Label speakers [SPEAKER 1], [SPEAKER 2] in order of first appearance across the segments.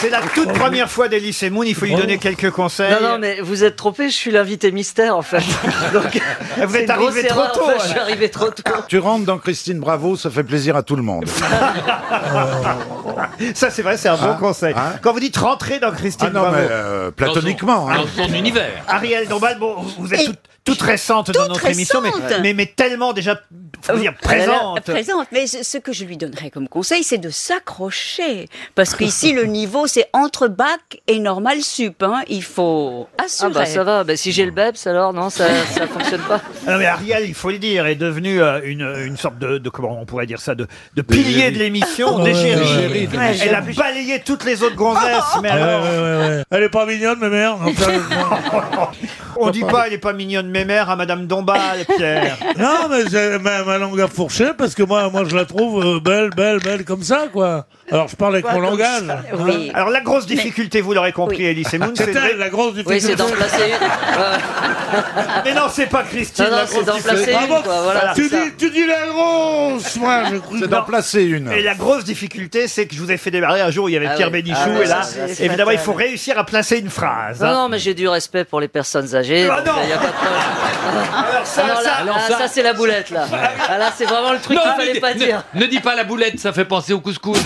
[SPEAKER 1] C'est
[SPEAKER 2] Ah,
[SPEAKER 1] la toute première fois d'Elie Semoun, il faut lui donner quelques conseils.
[SPEAKER 2] Non, non, mais vous êtes trompé, je suis l'invité mystère en fait. Donc,
[SPEAKER 1] Ah, Vous
[SPEAKER 2] c'est
[SPEAKER 1] êtes
[SPEAKER 2] une grosse
[SPEAKER 1] arrivé Ah. trop
[SPEAKER 2] erreur,
[SPEAKER 1] tôt,
[SPEAKER 2] en fait, je
[SPEAKER 1] alors.
[SPEAKER 2] suis arrivé trop tôt.
[SPEAKER 3] Tu rentres dans Christine Bravo, ça fait plaisir à tout le monde.
[SPEAKER 1] Ça, c'est vrai, c'est un
[SPEAKER 4] Ah.
[SPEAKER 1] bon
[SPEAKER 3] Hein
[SPEAKER 1] conseil.
[SPEAKER 3] Hein
[SPEAKER 1] Quand vous dites rentrer dans Christine
[SPEAKER 3] Ah non,
[SPEAKER 1] Bravo,
[SPEAKER 3] mais euh, platoniquement. hein.
[SPEAKER 5] Dans son univers.
[SPEAKER 1] Ariel Dombal, bon, vous êtes
[SPEAKER 6] Et-
[SPEAKER 1] toute, toute récente dans
[SPEAKER 6] toute
[SPEAKER 1] notre émission, mais,
[SPEAKER 6] récente.
[SPEAKER 1] mais, mais tellement déjà faut dire,
[SPEAKER 6] Euh,
[SPEAKER 1] présente.
[SPEAKER 6] présente. Mais ce ce que je lui donnerais comme conseil, c'est de s'accrocher. Parce qu'ici, le niveau, c'est entre bac et normal sup. hein. Il faut
[SPEAKER 2] Ah
[SPEAKER 6] assurer.
[SPEAKER 2] bah ça va, bah, si j'ai le BEPS alors non, ça, ça fonctionne pas.
[SPEAKER 1] Ah non, mais Ariel, il faut le dire, est devenue euh, une, une sorte de, de- comment on pourrait dire ça, de, de pilier de
[SPEAKER 4] Ah,
[SPEAKER 1] l'émission, d'égérie. Elle a balayé toutes les autres gonzesses,
[SPEAKER 4] Ah,
[SPEAKER 1] mais alors,
[SPEAKER 4] Elle est pas mignonne, ma mère.
[SPEAKER 1] on dit pas, elle est pas mignonne mémère à Madame Dombal, Pierre.
[SPEAKER 4] non, mais j'ai ma, ma langue à fourcher parce que moi, moi, je la trouve euh, belle, belle, belle comme ça, quoi. Alors, je parle avec mon langage. Hein
[SPEAKER 6] Oui.
[SPEAKER 1] Alors la grosse difficulté, vous l'aurez compris,
[SPEAKER 6] Oui.
[SPEAKER 1] Elie Semoun, c'est
[SPEAKER 4] C'est elle,
[SPEAKER 1] de...
[SPEAKER 4] la grosse
[SPEAKER 2] Oui,
[SPEAKER 4] difficulté.
[SPEAKER 2] c'est d'en placer une. Ouais,
[SPEAKER 1] Mais non, c'est pas Christine.
[SPEAKER 2] Non, non,
[SPEAKER 1] la
[SPEAKER 2] c'est
[SPEAKER 1] grosse
[SPEAKER 2] d'en
[SPEAKER 1] difficulté.
[SPEAKER 2] placer une,
[SPEAKER 4] Bravo.
[SPEAKER 2] quoi, voilà.
[SPEAKER 4] tu,
[SPEAKER 2] c'est ça.
[SPEAKER 4] dis, tu dis la grosse, moi, je crois.
[SPEAKER 3] C'est d'en placer une.
[SPEAKER 1] Et la grosse difficulté, c'est que je vous ai fait démarrer un jour où il y avait
[SPEAKER 2] Ah
[SPEAKER 1] Pierre
[SPEAKER 2] oui.
[SPEAKER 1] Bénichou,
[SPEAKER 2] Ah oui,
[SPEAKER 1] et là,
[SPEAKER 2] ça, c'est fatal.
[SPEAKER 1] évidemment, il faut réussir à placer une phrase.
[SPEAKER 2] Non,
[SPEAKER 1] hein.
[SPEAKER 2] non, mais j'ai du respect pour les personnes âgées.
[SPEAKER 1] Ah
[SPEAKER 2] donc,
[SPEAKER 1] non.
[SPEAKER 2] euh, y a pas de problème.
[SPEAKER 1] Alors ça,
[SPEAKER 2] Ah non, là,
[SPEAKER 1] ça-
[SPEAKER 2] ah, ça, c'est la boulette là. Ah, là c'est vraiment le truc qu'il fallait
[SPEAKER 5] dis-
[SPEAKER 2] pas dire.
[SPEAKER 5] ne dis pas la boulette, ça fait penser au couscous.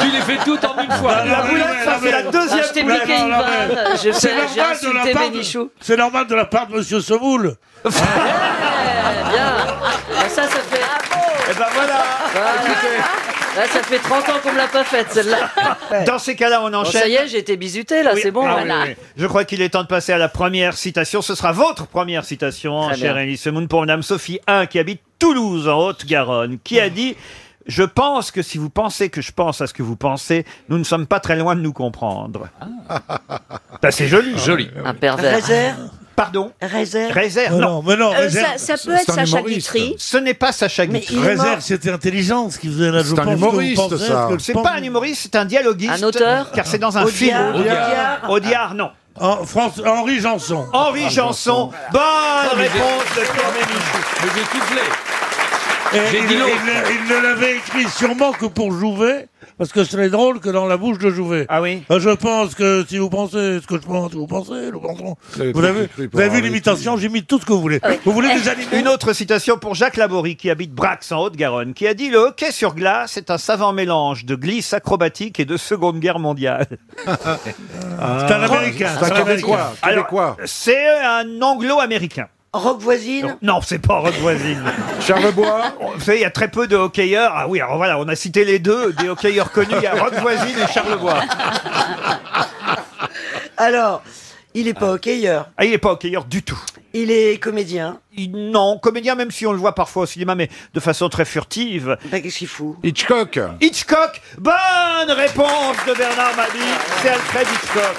[SPEAKER 5] tu les fais toutes en une fois.
[SPEAKER 1] la boulette, ça c'est la
[SPEAKER 2] Ah,
[SPEAKER 1] deuxième
[SPEAKER 2] je t'ai
[SPEAKER 1] boulette.
[SPEAKER 2] niqué
[SPEAKER 4] non,
[SPEAKER 2] une
[SPEAKER 4] non, mais-
[SPEAKER 2] vanne, j'ai
[SPEAKER 4] C'est
[SPEAKER 2] fait- j'ai
[SPEAKER 4] normal, de la
[SPEAKER 2] insulté
[SPEAKER 4] part de-
[SPEAKER 2] Bénichou.
[SPEAKER 4] c'est normal de la part de Monsieur Ah, Semoule.
[SPEAKER 1] Ah,
[SPEAKER 2] Eh bien, Ah, ça, ça fait,
[SPEAKER 1] Eh ben voilà.
[SPEAKER 2] là, ça fait 30 ans qu'on me l'a pas faite celle-là.
[SPEAKER 1] Dans ces cas-là, on
[SPEAKER 2] Bon,
[SPEAKER 1] enchaîne.
[SPEAKER 2] ça y est, j'ai été bisuté là,
[SPEAKER 1] Oui.
[SPEAKER 2] c'est bon.
[SPEAKER 1] Ah oui,
[SPEAKER 2] voilà.
[SPEAKER 1] oui, oui. Je crois qu'il est temps de passer à la première citation. Ce sera votre première citation,
[SPEAKER 2] Très
[SPEAKER 1] chère
[SPEAKER 2] bien.
[SPEAKER 1] Elise Moon, pour Madame Sophie 1, qui habite Toulouse, en Haute-Garonne, qui a dit « Je pense que si vous pensez que je pense à ce que vous pensez, nous ne sommes pas très loin de nous comprendre. Ça, C'est joli.
[SPEAKER 5] Joli.
[SPEAKER 2] Ah. Un pervers.
[SPEAKER 1] Pardon
[SPEAKER 7] Réserve.
[SPEAKER 1] Réserve
[SPEAKER 3] Ah
[SPEAKER 4] Non,
[SPEAKER 1] Non,
[SPEAKER 4] non, mais non,
[SPEAKER 6] Euh,
[SPEAKER 4] réserve.
[SPEAKER 6] ça, ça peut être
[SPEAKER 3] c'est un
[SPEAKER 6] Sacha
[SPEAKER 3] humoriste.
[SPEAKER 6] Guitry.
[SPEAKER 1] ce n'est pas Sacha
[SPEAKER 7] Mais
[SPEAKER 1] Guitry.
[SPEAKER 7] il est
[SPEAKER 4] Réserve,
[SPEAKER 7] mort.
[SPEAKER 4] c'était intelligent ce qu'il faisait là. Je
[SPEAKER 3] C'est un
[SPEAKER 4] pense que vous
[SPEAKER 3] humoriste,
[SPEAKER 4] pensez
[SPEAKER 3] ça.
[SPEAKER 4] ce que je
[SPEAKER 1] C'est
[SPEAKER 4] pense.
[SPEAKER 1] pas un humoriste, c'est un dialoguiste. euh,
[SPEAKER 2] Un auteur
[SPEAKER 1] Car c'est dans un
[SPEAKER 7] Audiard.
[SPEAKER 1] film.
[SPEAKER 7] Audiard.
[SPEAKER 1] Audiard, non.
[SPEAKER 4] En France, Henri Janson.
[SPEAKER 1] Henri Janson. Bonne
[SPEAKER 5] mais-
[SPEAKER 1] réponse de Pierre Bénichou.
[SPEAKER 5] Mais j'ai soufflé.
[SPEAKER 4] Et
[SPEAKER 5] J'ai
[SPEAKER 4] il,
[SPEAKER 5] dit l'autre.
[SPEAKER 4] il ne- il ne l'avait écrit sûrement que pour Jouvet, parce que ce n'est drôle que dans la bouche de Jouvet.
[SPEAKER 1] Ah oui
[SPEAKER 4] Euh, Je pense que si vous pensez ce que je pense, vous pensez, nous pensons. Vous avez, vous avez vu l'imitation, j'imite tout ce que vous
[SPEAKER 1] Ah,
[SPEAKER 4] voulez. Vous voulez des animaux
[SPEAKER 1] Une autre citation pour Jacques Laborie, qui habite Brax, en Haute-Garonne, qui a dit « Le hockey sur glace est un savant mélange de glisse acrobatique et de Seconde Guerre mondiale. Ah.
[SPEAKER 4] C'est un américain.
[SPEAKER 3] Ah. C'est un Québécois. »
[SPEAKER 1] Alors,
[SPEAKER 3] Québécois.
[SPEAKER 1] c'est un anglo-américain.
[SPEAKER 7] Rock voisine.
[SPEAKER 1] Non, c'est pas Rod Voisine.
[SPEAKER 3] Charlebois.
[SPEAKER 1] Vous savez, il y a très peu de hockeyeurs. Ah oui, alors voilà, on a cité les deux, des hockeyeurs connus. Il y a Rod Voisine et Charlevoix.
[SPEAKER 7] Alors, il est pas hockeyeur.
[SPEAKER 1] Ah, il n'est pas hockeyeur du tout.
[SPEAKER 7] Il est comédien.
[SPEAKER 1] Il- Non, comédien, même si on le voit parfois au cinéma, mais de façon très furtive.
[SPEAKER 7] Bah, qu'est-ce qu'il fout
[SPEAKER 3] Hitchcock.
[SPEAKER 1] Hitchcock, bonne réponse de Bernard Mabie. C'est Alfred Hitchcock.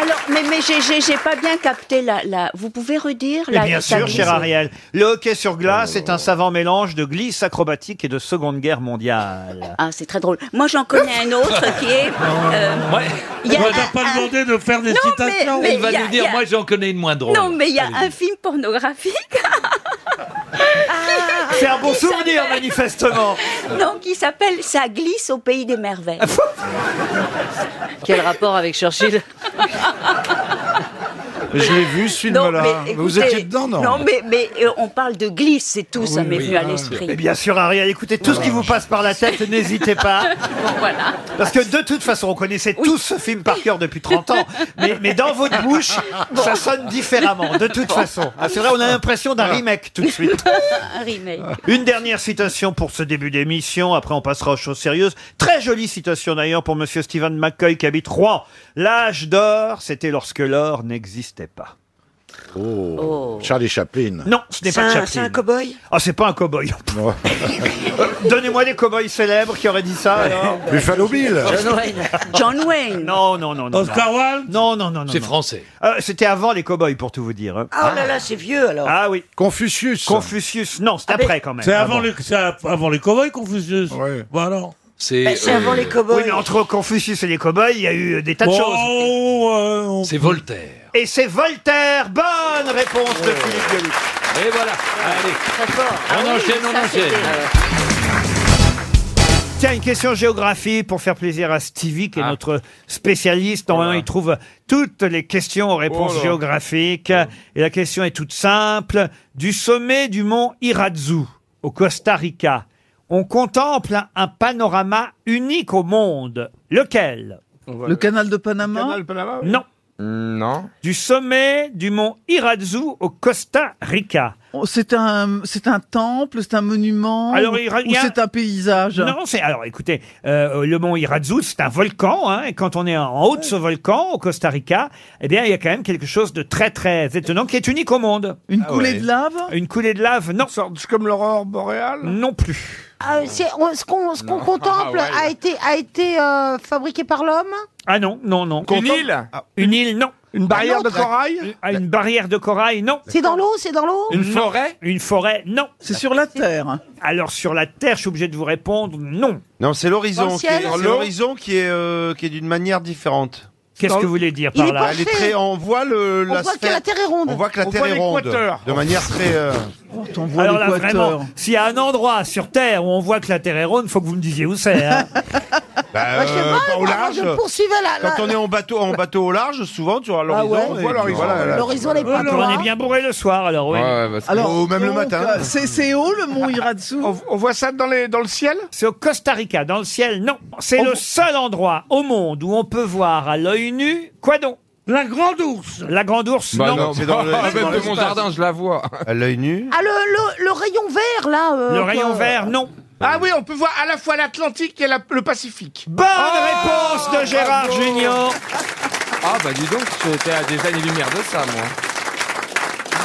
[SPEAKER 6] Alors, mais, mais j'ai- j'ai j'ai pas bien capté la, la. Vous pouvez redire
[SPEAKER 1] Mais
[SPEAKER 6] la.
[SPEAKER 1] bien
[SPEAKER 6] la
[SPEAKER 1] sûr,
[SPEAKER 6] glisse
[SPEAKER 1] cher Ariel. Le hockey sur glace est un savant mélange de glisse acrobatique et de Seconde Guerre mondiale.
[SPEAKER 6] Ah, c'est très drôle. Moi, j'en connais un autre qui est. euh,
[SPEAKER 5] Moi,
[SPEAKER 6] il y a
[SPEAKER 4] On
[SPEAKER 6] un-
[SPEAKER 4] n'a pas
[SPEAKER 6] un-
[SPEAKER 4] demandé de faire des
[SPEAKER 6] mais-
[SPEAKER 4] citations.
[SPEAKER 6] mais-
[SPEAKER 5] il va
[SPEAKER 6] y a-
[SPEAKER 5] nous dire,
[SPEAKER 6] y a-
[SPEAKER 5] moi j'en connais une moins drôle.
[SPEAKER 6] Non, mais il y a
[SPEAKER 5] Allez-y.
[SPEAKER 6] un film pornographique
[SPEAKER 1] C'est un
[SPEAKER 6] Ah,
[SPEAKER 1] bon souvenir, manifestement.
[SPEAKER 6] non, qui s'appelle Ça glisse au pays des merveilles.
[SPEAKER 2] Quel rapport avec Churchill
[SPEAKER 3] Je l'ai vu ce film-là.
[SPEAKER 6] mais
[SPEAKER 3] Vous
[SPEAKER 6] écoutez,
[SPEAKER 3] étiez dedans, non
[SPEAKER 6] Non, mais, mais euh, on parle de glisse, c'est tout, ça m'est venu à l'esprit.
[SPEAKER 1] Et Eh bien sûr, Ariel, écoutez tout ce qui vous passe par la tête, n'hésitez pas. Parce que de toute façon, on connaissait tous ce film par cœur depuis 30 ans. Mais, mais dans votre bouche, ça sonne différemment, de toute façon. Ah, c'est vrai, on a l'impression d'un remake tout de suite.
[SPEAKER 6] Un remake.
[SPEAKER 1] Une dernière citation pour ce début d'émission, après on passera aux choses sérieuses. Très jolie citation d'ailleurs pour monsieur Stephen McCoy qui habite Rouen. L'âge d'or, c'était lorsque l'or n'existait pas.
[SPEAKER 3] Oh. Charlie Chaplin.
[SPEAKER 1] Non, ce n'est
[SPEAKER 7] C'est
[SPEAKER 1] pas
[SPEAKER 7] un,
[SPEAKER 1] Chaplin.
[SPEAKER 7] c'est un cow-boy
[SPEAKER 1] Ah, c'est pas un cow-boy. Euh,
[SPEAKER 3] Non.
[SPEAKER 1] Donnez-moi des cow-boys célèbres qui auraient dit ça. alors.
[SPEAKER 3] Buffalo Bill.
[SPEAKER 2] John Wayne.
[SPEAKER 6] John Wayne.
[SPEAKER 1] Non, non, non, non.
[SPEAKER 4] Oscar Wilde
[SPEAKER 1] Non, non, non, non.
[SPEAKER 5] C'est
[SPEAKER 1] non.
[SPEAKER 5] français.
[SPEAKER 1] Euh, C'était avant les cow-boys, pour tout vous dire. hein.
[SPEAKER 7] Ah, oh là là, c'est vieux alors.
[SPEAKER 1] Ah oui,
[SPEAKER 3] Confucius.
[SPEAKER 1] Confucius. Non, c'est après quand même.
[SPEAKER 4] C'est
[SPEAKER 1] Ah
[SPEAKER 4] avant,
[SPEAKER 1] bon.
[SPEAKER 4] les- c'est avant les cow-boys, Confucius.
[SPEAKER 3] Ouais.
[SPEAKER 4] Bon, alors.
[SPEAKER 5] C'est
[SPEAKER 7] Bah, c'est
[SPEAKER 5] euh,
[SPEAKER 7] avant les
[SPEAKER 1] Oui,
[SPEAKER 7] cow-boys.
[SPEAKER 1] mais entre Confucius et les cow-boys, il y a eu des tas de choses.
[SPEAKER 4] Oh, euh, on-
[SPEAKER 5] c'est Voltaire.
[SPEAKER 1] Et c'est Voltaire. Bonne réponse de Philippe Gueluc.
[SPEAKER 5] Et voilà. Allez.
[SPEAKER 2] Très fort.
[SPEAKER 5] On enchaîne, on
[SPEAKER 2] Ah ça,
[SPEAKER 5] enchaîne.
[SPEAKER 2] c'était-
[SPEAKER 1] Tiens, une question géographie pour faire plaisir à Stevie,
[SPEAKER 5] Ah.
[SPEAKER 1] qui est notre spécialiste. Normalement, il trouve toutes les questions aux réponses
[SPEAKER 8] Oh là.
[SPEAKER 1] géographiques. Et la question est toute simple. Du sommet du mont Irazu, au Costa Rica, on contemple un panorama unique au monde. Lequel
[SPEAKER 5] Le canal de Panama
[SPEAKER 1] Non.
[SPEAKER 5] Non.
[SPEAKER 1] Du sommet du mont Irazu au Costa Rica.
[SPEAKER 5] Oh, C'est un, c'est un temple, c'est un monument
[SPEAKER 1] Alors,
[SPEAKER 5] ou-
[SPEAKER 1] il ra- il
[SPEAKER 5] ou
[SPEAKER 1] y a-
[SPEAKER 5] c'est un paysage
[SPEAKER 1] Non, c'est alors écoutez, euh, le mont Irazu, c'est un volcan. Hein, et quand on est en haut de ce volcan au Costa Rica, eh bien, il y a quand même quelque chose de très très étonnant qui est unique au monde. Une
[SPEAKER 5] coulée ouais. de
[SPEAKER 1] lave Une coulée de lave, non.
[SPEAKER 9] Comme l'aurore boréale
[SPEAKER 1] Non plus.
[SPEAKER 10] Ah, c'est- on- ce qu'on ce qu'on
[SPEAKER 1] Non.
[SPEAKER 10] contemple
[SPEAKER 1] Ah ouais.
[SPEAKER 10] a été, a été euh, fabriqué par l'homme
[SPEAKER 1] Ah non, non, non. Une île Une île, non. Une
[SPEAKER 10] barrière de autre
[SPEAKER 1] corail Une barrière de corail, non.
[SPEAKER 10] C'est dans l'eau C'est dans l'eau
[SPEAKER 1] Non. Une forêt, non. C'est sur la Terre. Alors sur la Terre, je suis obligé de vous répondre non.
[SPEAKER 2] Non, c'est
[SPEAKER 1] Dans
[SPEAKER 2] l'horizon
[SPEAKER 1] le
[SPEAKER 2] qui est,
[SPEAKER 1] ciel
[SPEAKER 2] c'est l'horizon qui est, euh, qui est d'une manière différente.
[SPEAKER 1] Qu'est-ce que vous voulez dire par Il est là pas
[SPEAKER 2] Elle est
[SPEAKER 1] fait.
[SPEAKER 2] très- on voit le,
[SPEAKER 1] On
[SPEAKER 2] la
[SPEAKER 1] voit que
[SPEAKER 2] sphère-
[SPEAKER 1] la Terre est ronde.
[SPEAKER 2] On voit que la
[SPEAKER 1] On
[SPEAKER 2] Terre
[SPEAKER 1] voit
[SPEAKER 2] est ronde.
[SPEAKER 1] l'équateur.
[SPEAKER 2] De manière très. euh,
[SPEAKER 1] Alors là, vraiment, s'il y a un endroit sur Terre où on voit que la Terre est ronde, faut que vous me disiez où c'est. hein.
[SPEAKER 2] bah,
[SPEAKER 1] je sais
[SPEAKER 2] euh,
[SPEAKER 1] pas,
[SPEAKER 2] pas au
[SPEAKER 1] moi,
[SPEAKER 2] large.
[SPEAKER 1] je poursuivais la- la-
[SPEAKER 2] Quand on est en bateau, en bateau au large, souvent tu vois l'horizon.
[SPEAKER 5] ouais,
[SPEAKER 2] et
[SPEAKER 5] on
[SPEAKER 2] tu
[SPEAKER 5] voit
[SPEAKER 2] vois,
[SPEAKER 5] l'horizon.
[SPEAKER 2] voilà, là.
[SPEAKER 5] L'horizon n'est pas
[SPEAKER 2] Voilà.
[SPEAKER 5] loin.
[SPEAKER 1] Ah, On est bien bourré le soir, alors oui.
[SPEAKER 2] Ou même le
[SPEAKER 5] donc,
[SPEAKER 2] matin.
[SPEAKER 5] euh, C'est c'est haut le mont Iratsu
[SPEAKER 1] On voit ça dans, dans le ciel C'est au Costa Rica, dans le ciel, non. C'est le seul endroit au monde où on peut voir à l'œil nu, quoi donc La Grande Ourse La Grande Ourse,
[SPEAKER 2] Bah
[SPEAKER 1] non.
[SPEAKER 2] non, c'est dans le- Ah, c'est même dans de mon l'espace. jardin,
[SPEAKER 1] je la vois.
[SPEAKER 2] À l'œil nu.
[SPEAKER 10] Ah, le, le, le rayon vert, là euh,
[SPEAKER 1] Le rayon
[SPEAKER 10] que-
[SPEAKER 1] vert, non.
[SPEAKER 9] Ah oui, on peut voir à la fois l'Atlantique et la- le Pacifique.
[SPEAKER 1] Bonne réponse de Gérard Junior.
[SPEAKER 11] Ah bah dis donc, j'étais à des années-lumière de ça, moi.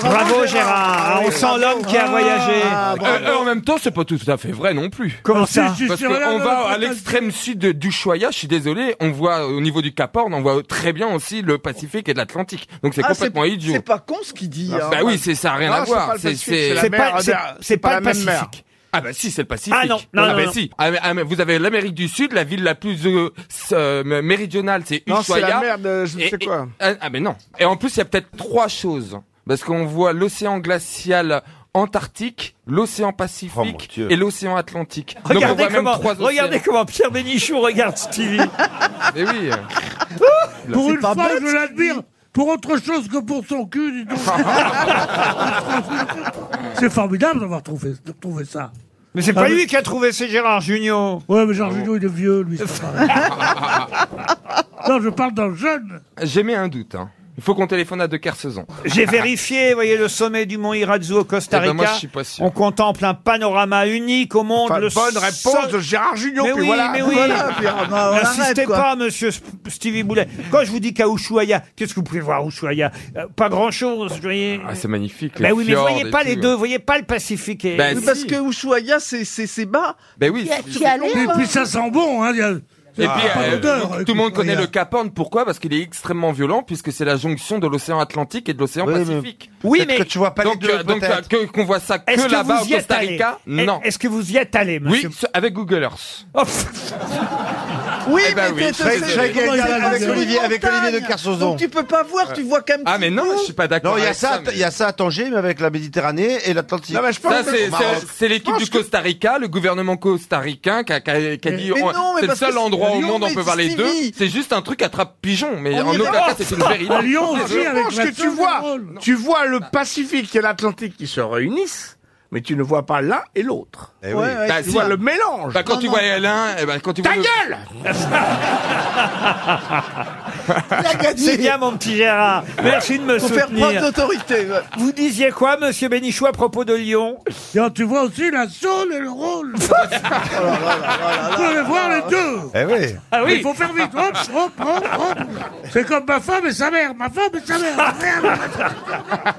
[SPEAKER 1] Bravo Gérard, on sent l'homme qui a voyagé.
[SPEAKER 2] Ah,
[SPEAKER 5] Ah,
[SPEAKER 11] Euh, euh, en même temps, c'est pas tout à fait vrai non plus.
[SPEAKER 1] Comment ça
[SPEAKER 11] Parce
[SPEAKER 1] Si, si, si, regarde,
[SPEAKER 11] qu'on va
[SPEAKER 1] regarde,
[SPEAKER 11] à l'extrême sud de- du Choya, je suis désolé, on voit au niveau du Cap Horn, on voit très bien aussi le Pacifique et l'Atlantique. Donc c'est
[SPEAKER 5] Ah,
[SPEAKER 11] complètement idiot.
[SPEAKER 5] C'est pas con ce qu'il dit. hein.
[SPEAKER 11] Bah oui, c'est ça, a rien
[SPEAKER 5] Ah,
[SPEAKER 11] à
[SPEAKER 5] c'est
[SPEAKER 11] voir.
[SPEAKER 5] pas le Pacifique, c'est la C'est mer, pas- c'est- euh, c'est c'est pas pas le la même mer. Pacifique.
[SPEAKER 11] Ah bah si, c'est le Pacifique.
[SPEAKER 5] Ah non, non,
[SPEAKER 11] ah
[SPEAKER 5] non,
[SPEAKER 11] bah
[SPEAKER 5] non.
[SPEAKER 11] si. Ah, mais- ah, mais vous avez l'Amérique du Sud, la ville la plus euh, s- euh, mé- méridionale, c'est
[SPEAKER 9] Non, c'est la
[SPEAKER 11] Ushuaia.
[SPEAKER 9] mer
[SPEAKER 2] euh,
[SPEAKER 9] de je ne
[SPEAKER 11] Et-
[SPEAKER 9] sais
[SPEAKER 11] et-
[SPEAKER 9] quoi.
[SPEAKER 11] ah, ah, mais non. Et en plus, il y a peut-être trois choses. Parce qu'on voit l'océan glacial antarctique, l'océan Pacifique
[SPEAKER 2] Dieu.
[SPEAKER 11] et l'océan Atlantique. Donc, on
[SPEAKER 1] Regardez
[SPEAKER 11] voit même
[SPEAKER 1] comment,
[SPEAKER 11] trois océans.
[SPEAKER 1] regardez comment Pierre Bénichou regarde Stevie.
[SPEAKER 11] Mais oui. euh.
[SPEAKER 4] Pour
[SPEAKER 11] C'est
[SPEAKER 4] une
[SPEAKER 11] pas
[SPEAKER 4] fois,
[SPEAKER 11] bête,
[SPEAKER 4] je l'admire. Pour autre chose que pour son cul, dis donc. c'est formidable d'avoir trouvé, de trouver ça.
[SPEAKER 1] Mais c'est
[SPEAKER 4] Ah,
[SPEAKER 1] pas
[SPEAKER 4] mais-
[SPEAKER 1] lui qui a trouvé, c'est Gérard Junior.
[SPEAKER 4] Ouais, mais Jean Junot, il est vieux, lui. c'est pas pareil. non, je parle d'un jeune.
[SPEAKER 11] J'ai mis un doute. hein. Il faut qu'on téléphone à De Kersauzon.
[SPEAKER 1] J'ai vérifié, vous voyez, le sommet du mont Irazu au Costa
[SPEAKER 11] Eh ben,
[SPEAKER 1] Rica.
[SPEAKER 11] moi, je suis pas sûr.
[SPEAKER 1] On contemple un panorama unique au monde.
[SPEAKER 11] Enfin,
[SPEAKER 1] le
[SPEAKER 11] bonne réponse
[SPEAKER 1] de
[SPEAKER 9] Gérard Junior,
[SPEAKER 1] Mais
[SPEAKER 9] puis
[SPEAKER 1] oui,
[SPEAKER 9] voilà.
[SPEAKER 1] mais oui.
[SPEAKER 9] Voilà, puis, ah, bah, on
[SPEAKER 1] N'insistez
[SPEAKER 9] arrête, quoi.
[SPEAKER 1] pas, monsieur Sp- Stevie Boulet. Quand je vous dis qu'à Ushuaia, qu'est-ce que vous pouvez voir à Ushuaia Euh, Pas grand-chose, vous voyez.
[SPEAKER 11] Ah, c'est magnifique.
[SPEAKER 1] Bah
[SPEAKER 11] les
[SPEAKER 1] oui, mais
[SPEAKER 11] fjords
[SPEAKER 1] voyez
[SPEAKER 11] et
[SPEAKER 1] pas
[SPEAKER 11] tout,
[SPEAKER 1] les
[SPEAKER 11] hein.
[SPEAKER 1] deux, voyez pas le Pacifique. Et...
[SPEAKER 11] Ben,
[SPEAKER 5] Oui, Parce que Ushuaia, c'est- c'est c'est bas.
[SPEAKER 11] Ben oui.
[SPEAKER 4] Et puis ça sent bon, hein. il y a-
[SPEAKER 11] Et
[SPEAKER 4] Ah,
[SPEAKER 11] puis,
[SPEAKER 4] pas
[SPEAKER 11] euh,
[SPEAKER 4] d'odeur,
[SPEAKER 11] tout-
[SPEAKER 4] écoute,
[SPEAKER 11] tout le monde connaît
[SPEAKER 4] regarde.
[SPEAKER 11] le Cap Horn. Pourquoi Parce qu'il est extrêmement violent, puisque c'est la jonction de l'océan Atlantique et de l'océan
[SPEAKER 2] Oui, mais-
[SPEAKER 11] Pacifique.
[SPEAKER 1] Oui, mais-
[SPEAKER 2] que tu vois pas les
[SPEAKER 11] donc,
[SPEAKER 2] deux,
[SPEAKER 11] euh, donc, euh,
[SPEAKER 2] peut-être.
[SPEAKER 11] que- qu'on voit ça que
[SPEAKER 1] Est-ce que
[SPEAKER 11] là-bas
[SPEAKER 1] vous
[SPEAKER 11] au
[SPEAKER 1] y êtes
[SPEAKER 11] Costa
[SPEAKER 1] allé
[SPEAKER 11] Rica
[SPEAKER 1] Est-
[SPEAKER 11] Non.
[SPEAKER 1] Est-ce que vous y êtes allé,
[SPEAKER 11] Oui,
[SPEAKER 1] monsieur
[SPEAKER 11] ce- avec Google Earth.
[SPEAKER 1] Oh,
[SPEAKER 5] Oui,
[SPEAKER 11] Eh
[SPEAKER 5] mais
[SPEAKER 11] ben oui,
[SPEAKER 5] t'es-
[SPEAKER 11] je suis
[SPEAKER 5] t'es-
[SPEAKER 11] désolé.
[SPEAKER 5] t'es-
[SPEAKER 11] Comment
[SPEAKER 5] t'es-
[SPEAKER 11] il a
[SPEAKER 5] t'es-
[SPEAKER 11] raison.
[SPEAKER 5] t'es-
[SPEAKER 2] Olivier-
[SPEAKER 5] t'es-
[SPEAKER 2] avec
[SPEAKER 5] montagne.
[SPEAKER 2] Olivier de Kersauzon.
[SPEAKER 5] Donc tu peux pas voir, tu vois qu'un petit
[SPEAKER 11] Ah mais non,
[SPEAKER 5] bout.
[SPEAKER 11] je suis pas d'accord.
[SPEAKER 2] Non, il y a
[SPEAKER 11] avec
[SPEAKER 2] ça,
[SPEAKER 11] mais-
[SPEAKER 2] il y a ça à Tanger, mais avec la Méditerranée et l'Atlantique.
[SPEAKER 11] Ça, c'est- c'est c'est l'équipe du Costa Rica, le gouvernement costaricain qui a, qui a- qui a dit
[SPEAKER 5] Mais
[SPEAKER 11] on-
[SPEAKER 5] non, mais
[SPEAKER 11] c'est le
[SPEAKER 5] parce que
[SPEAKER 11] seul
[SPEAKER 5] c'est-
[SPEAKER 11] endroit au
[SPEAKER 5] Lyon,
[SPEAKER 11] monde où on
[SPEAKER 5] mais
[SPEAKER 11] peut voir les deux.
[SPEAKER 5] Stevie.
[SPEAKER 11] C'est juste un truc attrape-pigeon, mais
[SPEAKER 5] On Ah,
[SPEAKER 11] en
[SPEAKER 5] y
[SPEAKER 11] aucun
[SPEAKER 5] va.
[SPEAKER 11] cas c'est une vérité.
[SPEAKER 4] À Lyon aussi,
[SPEAKER 11] Désolé.
[SPEAKER 9] Je
[SPEAKER 4] avec
[SPEAKER 9] pense
[SPEAKER 4] la
[SPEAKER 9] que tu
[SPEAKER 4] sauce
[SPEAKER 9] vois,
[SPEAKER 4] drôle.
[SPEAKER 9] tu vois le Pacifique et l'Atlantique qui se réunissent, mais tu ne vois pas l'un et l'autre.
[SPEAKER 2] Eh oui. Ouais, ouais,
[SPEAKER 9] Bah,
[SPEAKER 11] c'est
[SPEAKER 9] tu vois
[SPEAKER 11] ça.
[SPEAKER 9] le mélange.
[SPEAKER 11] Bah, quand tu vois l'un, eh ben, quand tu
[SPEAKER 9] Ta
[SPEAKER 11] vois le-
[SPEAKER 9] gueule
[SPEAKER 11] Ah,
[SPEAKER 1] C'est bien, mon petit Gérard. Merci de me
[SPEAKER 5] Faut faire
[SPEAKER 1] soutenir.
[SPEAKER 5] preuve d'autorité.
[SPEAKER 1] Vous disiez quoi, monsieur Bénichou, à propos de Lyon Oh
[SPEAKER 4] Tiens, tu vois aussi la saule et le rôle. Vous allez voir les deux.
[SPEAKER 2] Eh oui.
[SPEAKER 1] Ah
[SPEAKER 4] Il faut faire vite. Hop, hop, hop, hop. C'est comme ma femme et sa mère. Ma femme et sa mère. Ma mère.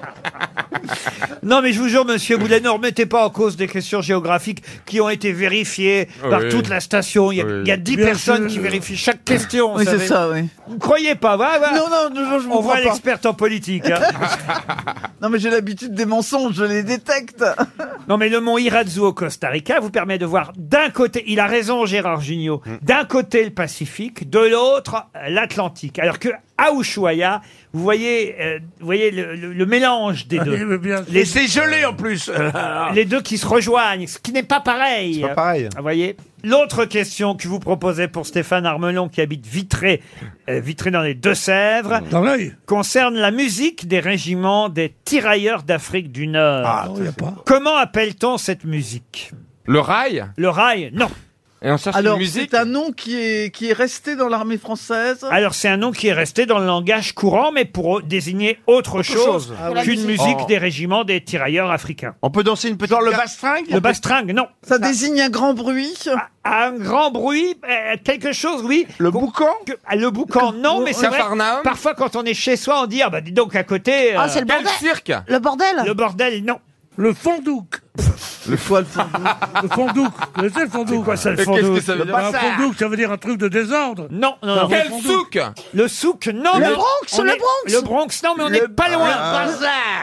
[SPEAKER 1] Non, mais je vous jure, monsieur Boulet, ne remettez pas en cause des questions géographiques qui ont été vérifiées
[SPEAKER 11] Ah Oui.
[SPEAKER 1] par toute la station. Il y a,
[SPEAKER 11] Oui.
[SPEAKER 1] il y a 10
[SPEAKER 4] Bien
[SPEAKER 1] personnes
[SPEAKER 4] sûr.
[SPEAKER 1] qui vérifient chaque question.
[SPEAKER 5] Oui,
[SPEAKER 1] vous
[SPEAKER 5] c'est
[SPEAKER 1] savez.
[SPEAKER 5] ça, oui.
[SPEAKER 1] Vous croyez pas, va, va.
[SPEAKER 5] Non, non, non, je vous
[SPEAKER 1] On voit
[SPEAKER 5] crois pas.
[SPEAKER 1] l'experte en politique. hein.
[SPEAKER 2] euh,
[SPEAKER 5] Non, mais j'ai l'habitude des mensonges, je les détecte.
[SPEAKER 1] non, mais le mont Irazu au Costa Rica vous permet de voir d'un côté,
[SPEAKER 11] Mm.
[SPEAKER 1] il a raison Gérard Jugnot, d'un côté le Pacifique, de l'autre l'Atlantique. Alors que Aushuaia. Vous voyez, euh, vous voyez le, le- le mélange des
[SPEAKER 5] Ah,
[SPEAKER 4] Oui,
[SPEAKER 1] deux.
[SPEAKER 4] mais bien sûr. Et c'est gelé, en plus.
[SPEAKER 1] les deux qui se rejoignent, ce qui n'est pas pareil.
[SPEAKER 4] C'est pas pareil.
[SPEAKER 1] Vous voyez. L'autre question que vous proposez pour Stéphane Armelon qui habite Vitré, euh, Vitré dans les Deux-Sèvres, concerne la musique des régiments des tirailleurs d'Afrique du Nord. Comment appelle-t-on cette musique
[SPEAKER 2] Le rail
[SPEAKER 1] Le rail, non.
[SPEAKER 2] Et on cherche
[SPEAKER 5] Alors, c'est un nom qui est, qui est resté dans l'armée française
[SPEAKER 1] Alors c'est un nom qui est resté dans le langage courant, mais pour désigner autre, chose,
[SPEAKER 5] chose. Ah oui.
[SPEAKER 1] qu'une
[SPEAKER 5] La musique.
[SPEAKER 1] musique
[SPEAKER 5] Oh.
[SPEAKER 1] des régiments des tirailleurs africains.
[SPEAKER 11] On peut danser une petite. Genre
[SPEAKER 1] le bastringue Le bastringue, non.
[SPEAKER 5] Ça désigne un grand bruit
[SPEAKER 1] Un grand bruit, euh, quelque chose, oui. Le boucan Le boucan, non, mais c'est vrai.
[SPEAKER 2] Capharnaüm
[SPEAKER 1] Parfois, quand on est chez soi, on dit ah bah dis donc à côté. euh,
[SPEAKER 10] Ah, c'est le bordel.
[SPEAKER 2] Quel cirque
[SPEAKER 10] Le bordel
[SPEAKER 1] Le bordel, non.
[SPEAKER 3] Le fondouk.
[SPEAKER 11] Le foie, le
[SPEAKER 3] fondouk. le fondouk. Vous connaissez le fondouk
[SPEAKER 1] quoi ça, le Mais qu'est-ce fondouk que ça veut dire
[SPEAKER 3] Un
[SPEAKER 1] Bazar.
[SPEAKER 3] fondouk, ça veut dire un truc de désordre.
[SPEAKER 1] Non, non, non. Quel souk Le souk, non.
[SPEAKER 3] Le
[SPEAKER 1] mais
[SPEAKER 3] Bronx,
[SPEAKER 1] on
[SPEAKER 3] le
[SPEAKER 1] est-
[SPEAKER 3] Bronx.
[SPEAKER 1] Le Bronx, non, mais on
[SPEAKER 3] Le-
[SPEAKER 1] n'est pas loin.
[SPEAKER 3] Ah.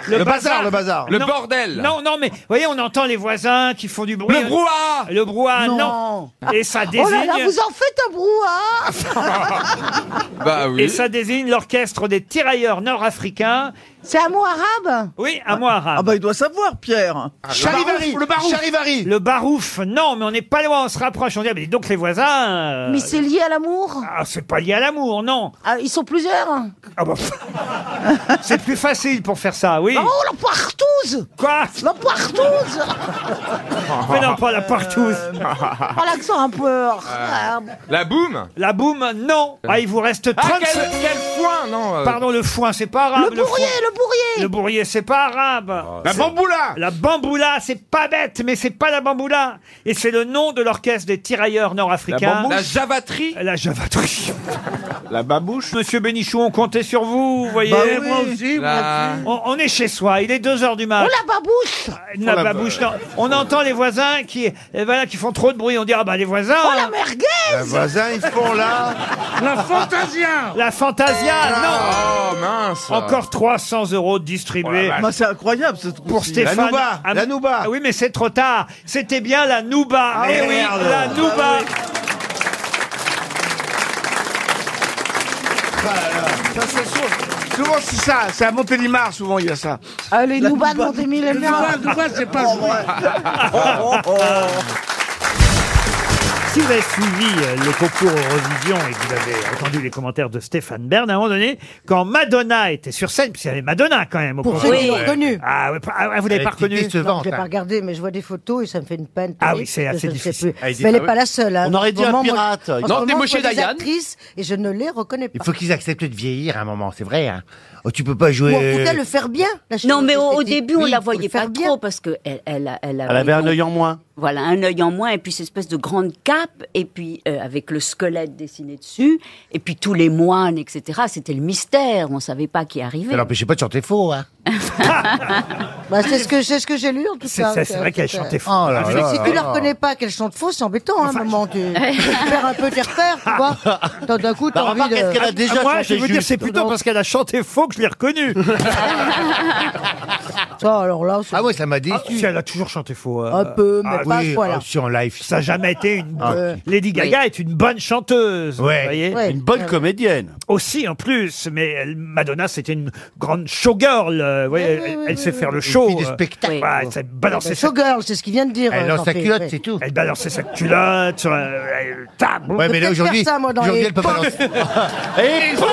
[SPEAKER 11] Le bazar, le bazar. Le
[SPEAKER 1] Non.
[SPEAKER 11] bordel.
[SPEAKER 1] Non, non, mais vous voyez, on entend les voisins qui font du bruit.
[SPEAKER 11] Le brouhaha.
[SPEAKER 1] Le brouhaha, non.
[SPEAKER 10] Non.
[SPEAKER 1] Et ça désigne.
[SPEAKER 10] Oh là là, vous en faites un hein. brouhaha
[SPEAKER 2] Bah oui.
[SPEAKER 1] Et ça désigne l'orchestre des tirailleurs nord-africains.
[SPEAKER 10] C'est un mot arabe
[SPEAKER 1] Oui, un mot arabe.
[SPEAKER 5] Ah bah, il doit savoir, Pierre
[SPEAKER 1] Charivari,
[SPEAKER 5] Le barouf
[SPEAKER 1] Charivari. Le barouf, non, mais on n'est pas loin, on se rapproche. On dit, ah, mais dis donc les voisins. euh,
[SPEAKER 10] Mais c'est lié à l'amour
[SPEAKER 1] Ah, c'est pas lié à l'amour, non.
[SPEAKER 10] Ah, Ils sont plusieurs
[SPEAKER 1] Ah bah, c'est plus facile pour faire ça, oui.
[SPEAKER 10] Oh, la poirtouze
[SPEAKER 1] Quoi
[SPEAKER 10] La poirtouze
[SPEAKER 1] Mais non, pas la partouze.
[SPEAKER 10] Oh, l'accent un peu...
[SPEAKER 2] La boum
[SPEAKER 1] La boum, non. Ah, il vous reste 30
[SPEAKER 2] quel-
[SPEAKER 1] secondes.
[SPEAKER 2] quel foin, non euh.
[SPEAKER 1] Pardon, le foin, c'est pas arabe.
[SPEAKER 10] Le bourrier,
[SPEAKER 1] foin.
[SPEAKER 10] le bourrier
[SPEAKER 1] Le bourrier, c'est pas arabe.
[SPEAKER 4] La
[SPEAKER 1] C'est-
[SPEAKER 4] bamboula
[SPEAKER 1] La bamboula, c'est pas bête, mais c'est pas la bamboula. Et c'est le nom de l'orchestre des tirailleurs
[SPEAKER 4] La
[SPEAKER 1] nord-africains.
[SPEAKER 4] bambouche La
[SPEAKER 2] javaterie
[SPEAKER 1] La javaterie. La babouche. Monsieur Bénichou, on comptait sur vous, vous voyez.
[SPEAKER 3] Bah oui. Moi aussi, moi
[SPEAKER 1] La-
[SPEAKER 3] aussi.
[SPEAKER 1] On, on est chez soi, il est 2h du
[SPEAKER 10] Oh,
[SPEAKER 1] mat.
[SPEAKER 10] la babouche
[SPEAKER 1] La
[SPEAKER 10] la-
[SPEAKER 1] babouche,
[SPEAKER 5] euh,
[SPEAKER 1] non. On entend les voisins qui, eh ben là, qui font trop de bruit. On dit, ah bah les voisins.
[SPEAKER 10] Oh, la merguez
[SPEAKER 11] Les voisins, ils font là. Ah.
[SPEAKER 3] La fantasia
[SPEAKER 1] La fantasia,
[SPEAKER 2] non Oh mince
[SPEAKER 1] Encore 300 euros distribués.
[SPEAKER 5] Bah, C'est incroyable ce truc
[SPEAKER 1] pour Stéphane.
[SPEAKER 11] La Nouba,
[SPEAKER 1] Ah, ah oui, mais c'est trop tard. C'était bien la Nouba.
[SPEAKER 11] Ah
[SPEAKER 1] Eh
[SPEAKER 11] oui,
[SPEAKER 1] oui,
[SPEAKER 11] merde.
[SPEAKER 1] la Nouba.
[SPEAKER 4] Ah Ça, c'est sûr. Souvent, c'est ça. C'est à Montélimar, souvent, il y a ça.
[SPEAKER 10] Allez, nous bas de
[SPEAKER 3] Le Nouba, le Nouba, c'est
[SPEAKER 5] Oh,
[SPEAKER 3] pas vrai.
[SPEAKER 1] Si vous avez suivi euh, le concours Eurovision et que vous avez entendu les commentaires de Stéphane Bern, à un moment donné, quand Madonna était sur scène, puisqu'il y avait Madonna quand même au
[SPEAKER 10] Pour
[SPEAKER 1] concours.
[SPEAKER 10] ceux qui l'ont reconnue.
[SPEAKER 1] Ah, ouais, pas- ah, vous l'avez pas reconnue
[SPEAKER 12] Non, je l'ai pas regardé, mais je vois des photos et ça me fait une peine.
[SPEAKER 1] hein. Ah
[SPEAKER 12] terrible
[SPEAKER 1] oui, c'est
[SPEAKER 12] que
[SPEAKER 1] assez
[SPEAKER 12] je ne sais
[SPEAKER 1] difficile.
[SPEAKER 12] plus.
[SPEAKER 1] Ah, il dit-
[SPEAKER 12] mais elle
[SPEAKER 1] ah
[SPEAKER 12] n'est
[SPEAKER 1] oui.
[SPEAKER 12] pas la seule. hein.
[SPEAKER 1] On aurait
[SPEAKER 12] En
[SPEAKER 1] dit
[SPEAKER 12] ce
[SPEAKER 1] un
[SPEAKER 12] moment, moi,
[SPEAKER 1] pirate.
[SPEAKER 12] en ce
[SPEAKER 1] Non,
[SPEAKER 12] moment,
[SPEAKER 1] t'es
[SPEAKER 12] je
[SPEAKER 1] Moshe
[SPEAKER 12] vois des
[SPEAKER 1] Dayan.
[SPEAKER 12] actrices Et je ne les reconnais pas.
[SPEAKER 13] Il faut qu'ils acceptent de vieillir à un moment, c'est vrai. Hein. Oh, tu peux pas jouer. euh,
[SPEAKER 12] Ou en tout cas, le faire bien. la
[SPEAKER 6] Non, mais au, au
[SPEAKER 12] chirurgie esthétique.
[SPEAKER 6] début, on
[SPEAKER 12] Oui,
[SPEAKER 6] la
[SPEAKER 12] faut le
[SPEAKER 6] voyait
[SPEAKER 12] faire
[SPEAKER 6] pas
[SPEAKER 12] bien.
[SPEAKER 6] trop parce que elle, elle, a- elle
[SPEAKER 13] Elle avait un œil en moins.
[SPEAKER 6] Voilà, un œil en moins et puis cette espèce de grande cape et puis euh, avec le squelette dessiné dessus et puis tous les moines, etc. C'était le mystère, on savait pas qui arrivait.
[SPEAKER 13] Ça l'empêchait pas de chanter faux. Hein.
[SPEAKER 12] Bah, c'est ce que c'est ce que j'ai lu en tout
[SPEAKER 13] C'est-
[SPEAKER 12] cas.
[SPEAKER 13] c'est- c'est vrai qu'elle
[SPEAKER 12] c'est-
[SPEAKER 13] chantait faux. Ah,
[SPEAKER 12] Ah, si
[SPEAKER 13] là, là,
[SPEAKER 12] tu
[SPEAKER 13] là.
[SPEAKER 12] la reconnais pas qu'elle chante faux, c'est embêtant hein, un moment. Tu tu perds un peu tes repères, tu vois. T'as- D'un coup,
[SPEAKER 13] Bah,
[SPEAKER 12] t'as envie de.
[SPEAKER 1] Ah, Moi, je vais vous dire, c'est plutôt parce qu'elle a chanté faux que je l'ai reconnue.
[SPEAKER 12] Ça, alors là, c'est-
[SPEAKER 13] Ah ouais, ça m'a déçu.
[SPEAKER 1] Ah, si, elle a toujours chanté faux. euh.
[SPEAKER 12] Un peu, mais pas à ce
[SPEAKER 13] oui,
[SPEAKER 12] point-là.
[SPEAKER 13] ah, si, en live. si.
[SPEAKER 1] Ça n'a jamais été une.
[SPEAKER 13] Ah.
[SPEAKER 1] Euh, Lady Gaga est une bonne chanteuse.
[SPEAKER 13] Ouais.
[SPEAKER 1] vous voyez
[SPEAKER 13] Ouais. Une bonne Ouais.
[SPEAKER 1] comédienne. Aussi, en plus. Mais elle- Madonna, c'était une grande showgirl. euh, vous voyez, elle, elle sait faire le show.
[SPEAKER 13] fille du
[SPEAKER 1] euh.
[SPEAKER 13] spectacle.
[SPEAKER 1] Ouais, elle sait balancer
[SPEAKER 12] Bah,
[SPEAKER 1] sa
[SPEAKER 12] Showgirl, c'est ce qu'il vient de dire.
[SPEAKER 13] Elle
[SPEAKER 12] euh,
[SPEAKER 13] lance sa
[SPEAKER 12] Jean-Pierre,
[SPEAKER 13] culotte,
[SPEAKER 12] ouais.
[SPEAKER 13] c'est tout.
[SPEAKER 1] Elle balançait sa culotte. sur, euh, elle- tam.
[SPEAKER 13] Ouais, mais là
[SPEAKER 12] peut-être
[SPEAKER 13] aujourd'hui,
[SPEAKER 12] faire ça, moi, dans
[SPEAKER 13] aujourd'hui,
[SPEAKER 12] les-
[SPEAKER 13] elle peut balancer.
[SPEAKER 1] Et paf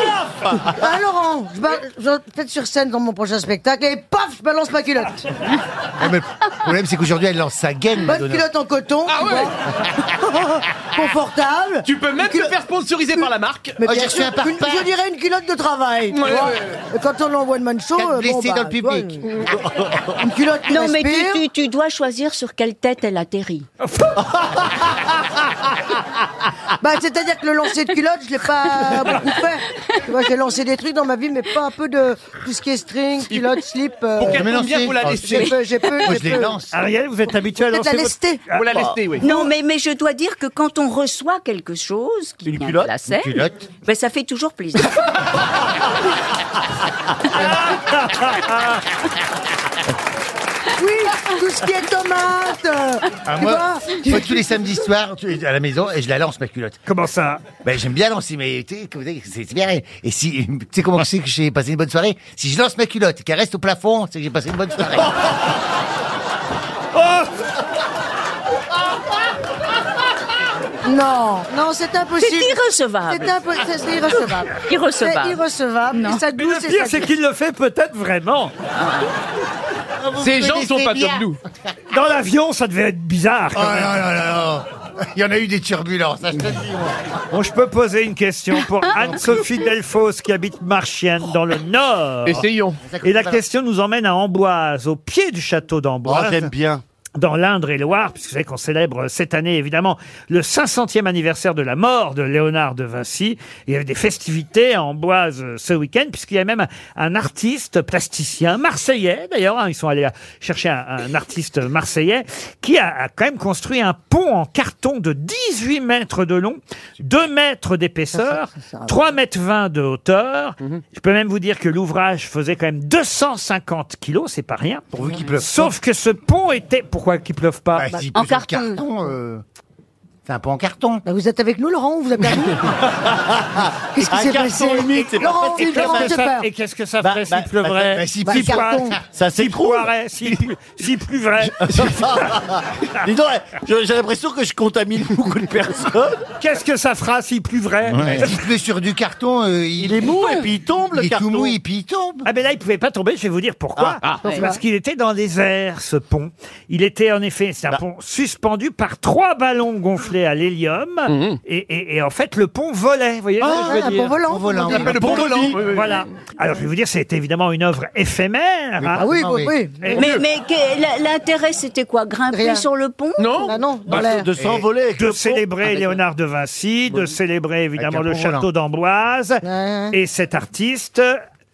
[SPEAKER 12] Ah Laurent, je, ba- je vais peut-être sur scène dans mon prochain spectacle et paf, je balance ma culotte.
[SPEAKER 13] Ouais, mais le problème, c'est qu'aujourd'hui, elle lance sa gaine.
[SPEAKER 12] Bonne
[SPEAKER 13] Madonna.
[SPEAKER 12] culotte en coton. Ah Confortable. Tu peux même te faire sponsoriser par la marque. Mais
[SPEAKER 13] Oh,
[SPEAKER 12] bien
[SPEAKER 13] j'ai reçu
[SPEAKER 12] sûr,
[SPEAKER 13] un parpaing.
[SPEAKER 12] une- je dirais une culotte de travail. tu
[SPEAKER 13] Ouais,
[SPEAKER 12] vois.
[SPEAKER 13] ouais,
[SPEAKER 12] Et Quand on l'envoie de man show,
[SPEAKER 13] Quatre
[SPEAKER 12] euh, bon,
[SPEAKER 13] blessés
[SPEAKER 12] bah,
[SPEAKER 13] dans le
[SPEAKER 12] tu vois,
[SPEAKER 13] public.
[SPEAKER 12] euh, Une culotte qui
[SPEAKER 6] Non, mais tu,
[SPEAKER 12] respire.
[SPEAKER 6] tu, tu dois choisir sur quelle tête elle atterrit.
[SPEAKER 12] Bah, c'est-à-dire que le lancer de culotte, je l'ai pas beaucoup fait. Tu vois, j'ai lancé des trucs dans ma vie, mais pas un peu de tout ce qui est string, culotte, slip. euh,
[SPEAKER 1] Pour qu'elle tombe bien, vous la
[SPEAKER 12] j'ai
[SPEAKER 1] lestez.
[SPEAKER 12] peu- J'ai peu,
[SPEAKER 13] Moi,
[SPEAKER 12] j'ai
[SPEAKER 13] je les
[SPEAKER 12] peu-
[SPEAKER 13] lance.
[SPEAKER 1] Ariel, vous êtes habitué à
[SPEAKER 12] Peut-être
[SPEAKER 1] lancer. Ah,
[SPEAKER 12] la lester.
[SPEAKER 1] Pour la lester, oui.
[SPEAKER 6] Non, mais, mais je dois dire que quand on reçoit quelque chose qui vient
[SPEAKER 13] culotte,
[SPEAKER 6] de la
[SPEAKER 13] une
[SPEAKER 6] scène,
[SPEAKER 13] culotte.
[SPEAKER 6] ben, ça fait toujours plaisir.
[SPEAKER 5] Oui, tout ce qui est tomate. euh,
[SPEAKER 13] Ah,
[SPEAKER 5] tu
[SPEAKER 13] moi,
[SPEAKER 5] vois
[SPEAKER 13] moi, tous les samedis soirs, tu- à la maison, et je la lance, ma culotte.
[SPEAKER 1] Comment ça
[SPEAKER 13] ben, J'aime bien lancer, mais tu sais, comme- c'est c'est bien. Et si, tu sais comment je sais que j'ai passé une bonne soirée Si je lance ma culotte et qu'elle reste au plafond, c'est que j'ai passé une bonne soirée.
[SPEAKER 5] Oh Non, non, c'est impossible.
[SPEAKER 14] C'est irrecevable.
[SPEAKER 5] C'est impo- c'est- c'est irrecevable.
[SPEAKER 14] Irrecevable.
[SPEAKER 5] C'est irrecevable.
[SPEAKER 14] Non.
[SPEAKER 5] Et ça
[SPEAKER 1] Mais
[SPEAKER 5] douce
[SPEAKER 1] le
[SPEAKER 5] et
[SPEAKER 1] pire,
[SPEAKER 5] ça
[SPEAKER 1] c'est
[SPEAKER 5] douce.
[SPEAKER 1] qu'il le fait peut-être vraiment.
[SPEAKER 5] Vous Ces gens connaissez sont pas bien. comme nous.
[SPEAKER 1] Dans l'avion, ça devait être bizarre. Quand
[SPEAKER 13] Oh
[SPEAKER 1] même.
[SPEAKER 13] là là là là. Il y en a eu des turbulences, ça, hein, je te le dis, moi.
[SPEAKER 1] Bon, je peux poser une question pour Anne-Sophie Delfos qui habite Marchienne dans le Nord.
[SPEAKER 6] Essayons.
[SPEAKER 1] Et la question nous emmène à Amboise, au pied du château d'Amboise.
[SPEAKER 6] Oh, j'aime bien.
[SPEAKER 1] Dans l'Indre et Loire, puisque vous savez qu'on célèbre euh, cette année, évidemment, le 500e anniversaire de la mort de Léonard de Vinci. Il y avait des festivités à Amboise euh, ce week-end, puisqu'il y a même un artiste plasticien marseillais, d'ailleurs, hein, ils sont allés euh, chercher un, un artiste marseillais, qui a, a quand même construit un pont en carton de 18 mètres de long, 2 mètres d'épaisseur, 3 mètres 20 de hauteur. Je peux même vous dire que l'ouvrage faisait quand même 250 kilos, c'est pas rien. Pourvu qu'il pleuve. Sauf que ce pont était. Pourquoi qu'il pleuve pas
[SPEAKER 13] En carton. euh, C'est un peu en carton.
[SPEAKER 5] Euh, Bah, vous êtes avec nous, Laurent ou Vous êtes avec nous Qu'est-ce qui s'est passé Laurent, oui, Laurent, j'ai peur.
[SPEAKER 1] Et qu'est-ce que ça ferait
[SPEAKER 13] bah,
[SPEAKER 1] s'il pleuvrait
[SPEAKER 13] bah, si-
[SPEAKER 1] S'il
[SPEAKER 13] bah,
[SPEAKER 1] poirait-
[SPEAKER 13] carton. Ça
[SPEAKER 1] s'il
[SPEAKER 13] s'écroule.
[SPEAKER 1] poirait, s'il plu- s'il pluvrait.
[SPEAKER 15] Dis donc,
[SPEAKER 13] eh,
[SPEAKER 15] je- j'ai l'impression que je contamine beaucoup de personnes.
[SPEAKER 1] Qu'est-ce que ça fera s'il pluvrait
[SPEAKER 13] Ouais. S'il pleut sur du carton, euh, il...
[SPEAKER 15] est mou et puis il tombe le
[SPEAKER 13] Il est
[SPEAKER 15] carton.
[SPEAKER 13] tout mou et puis il tombe.
[SPEAKER 1] Ah ben là, il pouvait pas tomber, je vais vous dire pourquoi.
[SPEAKER 13] Ah, ah.
[SPEAKER 1] Parce qu'il était dans les airs, ce pont. Il était en effet, c'est un pont suspendu par trois ballons gonflés à l'hélium. Et, et- et en fait, le pont volait, vous voyez ce que
[SPEAKER 5] Ah,
[SPEAKER 1] je veux
[SPEAKER 5] un
[SPEAKER 1] dire
[SPEAKER 5] pont volant, Pont volant, on dit.
[SPEAKER 1] Un
[SPEAKER 5] On appelle le
[SPEAKER 1] pont
[SPEAKER 5] pont
[SPEAKER 1] volant,
[SPEAKER 5] volant, oui, oui,
[SPEAKER 1] Voilà. Alors, je vais vous dire, c'est évidemment une œuvre éphémère. hein.
[SPEAKER 5] Ah oui, oui, oui.
[SPEAKER 1] Et-
[SPEAKER 14] Mais, mais que- la- l'intérêt, c'était quoi Grimper
[SPEAKER 5] Rien.
[SPEAKER 14] sur le pont
[SPEAKER 5] Non. Bah non, dans l'air.
[SPEAKER 1] Et De célébrer Léonard de Vinci, de célébrer évidemment
[SPEAKER 13] un
[SPEAKER 1] le
[SPEAKER 13] pont volant.
[SPEAKER 1] château d'Amboise.
[SPEAKER 5] Ouais.
[SPEAKER 1] Et cet artiste,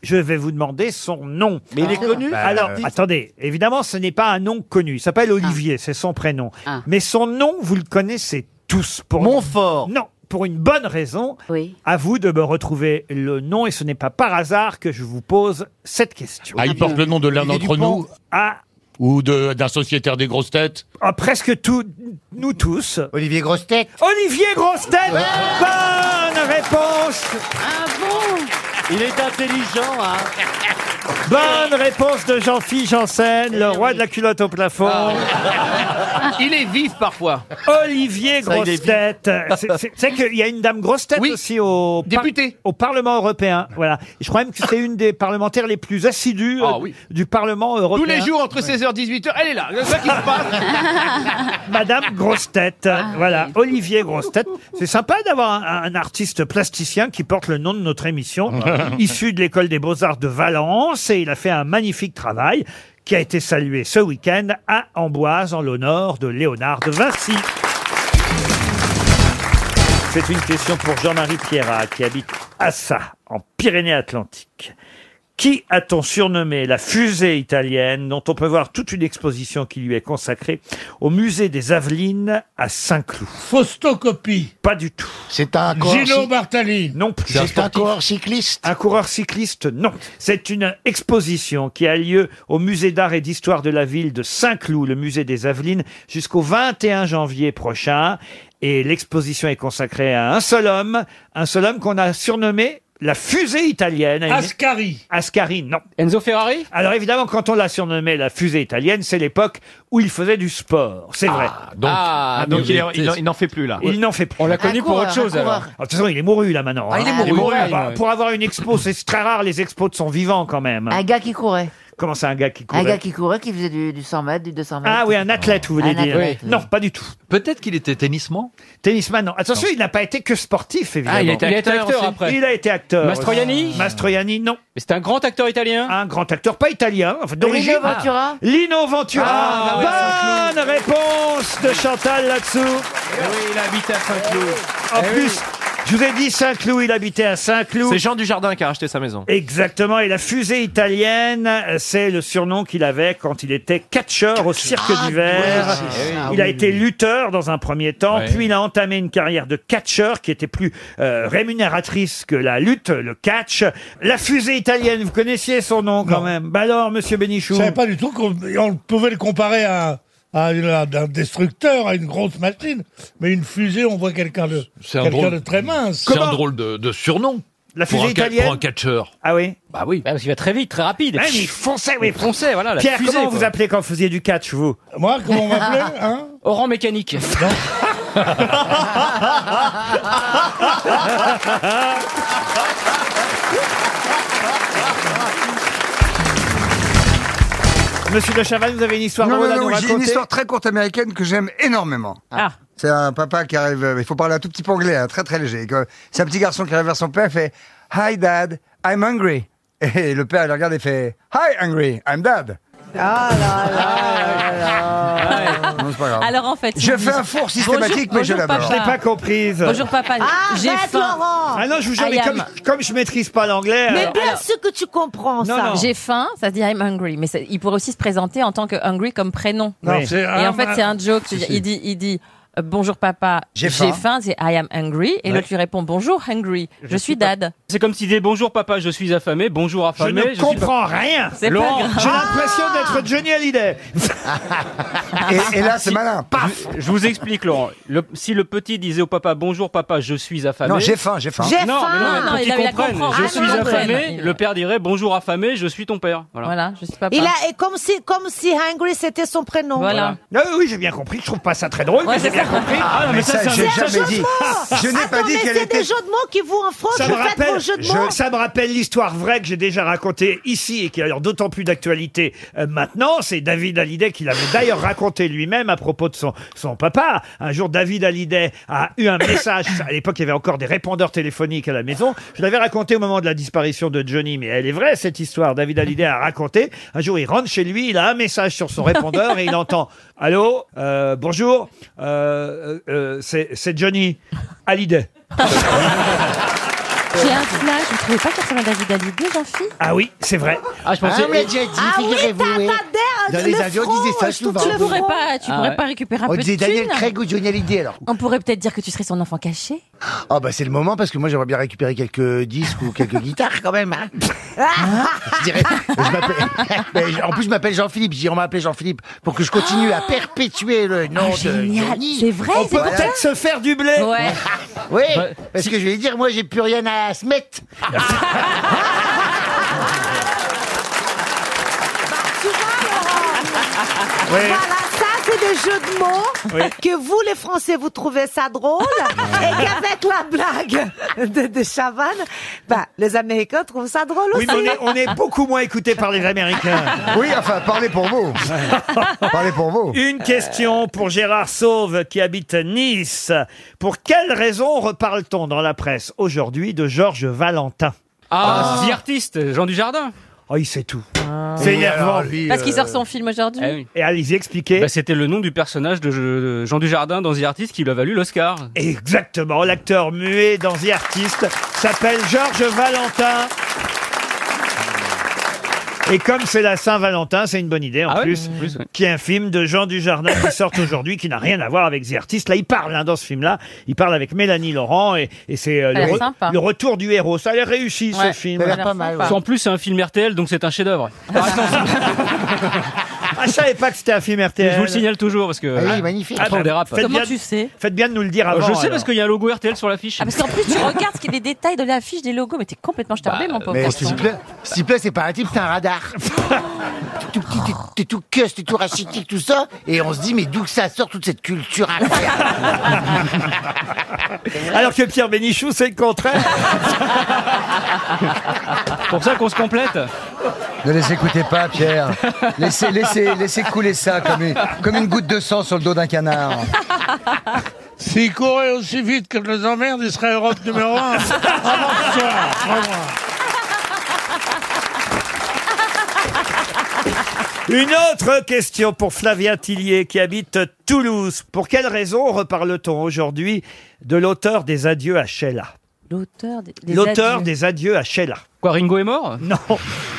[SPEAKER 1] je vais vous demander son nom.
[SPEAKER 15] Mais il est connu, cet
[SPEAKER 1] Alors,
[SPEAKER 15] artiste
[SPEAKER 1] attendez, évidemment, ce n'est pas un nom connu. Il s'appelle Olivier, c'est son prénom. Mais son nom, vous le connaissez tous. Pour Montfort Non. Pour une bonne raison, à vous de me retrouver le nom et ce n'est pas par hasard que je vous pose cette question.
[SPEAKER 16] Ah, il porte le nom de l'un
[SPEAKER 1] Olivier
[SPEAKER 16] d'entre
[SPEAKER 1] Dupont.
[SPEAKER 16] nous
[SPEAKER 1] Ah,
[SPEAKER 16] Ou de- d'un sociétaire des grosses têtes
[SPEAKER 1] ah, presque tous, nous tous.
[SPEAKER 13] Olivier Grosse Tête.
[SPEAKER 1] Olivier Grosse Tête Bonne réponse
[SPEAKER 15] Ah bon Il est intelligent, hein Eh
[SPEAKER 1] Bonne réponse de Jean-Philippe Janssen, le roi de la culotte au plafond.
[SPEAKER 15] Ah,
[SPEAKER 17] Il est vif parfois.
[SPEAKER 1] Olivier
[SPEAKER 17] Ça, il est
[SPEAKER 1] Grosse
[SPEAKER 17] vite.
[SPEAKER 1] Tête. C'est- c'est- C'est qu'il y a une dame Grosse Tête aussi au, par- au Parlement européen. Voilà. Je crois même que c'est une des parlementaires les plus assidues
[SPEAKER 15] Ah
[SPEAKER 1] euh, du Parlement européen.
[SPEAKER 17] Tous les jours entre 16h et 18h, elle est là. C'est ça qui se passe.
[SPEAKER 1] Madame Grosse Tête. voilà, Olivier Grosse Tête. C'est sympa d'avoir un, un artiste plasticien qui porte le nom de notre émission, issu de l'école des beaux-arts de Valence, et il a fait un magnifique travail qui a été salué ce week-end à Amboise en l'honneur de Léonard de Vinci. C'est une question pour Jean-Marie Pierrat qui habite Assa, en Pyrénées-Atlantiques. Qui a-t-on surnommé la fusée italienne dont on peut voir toute une exposition qui lui est consacrée au musée des Avelines à Saint-Cloud Faustocopie Pas du tout. C'est un
[SPEAKER 3] coureur Gino cyc-
[SPEAKER 1] Bartali Non plus.
[SPEAKER 3] C'est un sportif.
[SPEAKER 1] coureur cycliste Un coureur cycliste Non. C'est une exposition qui a lieu au musée d'art et d'histoire de la ville de Saint-Cloud, le musée des Avelines, jusqu'au 21 janvier prochain. Et l'exposition est consacrée à un seul homme, un seul homme qu'on a surnommé la fusée italienne. Ascari. Ascari, non. Enzo Ferrari Alors évidemment, quand on l'a surnommé la fusée italienne, c'est l'époque où il faisait du sport, c'est vrai.
[SPEAKER 17] donc- Ah, ah, donc mais il est- oui, il en- c'est- il n'en fait plus, là.
[SPEAKER 1] Il n'en fait plus.
[SPEAKER 17] On l'a connu Un pour coureur, autre chose, un alors. coureur.
[SPEAKER 1] Ah, De toute façon, il est mouru là maintenant.
[SPEAKER 17] Ah, il est
[SPEAKER 1] hein.
[SPEAKER 17] mouru.
[SPEAKER 1] Ah,
[SPEAKER 17] Il est
[SPEAKER 1] bah,
[SPEAKER 17] mouru.
[SPEAKER 1] Pour avoir une expo, c'est très rare les expos de son vivant quand même.
[SPEAKER 11] Un gars qui courait.
[SPEAKER 1] Comment c'est un gars qui courait
[SPEAKER 11] Un gars qui courait, qui faisait du, du 100 mètres, du 200 mètres.
[SPEAKER 1] Ah oui, un athlète, vous voulez
[SPEAKER 11] Un
[SPEAKER 1] dire
[SPEAKER 11] athlète, oui.
[SPEAKER 1] Non, pas du tout. Peut-être qu'il était tennisman Tennisman, non. Attention, il n'a pas été que sportif, évidemment.
[SPEAKER 17] Ah, il a été Il a été acteur acteur aussi. après.
[SPEAKER 1] Il a été acteur.
[SPEAKER 17] Mastroianni
[SPEAKER 1] aussi. Mastroianni, non. Mais c'est un grand acteur italien Un grand acteur, pas italien, enfin, d'origine.
[SPEAKER 11] Lino Ventura
[SPEAKER 1] Lino Ventura
[SPEAKER 11] Ah,
[SPEAKER 17] bah
[SPEAKER 11] ah oui,
[SPEAKER 1] Bonne réponse de Chantal là-dessous.
[SPEAKER 17] oui, il habite à Saint-Cloud.
[SPEAKER 1] En plus, Je vous ai dit Saint-Cloud, il habitait à Saint-Cloud.
[SPEAKER 18] C'est Jean Dujardin qui a racheté sa maison.
[SPEAKER 1] Exactement, et la fusée italienne, euh, c'est le surnom qu'il avait quand il était catcheur au cirque d'hiver.
[SPEAKER 12] ouais, c'est ça,
[SPEAKER 1] il a
[SPEAKER 12] oui,
[SPEAKER 1] été lutteur dans un premier temps,
[SPEAKER 12] Ouais.
[SPEAKER 1] puis il a entamé une carrière de catcheur qui était plus euh, rémunératrice que la lutte, le catch. La fusée italienne, vous connaissiez son nom quand même. Bah alors, monsieur Bénichou.
[SPEAKER 4] Je savais pas du tout qu'on on pouvait le comparer à, à, une- à un destructeur, à une grosse machine. Mais une fusée, on voit quelqu'un de,
[SPEAKER 19] C'est un
[SPEAKER 4] quelqu'un
[SPEAKER 19] drôle-
[SPEAKER 4] de très mince.
[SPEAKER 19] C'est un drôle de, de surnom.
[SPEAKER 4] La
[SPEAKER 19] Pour
[SPEAKER 4] fusée
[SPEAKER 19] un ca-
[SPEAKER 4] italienne
[SPEAKER 19] Pour un catcheur.
[SPEAKER 1] Ah oui
[SPEAKER 19] Bah oui.
[SPEAKER 18] parce qu'il va très vite, très rapide.
[SPEAKER 1] Ouais, Ah, mais il fonçait, oui.
[SPEAKER 18] Il fonçait, voilà, la
[SPEAKER 1] Pierre,
[SPEAKER 18] fusée,
[SPEAKER 1] comment vous
[SPEAKER 18] quoi.
[SPEAKER 1] appelez quand vous faisiez du catch, vous
[SPEAKER 4] Moi, comment on m'appelait hein
[SPEAKER 18] Oran mécanique.
[SPEAKER 1] Monsieur de Chavannes, vous avez une histoire
[SPEAKER 20] non,
[SPEAKER 1] drôle
[SPEAKER 20] non,
[SPEAKER 1] à
[SPEAKER 20] non,
[SPEAKER 1] nous
[SPEAKER 20] J'ai une
[SPEAKER 1] raconter
[SPEAKER 20] histoire très courte américaine que j'aime énormément.
[SPEAKER 1] Ah.
[SPEAKER 20] C'est un papa qui arrive, euh, il faut parler un tout petit peu anglais, hein, très très léger. Et que- C'est un petit garçon qui arrive vers son père et fait « Hi dad, I'm hungry ». Et le père il le regarde et fait « Hi hungry, I'm dad
[SPEAKER 12] Ah là là là là. ».
[SPEAKER 20] Non, c'est pas grave.
[SPEAKER 12] Alors en fait,
[SPEAKER 20] Je fais
[SPEAKER 12] ils disent-
[SPEAKER 20] un four systématique, mais je
[SPEAKER 12] bonjour,
[SPEAKER 20] l'adore.
[SPEAKER 12] papa.
[SPEAKER 20] Je l'ai pas
[SPEAKER 1] comprise.
[SPEAKER 12] Bonjour papa.
[SPEAKER 21] Ah,
[SPEAKER 12] J'ai
[SPEAKER 21] arrête,
[SPEAKER 12] faim.
[SPEAKER 21] Laurent
[SPEAKER 1] Ah non, je vous jure,
[SPEAKER 21] I
[SPEAKER 1] mais
[SPEAKER 21] am.
[SPEAKER 1] comme, comme je maîtrise pas l'anglais.
[SPEAKER 21] Mais
[SPEAKER 1] alors-
[SPEAKER 21] bien
[SPEAKER 1] alors-
[SPEAKER 21] sûr que tu comprends
[SPEAKER 1] Non,
[SPEAKER 21] ça.
[SPEAKER 1] non.
[SPEAKER 22] J'ai faim, ça se dit I'm hungry, mais ça- il pourrait aussi se présenter en tant que hungry comme prénom.
[SPEAKER 1] Non, Oui. c'est
[SPEAKER 22] et en
[SPEAKER 1] I'm-
[SPEAKER 22] fait, c'est un joke.
[SPEAKER 1] Si,
[SPEAKER 22] tu-
[SPEAKER 1] si.
[SPEAKER 22] Il dit, il dit euh, bonjour papa,
[SPEAKER 1] J'ai
[SPEAKER 22] j'ai
[SPEAKER 1] faim.
[SPEAKER 22] faim. c'est I am hungry, et
[SPEAKER 1] Ouais.
[SPEAKER 22] l'autre lui répond bonjour hungry, je, suis dad.
[SPEAKER 18] C'est comme s'il disait bonjour papa, je suis affamé, bonjour
[SPEAKER 1] Je
[SPEAKER 18] affamé.
[SPEAKER 1] ne
[SPEAKER 18] suis
[SPEAKER 1] comprends
[SPEAKER 18] pas-
[SPEAKER 1] rien.
[SPEAKER 18] C'est pas
[SPEAKER 1] Laurent,
[SPEAKER 18] grave.
[SPEAKER 1] J'ai l'impression
[SPEAKER 21] Ah.
[SPEAKER 1] d'être Johnny Hallyday.
[SPEAKER 22] Ah,
[SPEAKER 20] Et- et là, c'est malin.
[SPEAKER 18] Paf je, je vous explique, Laurent. Le- si le petit disait au papa bonjour papa, je suis affamé.
[SPEAKER 20] Non, j'ai faim, j'ai faim. J'ai
[SPEAKER 18] Non,
[SPEAKER 20] faim
[SPEAKER 18] mais non, mais
[SPEAKER 22] Non,
[SPEAKER 18] pour
[SPEAKER 22] il
[SPEAKER 18] qu'il
[SPEAKER 22] avait la
[SPEAKER 18] comprenne,
[SPEAKER 22] comprendre.
[SPEAKER 18] Je
[SPEAKER 22] Ah,
[SPEAKER 18] suis
[SPEAKER 22] non, non,
[SPEAKER 18] affamé.
[SPEAKER 22] non.
[SPEAKER 18] Le père dirait bonjour affamé, je suis ton père. Voilà.
[SPEAKER 22] Voilà, je suis papa.
[SPEAKER 21] Il a, et comme si, comme si Hungry c'était son prénom.
[SPEAKER 18] Voilà.
[SPEAKER 1] Non, oui, oui, j'ai bien compris. Je trouve pas ça très drôle, mais j'ai bien compris.
[SPEAKER 20] Ah, mais ça, j'ai jamais dit. Je n'ai pas
[SPEAKER 21] Attends,
[SPEAKER 20] dit
[SPEAKER 21] mais
[SPEAKER 20] qu'elle
[SPEAKER 21] c'est
[SPEAKER 20] était...
[SPEAKER 21] des jeux de mots qui vous en France,
[SPEAKER 1] Ça
[SPEAKER 21] vous
[SPEAKER 1] me,
[SPEAKER 21] faites
[SPEAKER 1] rappelle,
[SPEAKER 21] vos jeux de
[SPEAKER 1] je-
[SPEAKER 21] mots.
[SPEAKER 1] ça me rappelle l'histoire vraie que j'ai déjà racontée ici et qui est alors d'autant plus d'actualité euh, maintenant. C'est David Hallyday qui l'avait d'ailleurs raconté lui-même à propos de son, son papa. Un jour, David Hallyday a eu un message. À l'époque, il y avait encore des répondeurs téléphoniques à la maison. Je l'avais raconté au moment de la disparition de Johnny, mais elle est vraie cette histoire. David Hallyday a raconté. Un jour, il rentre chez lui, il a un message sur son répondeur et il entend Allô, euh, bonjour, euh, euh, c'est c'est Johnny Hallyday.
[SPEAKER 22] J'ai un flash, vous trouvez pas qu'elle ressemble à David Hallyday, Jean-Phi
[SPEAKER 1] Ah oui, c'est vrai.
[SPEAKER 22] Ah, je pensais- Ah, on l'a déjà dit,
[SPEAKER 21] Ah oui,
[SPEAKER 22] figurez-vous,
[SPEAKER 21] t'as-
[SPEAKER 22] oui.
[SPEAKER 21] t'as-
[SPEAKER 22] Dans
[SPEAKER 21] le
[SPEAKER 22] les avions, on
[SPEAKER 21] front,
[SPEAKER 22] disait ça
[SPEAKER 21] je trouve
[SPEAKER 22] souvent.
[SPEAKER 21] que
[SPEAKER 22] Tu
[SPEAKER 21] le
[SPEAKER 22] pourrais
[SPEAKER 21] front-
[SPEAKER 22] pas, tu Ah pourrais ouais. pas récupérer un
[SPEAKER 13] On
[SPEAKER 22] peu de
[SPEAKER 13] disait Daniel
[SPEAKER 22] thunes.
[SPEAKER 13] Craig ou Johnny Hallyday alors.
[SPEAKER 22] On pourrait peut-être dire que tu serais son enfant caché.
[SPEAKER 13] Ah bah c'est le moment parce que moi j'aimerais bien récupérer quelques disques ou quelques guitares quand même. hein.
[SPEAKER 22] Ah
[SPEAKER 13] Hein je dirais. je m'appelle- Mais j- en plus je m'appelle Jean-Philippe. Je dis on m'a appelé Jean-Philippe pour que je continue à perpétuer le nom de Johnny.
[SPEAKER 22] Ah C'est vrai,
[SPEAKER 13] On
[SPEAKER 22] c'est
[SPEAKER 13] peut
[SPEAKER 22] pour
[SPEAKER 13] peut-être
[SPEAKER 1] se faire du blé.
[SPEAKER 13] Ouais.
[SPEAKER 1] Bah,
[SPEAKER 13] oui. Parce que je vais dire moi j'ai plus rien à se mettre.
[SPEAKER 21] Voilà, ça c'est des jeux de mots
[SPEAKER 12] Oui.
[SPEAKER 21] que vous les Français vous trouvez ça drôle et qu'avec la blague de, de Chavannes, bah, les Américains trouvent ça drôle
[SPEAKER 1] Oui,
[SPEAKER 21] aussi.
[SPEAKER 1] mais on est, on est beaucoup moins écoutés par les Américains.
[SPEAKER 20] Oui, enfin, parlez pour vous. parlez pour vous.
[SPEAKER 1] Une question pour Gérard Sauve qui habite Nice. Pour quelle raison reparle-t-on dans la presse aujourd'hui de Georges Valentin
[SPEAKER 18] Ah, si artiste, Jean Dujardin.
[SPEAKER 1] Oh, il sait tout.
[SPEAKER 22] Ah.
[SPEAKER 1] C'est énervant.
[SPEAKER 22] Parce qu'il sort son film aujourd'hui.
[SPEAKER 18] Ah
[SPEAKER 1] Et allez-y expliquer.
[SPEAKER 18] Eh Bah, C'était le nom du personnage de de Jean Dujardin dans The Artist qui lui a valu l'Oscar.
[SPEAKER 1] Exactement, l'acteur muet dans The Artist s'appelle Georges Valentin. Et comme c'est la Saint-Valentin, c'est une bonne idée en
[SPEAKER 18] Ah Mmh.
[SPEAKER 1] plus, qui est un film de Jean Dujardin qui sort aujourd'hui, qui n'a rien à voir avec The Artist. Là, il parle hein, dans ce film-là, il parle avec Mélanie Laurent et, et c'est euh,
[SPEAKER 22] Ça a
[SPEAKER 1] le,
[SPEAKER 22] l'air
[SPEAKER 1] re-
[SPEAKER 22] sympa.
[SPEAKER 1] le retour du héros. Ça a l'air réussi
[SPEAKER 22] Ouais,
[SPEAKER 1] ce film.
[SPEAKER 22] ça a l'air pas mal, ouais.
[SPEAKER 18] En plus, c'est un film RTL, donc c'est un chef-d'œuvre.
[SPEAKER 1] Ah, je savais pas que c'était un film RTL.
[SPEAKER 18] Je vous le signale toujours parce que.
[SPEAKER 1] Ah, ah,
[SPEAKER 18] Attends, on dérape.
[SPEAKER 1] faites bien- Faites bien de nous le dire
[SPEAKER 18] Euh,
[SPEAKER 1] avant.
[SPEAKER 18] Je sais
[SPEAKER 1] alors.
[SPEAKER 18] parce qu'il y a un logo RTL sur l'affiche.
[SPEAKER 22] Ah, parce qu'en plus, tu regardes ce qui est les détails de l'affiche des logos, mais t'es complètement jetardé, mon pauvre.
[SPEAKER 13] Mais
[SPEAKER 22] garçon.
[SPEAKER 13] s'il te plaît, s'il te plaît, c'est pas un type, c'est un radar. T'es tout petit, t'es- t'es tout cuss, t'es tout rachitique, tout ça, et on se dit mais d'où que ça sort toute cette culture incroyable.
[SPEAKER 1] Alors que Pierre Bénichou, c'est le contraire.
[SPEAKER 18] Pour ça qu'on se complète.
[SPEAKER 20] Ne les écoutez pas, Pierre. Laissez, laissez, laissez couler ça comme une, comme une goutte de sang sur le dos d'un canard.
[SPEAKER 3] S'il courait aussi vite que je les emmerde, il serait Europe numéro 1. Vraiment, ça, vraiment.
[SPEAKER 1] Une autre question pour Flavien Tillier qui habite Toulouse. Pour quelle raison reparle-t-on aujourd'hui de l'auteur des adieux à Sheila
[SPEAKER 22] L'auteur des, des
[SPEAKER 1] L'auteur
[SPEAKER 22] adieux.
[SPEAKER 1] des adieux à Sheila. Quoi, Ringo est mort Non.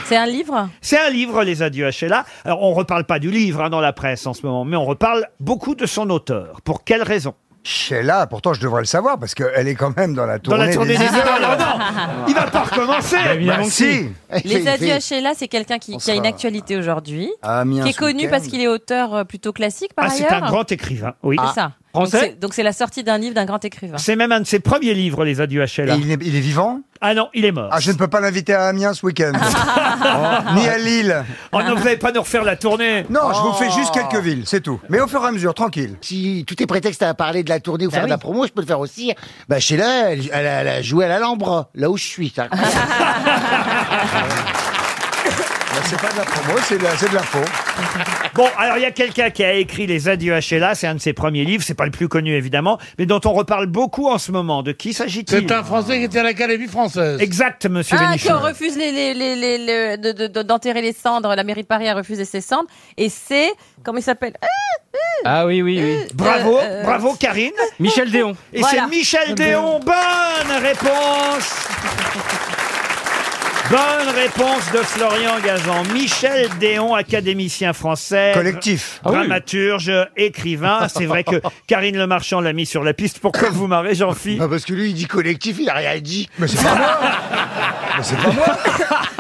[SPEAKER 22] C'est un livre
[SPEAKER 1] C'est un livre, Les adieux à Sheila. Alors, on ne reparle pas du livre hein, dans la presse en ce moment, mais on reparle beaucoup de son auteur. Pour quelle raison
[SPEAKER 20] Sheila, pourtant je devrais le savoir parce qu'elle est quand même dans la
[SPEAKER 1] Dans
[SPEAKER 20] tournée.
[SPEAKER 1] la tournée des étoiles, oh non Il va pas recommencer
[SPEAKER 20] Bah, évidemment que si.
[SPEAKER 22] Les
[SPEAKER 20] Il
[SPEAKER 22] adieux à
[SPEAKER 20] fait-
[SPEAKER 22] Sheila, c'est quelqu'un qui, qui a
[SPEAKER 20] sera-
[SPEAKER 22] une actualité aujourd'hui,
[SPEAKER 20] Amiens
[SPEAKER 22] qui est
[SPEAKER 20] ce
[SPEAKER 22] connu
[SPEAKER 20] week-end.
[SPEAKER 22] parce qu'il est auteur euh, plutôt classique par
[SPEAKER 1] Ah, c'est
[SPEAKER 22] ailleurs. Ah,
[SPEAKER 1] un grand écrivain, oui. Ah,
[SPEAKER 22] C'est ça. Donc
[SPEAKER 1] Français
[SPEAKER 22] c'est- Donc c'est la sortie d'un livre d'un grand écrivain.
[SPEAKER 1] C'est même un de ses premiers livres, Les adieux à Sheila.
[SPEAKER 20] il, est, il est vivant
[SPEAKER 1] Ah non, il est mort.
[SPEAKER 20] Ah, je ne peux pas l'inviter à Amiens ce week-end. Ni à Lille.
[SPEAKER 1] Ah. Oh non, vous n'allez pas nous refaire la tournée Oh.
[SPEAKER 20] Non, je vous fais juste quelques villes, c'est tout. Mais au fur et à mesure, tranquille.
[SPEAKER 13] Si tout est prétexte à parler de la tournée ou faire de la promo, je peux le faire aussi. Bah, chez là, elle, elle a- elle a joué à la Lambra, là où je suis. ça.
[SPEAKER 20] Bah, c'est pas de la promo, c'est de la, c'est de l'info.
[SPEAKER 1] Bon, alors il y a quelqu'un qui a écrit Les Adieux à Sheila, c'est un de ses premiers livres, c'est pas le plus connu évidemment, mais dont on reparle beaucoup en ce moment. De qui s'agit-il
[SPEAKER 4] C'est un Français qui était à l'Académie française.
[SPEAKER 1] Exact, monsieur
[SPEAKER 22] Ah,
[SPEAKER 1] Bénichou.
[SPEAKER 22] qu'on refuse les, les, les, les, les- de- de- de- d'enterrer les cendres. La mairie de Paris a refusé ses cendres. Et c'est, comment il s'appelle
[SPEAKER 1] Ah oui, oui, oui. Bravo,
[SPEAKER 22] Euh, euh,
[SPEAKER 1] bravo Karine.
[SPEAKER 18] Michel Déon.
[SPEAKER 1] Et
[SPEAKER 22] Voilà.
[SPEAKER 1] c'est Michel Déon. Bonne réponse. Bonne réponse de Florian Gazan. Michel Déon, académicien français.
[SPEAKER 20] Collectif.
[SPEAKER 1] Ah oui. Dramaturge, écrivain. C'est vrai que Karine Le Marchand l'a mis sur la piste. Pourquoi vous marrez, jean philippe
[SPEAKER 20] Ah,
[SPEAKER 13] Parce que lui, il dit collectif, il a rien dit.
[SPEAKER 20] Mais c'est pas moi Mais c'est pas moi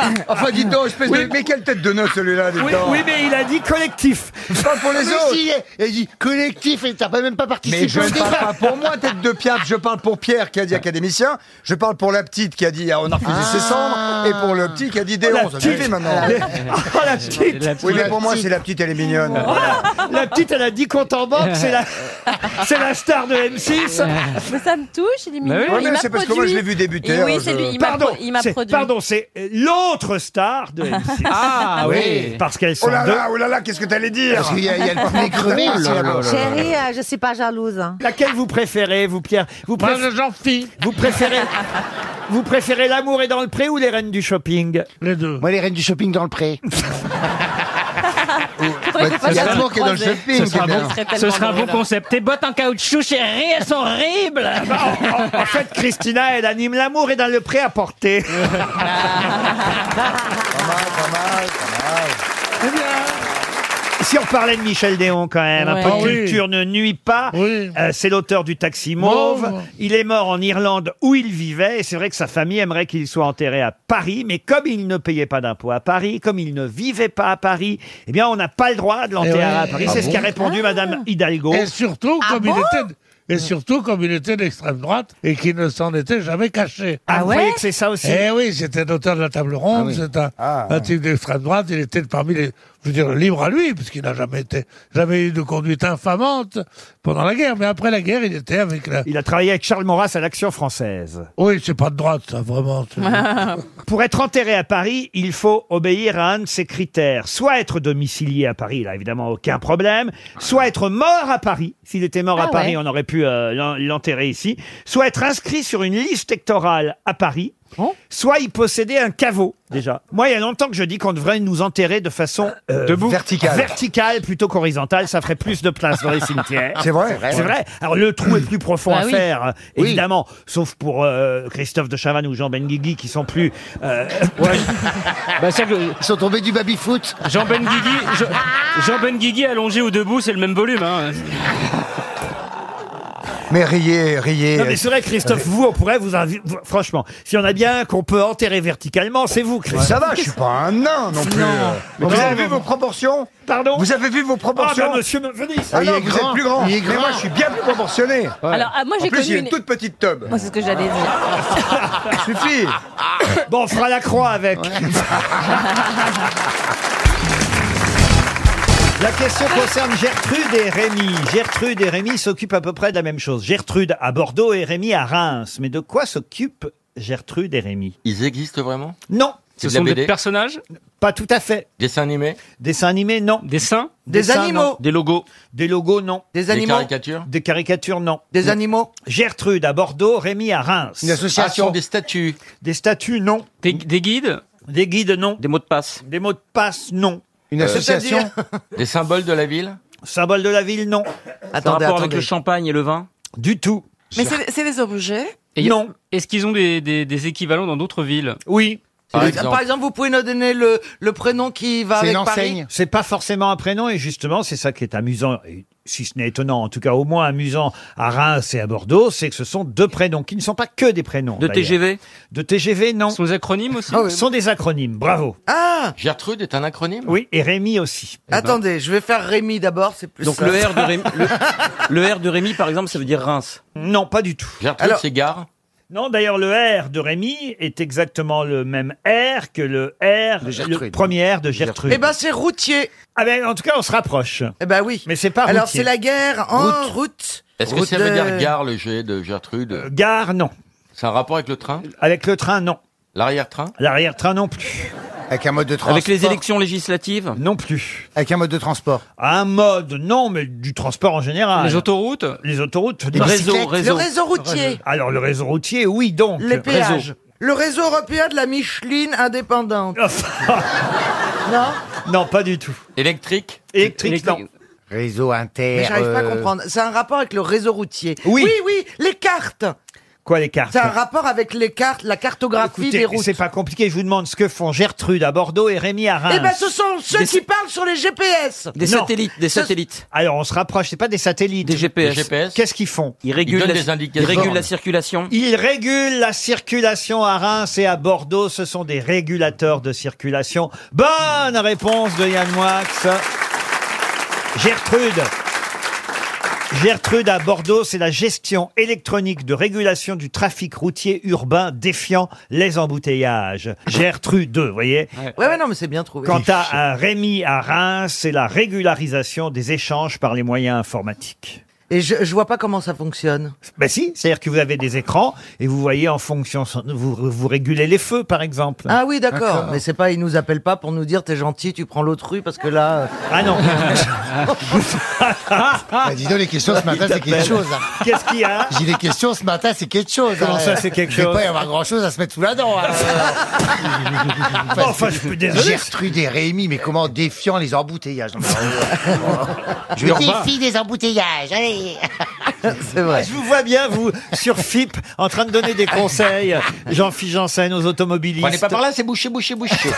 [SPEAKER 20] Enfin, dis donc, espèce de... Mais quelle tête de note celui-là, dis
[SPEAKER 1] Oui,
[SPEAKER 20] donc.
[SPEAKER 1] oui, mais il a dit collectif.
[SPEAKER 20] Pas pour les
[SPEAKER 13] Mais
[SPEAKER 20] autres
[SPEAKER 13] si, elle dit collectif et t'as pas même pas participé
[SPEAKER 20] Mais je
[SPEAKER 13] au
[SPEAKER 20] ne parle
[SPEAKER 13] débat.
[SPEAKER 20] pas pour moi, tête de piaf. Je parle pour Pierre qui a dit académicien. Je parle pour la petite qui a dit ah, on a refusé ses cendres. Et pour le petit qui a dit Déon. Ça suffit maintenant.
[SPEAKER 1] Oh, la petite.
[SPEAKER 20] Oui, mais pour moi, c'est la petite, elle est mignonne.
[SPEAKER 5] Ah.
[SPEAKER 1] La petite, elle a dit compte en banque. C'est la, c'est la star de M6.
[SPEAKER 22] Ah. Mais ça me touche, il est mignon.
[SPEAKER 20] oui. Ouais,
[SPEAKER 22] il
[SPEAKER 20] Ah, mais
[SPEAKER 22] m'a
[SPEAKER 20] c'est parce que moi,
[SPEAKER 22] produit.
[SPEAKER 20] je l'ai vu débuter,
[SPEAKER 22] Et oui,
[SPEAKER 20] alors
[SPEAKER 22] c'est
[SPEAKER 20] je-
[SPEAKER 22] lui. Il m'a
[SPEAKER 1] Pardon,
[SPEAKER 22] pro- il m'a
[SPEAKER 1] c'est-
[SPEAKER 22] produit.
[SPEAKER 1] pardon, c'est euh, l'autre star de M6.
[SPEAKER 22] Ah,
[SPEAKER 20] oui.
[SPEAKER 1] Parce qu'elles sont
[SPEAKER 20] Oh là
[SPEAKER 1] deux.
[SPEAKER 20] là, oh là là, qu'est-ce que t'allais dire
[SPEAKER 13] Parce qu'il y a- il y a le premier crevé aussi,
[SPEAKER 1] Oh
[SPEAKER 13] là-bas.
[SPEAKER 21] Chérie, euh, je suis pas jalouse. hein.
[SPEAKER 1] Laquelle vous préférez, vous Pierre Vous
[SPEAKER 4] Moi,
[SPEAKER 1] préf-
[SPEAKER 4] j'en fie.
[SPEAKER 1] vous préférez vous préférez l'amour est dans le pré ou les reines du shopping
[SPEAKER 4] Les deux.
[SPEAKER 13] Moi, les reines du shopping dans le pré.
[SPEAKER 22] Faudrait que
[SPEAKER 13] Bah, il y a
[SPEAKER 22] je
[SPEAKER 13] le
[SPEAKER 22] le
[SPEAKER 13] mot qui est dans le
[SPEAKER 22] croise.
[SPEAKER 13] shopping,
[SPEAKER 22] Ce
[SPEAKER 13] qui est
[SPEAKER 22] sera
[SPEAKER 13] bien.
[SPEAKER 22] bon.
[SPEAKER 18] Ah Ce sera un bon
[SPEAKER 22] tellement drôle.
[SPEAKER 18] concept. Tes bottes en caoutchouc, chérie, elles sont horribles.
[SPEAKER 1] Ah, En en fait, Christina, elle anime l'amour est dans le pré à porter. Si on parlait de Michel Déon quand même, un peu de
[SPEAKER 4] Ouais. Ah oui.
[SPEAKER 1] culture ne nuit pas. Euh, c'est l'auteur du Taxi Mauve.
[SPEAKER 4] Mauve.
[SPEAKER 1] Il est mort en Irlande où il vivait et c'est vrai que sa famille aimerait qu'il soit enterré à Paris, mais comme il ne payait pas d'impôts à Paris, comme il ne vivait pas à Paris, eh bien on n'a pas le droit de l'enterrer
[SPEAKER 4] Eh ouais.
[SPEAKER 1] à Paris.
[SPEAKER 4] Ah
[SPEAKER 1] c'est ce
[SPEAKER 4] bon
[SPEAKER 1] qu'a répondu Madame Hidalgo.
[SPEAKER 4] Et surtout,
[SPEAKER 1] Ah
[SPEAKER 4] comme il était. Et surtout, comme il était d'extrême droite et qu'il ne s'en était jamais caché.
[SPEAKER 1] Ah, vous croyez que c'est ça aussi
[SPEAKER 4] Eh oui, c'était l'auteur de la table ronde, c'est un, un type d'extrême droite, il était parmi les, je veux dire, libre à lui, puisqu'il n'a jamais été, jamais eu de conduite infamante pendant la guerre, mais après la guerre, il était avec la...
[SPEAKER 1] Il a travaillé avec Charles Maurras à l'Action française.
[SPEAKER 4] Oui, c'est pas de droite, ça, vraiment. c'est-
[SPEAKER 1] Pour être enterré à Paris, il faut obéir à un de ces critères. Soit être domicilié à Paris, là évidemment aucun problème, soit être mort à Paris. S'il était mort à
[SPEAKER 22] Ah
[SPEAKER 1] Paris,
[SPEAKER 22] ouais.
[SPEAKER 1] on aurait pu euh, l'en- l'enterrer ici. Soit être inscrit sur une liste électorale à Paris.
[SPEAKER 22] Oh.
[SPEAKER 1] Soit y posséder un caveau, déjà. Moi, il y a longtemps que je dis qu'on devrait nous enterrer de façon euh,
[SPEAKER 20] Vertical.
[SPEAKER 1] verticale plutôt qu'horizontale. Ça ferait plus de place dans les cimetières.
[SPEAKER 20] C'est vrai.
[SPEAKER 1] C'est vrai. Alors le trou est plus profond
[SPEAKER 22] Bah
[SPEAKER 1] à
[SPEAKER 22] oui.
[SPEAKER 1] faire, euh,
[SPEAKER 20] Oui.
[SPEAKER 1] évidemment, sauf pour euh, Christophe de Chavannes ou Jean Benguigui qui sont plus. euh,
[SPEAKER 20] Bah,
[SPEAKER 13] Ils sont tombés du baby-foot.
[SPEAKER 18] Jean Ben Jean Benguigui allongé ou debout, c'est le même volume. hein.
[SPEAKER 20] Mais riez, riez.
[SPEAKER 1] Non mais c'est vrai, Christophe,
[SPEAKER 20] euh,
[SPEAKER 1] vous, on pourrait vous inviter. Franchement, s'il y en a bien un qu'on peut enterrer verticalement, c'est vous, Christophe.
[SPEAKER 20] Ça va, je suis pas un nain non plus. euh.
[SPEAKER 1] Non.
[SPEAKER 16] euh,
[SPEAKER 20] Vous
[SPEAKER 1] Mais
[SPEAKER 20] avez
[SPEAKER 1] non,
[SPEAKER 20] vu vos proportions
[SPEAKER 1] Pardon
[SPEAKER 20] Vous avez vu vos
[SPEAKER 1] Ah
[SPEAKER 20] proportions
[SPEAKER 1] bah monsieur, venez ici.
[SPEAKER 20] Ah
[SPEAKER 13] Il
[SPEAKER 20] non,
[SPEAKER 13] est
[SPEAKER 20] vous
[SPEAKER 13] grand.
[SPEAKER 20] êtes plus grand.
[SPEAKER 13] Il est
[SPEAKER 20] Mais
[SPEAKER 13] grand.
[SPEAKER 20] moi, je suis bien plus proportionné.
[SPEAKER 22] Alors, ah, moi,
[SPEAKER 20] en
[SPEAKER 22] j'ai
[SPEAKER 20] plus,
[SPEAKER 22] connu
[SPEAKER 20] j'ai une
[SPEAKER 22] une-
[SPEAKER 20] toute petite tub.
[SPEAKER 22] Moi, c'est ce que j'allais dire.
[SPEAKER 20] Suffit.
[SPEAKER 1] Bon, on fera la croix avec. La question concerne Gertrude et Rémi. Gertrude et Rémi s'occupent à peu près de la même chose. Gertrude à Bordeaux et Rémi à Reims. Mais de quoi s'occupent Gertrude et Rémi
[SPEAKER 10] Ils existent vraiment
[SPEAKER 1] Non,
[SPEAKER 10] C'est
[SPEAKER 18] Ce
[SPEAKER 10] de la
[SPEAKER 18] sont des
[SPEAKER 10] BD.
[SPEAKER 18] personnages,
[SPEAKER 1] pas tout à fait.
[SPEAKER 10] Dessins animés
[SPEAKER 1] Dessins animés, non.
[SPEAKER 18] des saints.
[SPEAKER 1] Des,
[SPEAKER 15] animaux.
[SPEAKER 10] Des logos
[SPEAKER 1] Des logos, non.
[SPEAKER 15] Des
[SPEAKER 10] Des
[SPEAKER 15] animaux
[SPEAKER 10] caricatures
[SPEAKER 1] Des caricatures, non.
[SPEAKER 15] Des animaux
[SPEAKER 1] Gertrude à Bordeaux, Rémi à Reims.
[SPEAKER 13] Une
[SPEAKER 10] Ah, ce
[SPEAKER 13] association.
[SPEAKER 10] sont des statues
[SPEAKER 1] Des statues, non.
[SPEAKER 18] Des, des guides
[SPEAKER 1] Des guides, non.
[SPEAKER 19] Des mots de passe.
[SPEAKER 1] Des mots de passe, non.
[SPEAKER 23] Une association
[SPEAKER 10] Des symboles de la ville
[SPEAKER 1] Symbole de la ville, non.
[SPEAKER 23] Attendez, rapport avec attendez. le
[SPEAKER 18] champagne et le vin
[SPEAKER 1] Du tout.
[SPEAKER 2] Mais c'est c'est des objets
[SPEAKER 18] non. Est-ce qu'ils ont des, des- des équivalents dans d'autres villes
[SPEAKER 1] Oui.
[SPEAKER 2] Par exemple. vous pouvez nous donner le, le prénom qui va avec Paris
[SPEAKER 1] C'est pas forcément un prénom et justement, c'est ça qui est amusant. et si ce n'est étonnant, en tout cas au moins amusant à Reims et à Bordeaux, c'est que ce sont deux prénoms qui ne sont pas que des prénoms.
[SPEAKER 18] De
[SPEAKER 1] d'ailleurs.
[SPEAKER 18] TGV
[SPEAKER 1] De TGV, non. Ce
[SPEAKER 18] sont des acronymes
[SPEAKER 13] Ah
[SPEAKER 18] aussi
[SPEAKER 1] Ce sont des acronymes, bravo.
[SPEAKER 2] Ah
[SPEAKER 10] Gertrude est un acronyme
[SPEAKER 1] Oui, et Rémi aussi.
[SPEAKER 13] Eh ben.
[SPEAKER 2] Attendez, je vais faire Rémi d'abord, c'est plus
[SPEAKER 23] Eh ben. Donc le R,
[SPEAKER 2] simple.
[SPEAKER 23] de Rémi, le, le R de Rémi, par exemple, ça veut dire Reims.
[SPEAKER 1] Non, pas du tout.
[SPEAKER 23] Gertrude,
[SPEAKER 1] Alors-
[SPEAKER 23] c'est gare.
[SPEAKER 1] Non, d'ailleurs, le R de Rémi est exactement le même R que le R, le premier R de Gertrude.
[SPEAKER 2] Eh ben c'est routier.
[SPEAKER 1] Ah ben en tout cas, on se rapproche.
[SPEAKER 2] Eh ben oui.
[SPEAKER 1] Mais c'est pas
[SPEAKER 2] Alors
[SPEAKER 1] routier.
[SPEAKER 2] c'est la guerre en route.
[SPEAKER 10] Est-ce que
[SPEAKER 1] Route
[SPEAKER 10] ça veut
[SPEAKER 1] de-
[SPEAKER 10] dire gare, le G de Gertrude
[SPEAKER 1] Euh, Gare, non.
[SPEAKER 10] C'est un rapport avec le train
[SPEAKER 1] Avec le train, non.
[SPEAKER 10] L'arrière-train
[SPEAKER 1] L'arrière-train non plus.
[SPEAKER 13] Avec un mode de
[SPEAKER 1] Avec les élections
[SPEAKER 23] législatives
[SPEAKER 1] Non plus.
[SPEAKER 13] Avec un mode de transport
[SPEAKER 1] Un mode, non, mais du transport en général.
[SPEAKER 18] Les autoroutes
[SPEAKER 1] Les autoroutes.
[SPEAKER 2] Les Réseau, bicyclettes réseau. Le réseau routier. Réseau.
[SPEAKER 1] Alors le réseau routier, oui, donc.
[SPEAKER 2] Les péages. Le réseau européen de la Micheline indépendante. non
[SPEAKER 1] Non, pas du tout.
[SPEAKER 10] Électrique
[SPEAKER 1] Électrique, non.
[SPEAKER 13] Réseau inter.
[SPEAKER 2] Mais j'arrive pas à
[SPEAKER 13] euh,
[SPEAKER 2] comprendre. C'est un rapport avec le réseau routier.
[SPEAKER 1] Oui.
[SPEAKER 2] Oui, oui, les cartes.
[SPEAKER 1] Quoi, les cartes
[SPEAKER 2] C'est un rapport avec les cartes, la cartographie des
[SPEAKER 1] Écoutez,
[SPEAKER 2] routes.
[SPEAKER 1] c'est pas compliqué, je vous demande ce que font Gertrude à Bordeaux et Rémi à Reims.
[SPEAKER 2] Eh ben, ce sont ceux qui parlent sur les GPS.
[SPEAKER 1] Non.
[SPEAKER 2] Ce-
[SPEAKER 1] Alors on se rapproche, c'est pas des satellites. Des
[SPEAKER 23] GPS. Des GPS.
[SPEAKER 1] Qu'est-ce qu'ils font
[SPEAKER 23] Ils régulent, la, ils régulent la circulation.
[SPEAKER 1] Ils régulent la circulation à Reims et à Bordeaux. Ce sont des régulateurs de circulation. Bonne réponse de Yann Moix. Gertrude. Gertrude à Bordeaux, c'est la gestion électronique de régulation du trafic routier urbain défiant les embouteillages. Gertrude, vous voyez
[SPEAKER 2] Ouais, ouais, non, mais c'est bien trouvé.
[SPEAKER 1] Quant à, à Rémi à Reims, c'est la régularisation des échanges par les moyens informatiques.
[SPEAKER 2] Et je, je vois pas comment ça fonctionne.
[SPEAKER 1] Ben si, c'est-à-dire que vous avez des écrans et vous voyez en fonction, vous, vous régulez les feux par exemple.
[SPEAKER 2] Ah oui, d'accord. Mais c'est pas, ils nous appellent pas pour nous dire t'es gentil, tu prends l'autre rue parce que là. euh,
[SPEAKER 1] Ah non.
[SPEAKER 13] Bah, dis donc, les questions ce matin, c'est quelque chose. hein.
[SPEAKER 1] Qu'est-ce qu'il y a
[SPEAKER 13] J'ai des questions ce matin, c'est quelque chose.
[SPEAKER 1] Comment ça, c'est quelque
[SPEAKER 13] Il
[SPEAKER 1] chose
[SPEAKER 13] va pas y avoir grand-chose à se mettre sous la dent. hein. Ah Euh, bah,
[SPEAKER 1] Bon, enfin, je suis désolé.
[SPEAKER 13] Gertrude et Rémi, mais comment défiant les embouteillages Non, mais- euh, Je défie
[SPEAKER 23] des embouteillages. Allez.
[SPEAKER 1] C'est vrai. Ah, Je vous vois bien, vous, sur FIP, en train de donner des conseils. Jean-Philippe Janssen aux automobilistes.
[SPEAKER 10] Prenez pas par là, c'est bouché, bouché, bouché.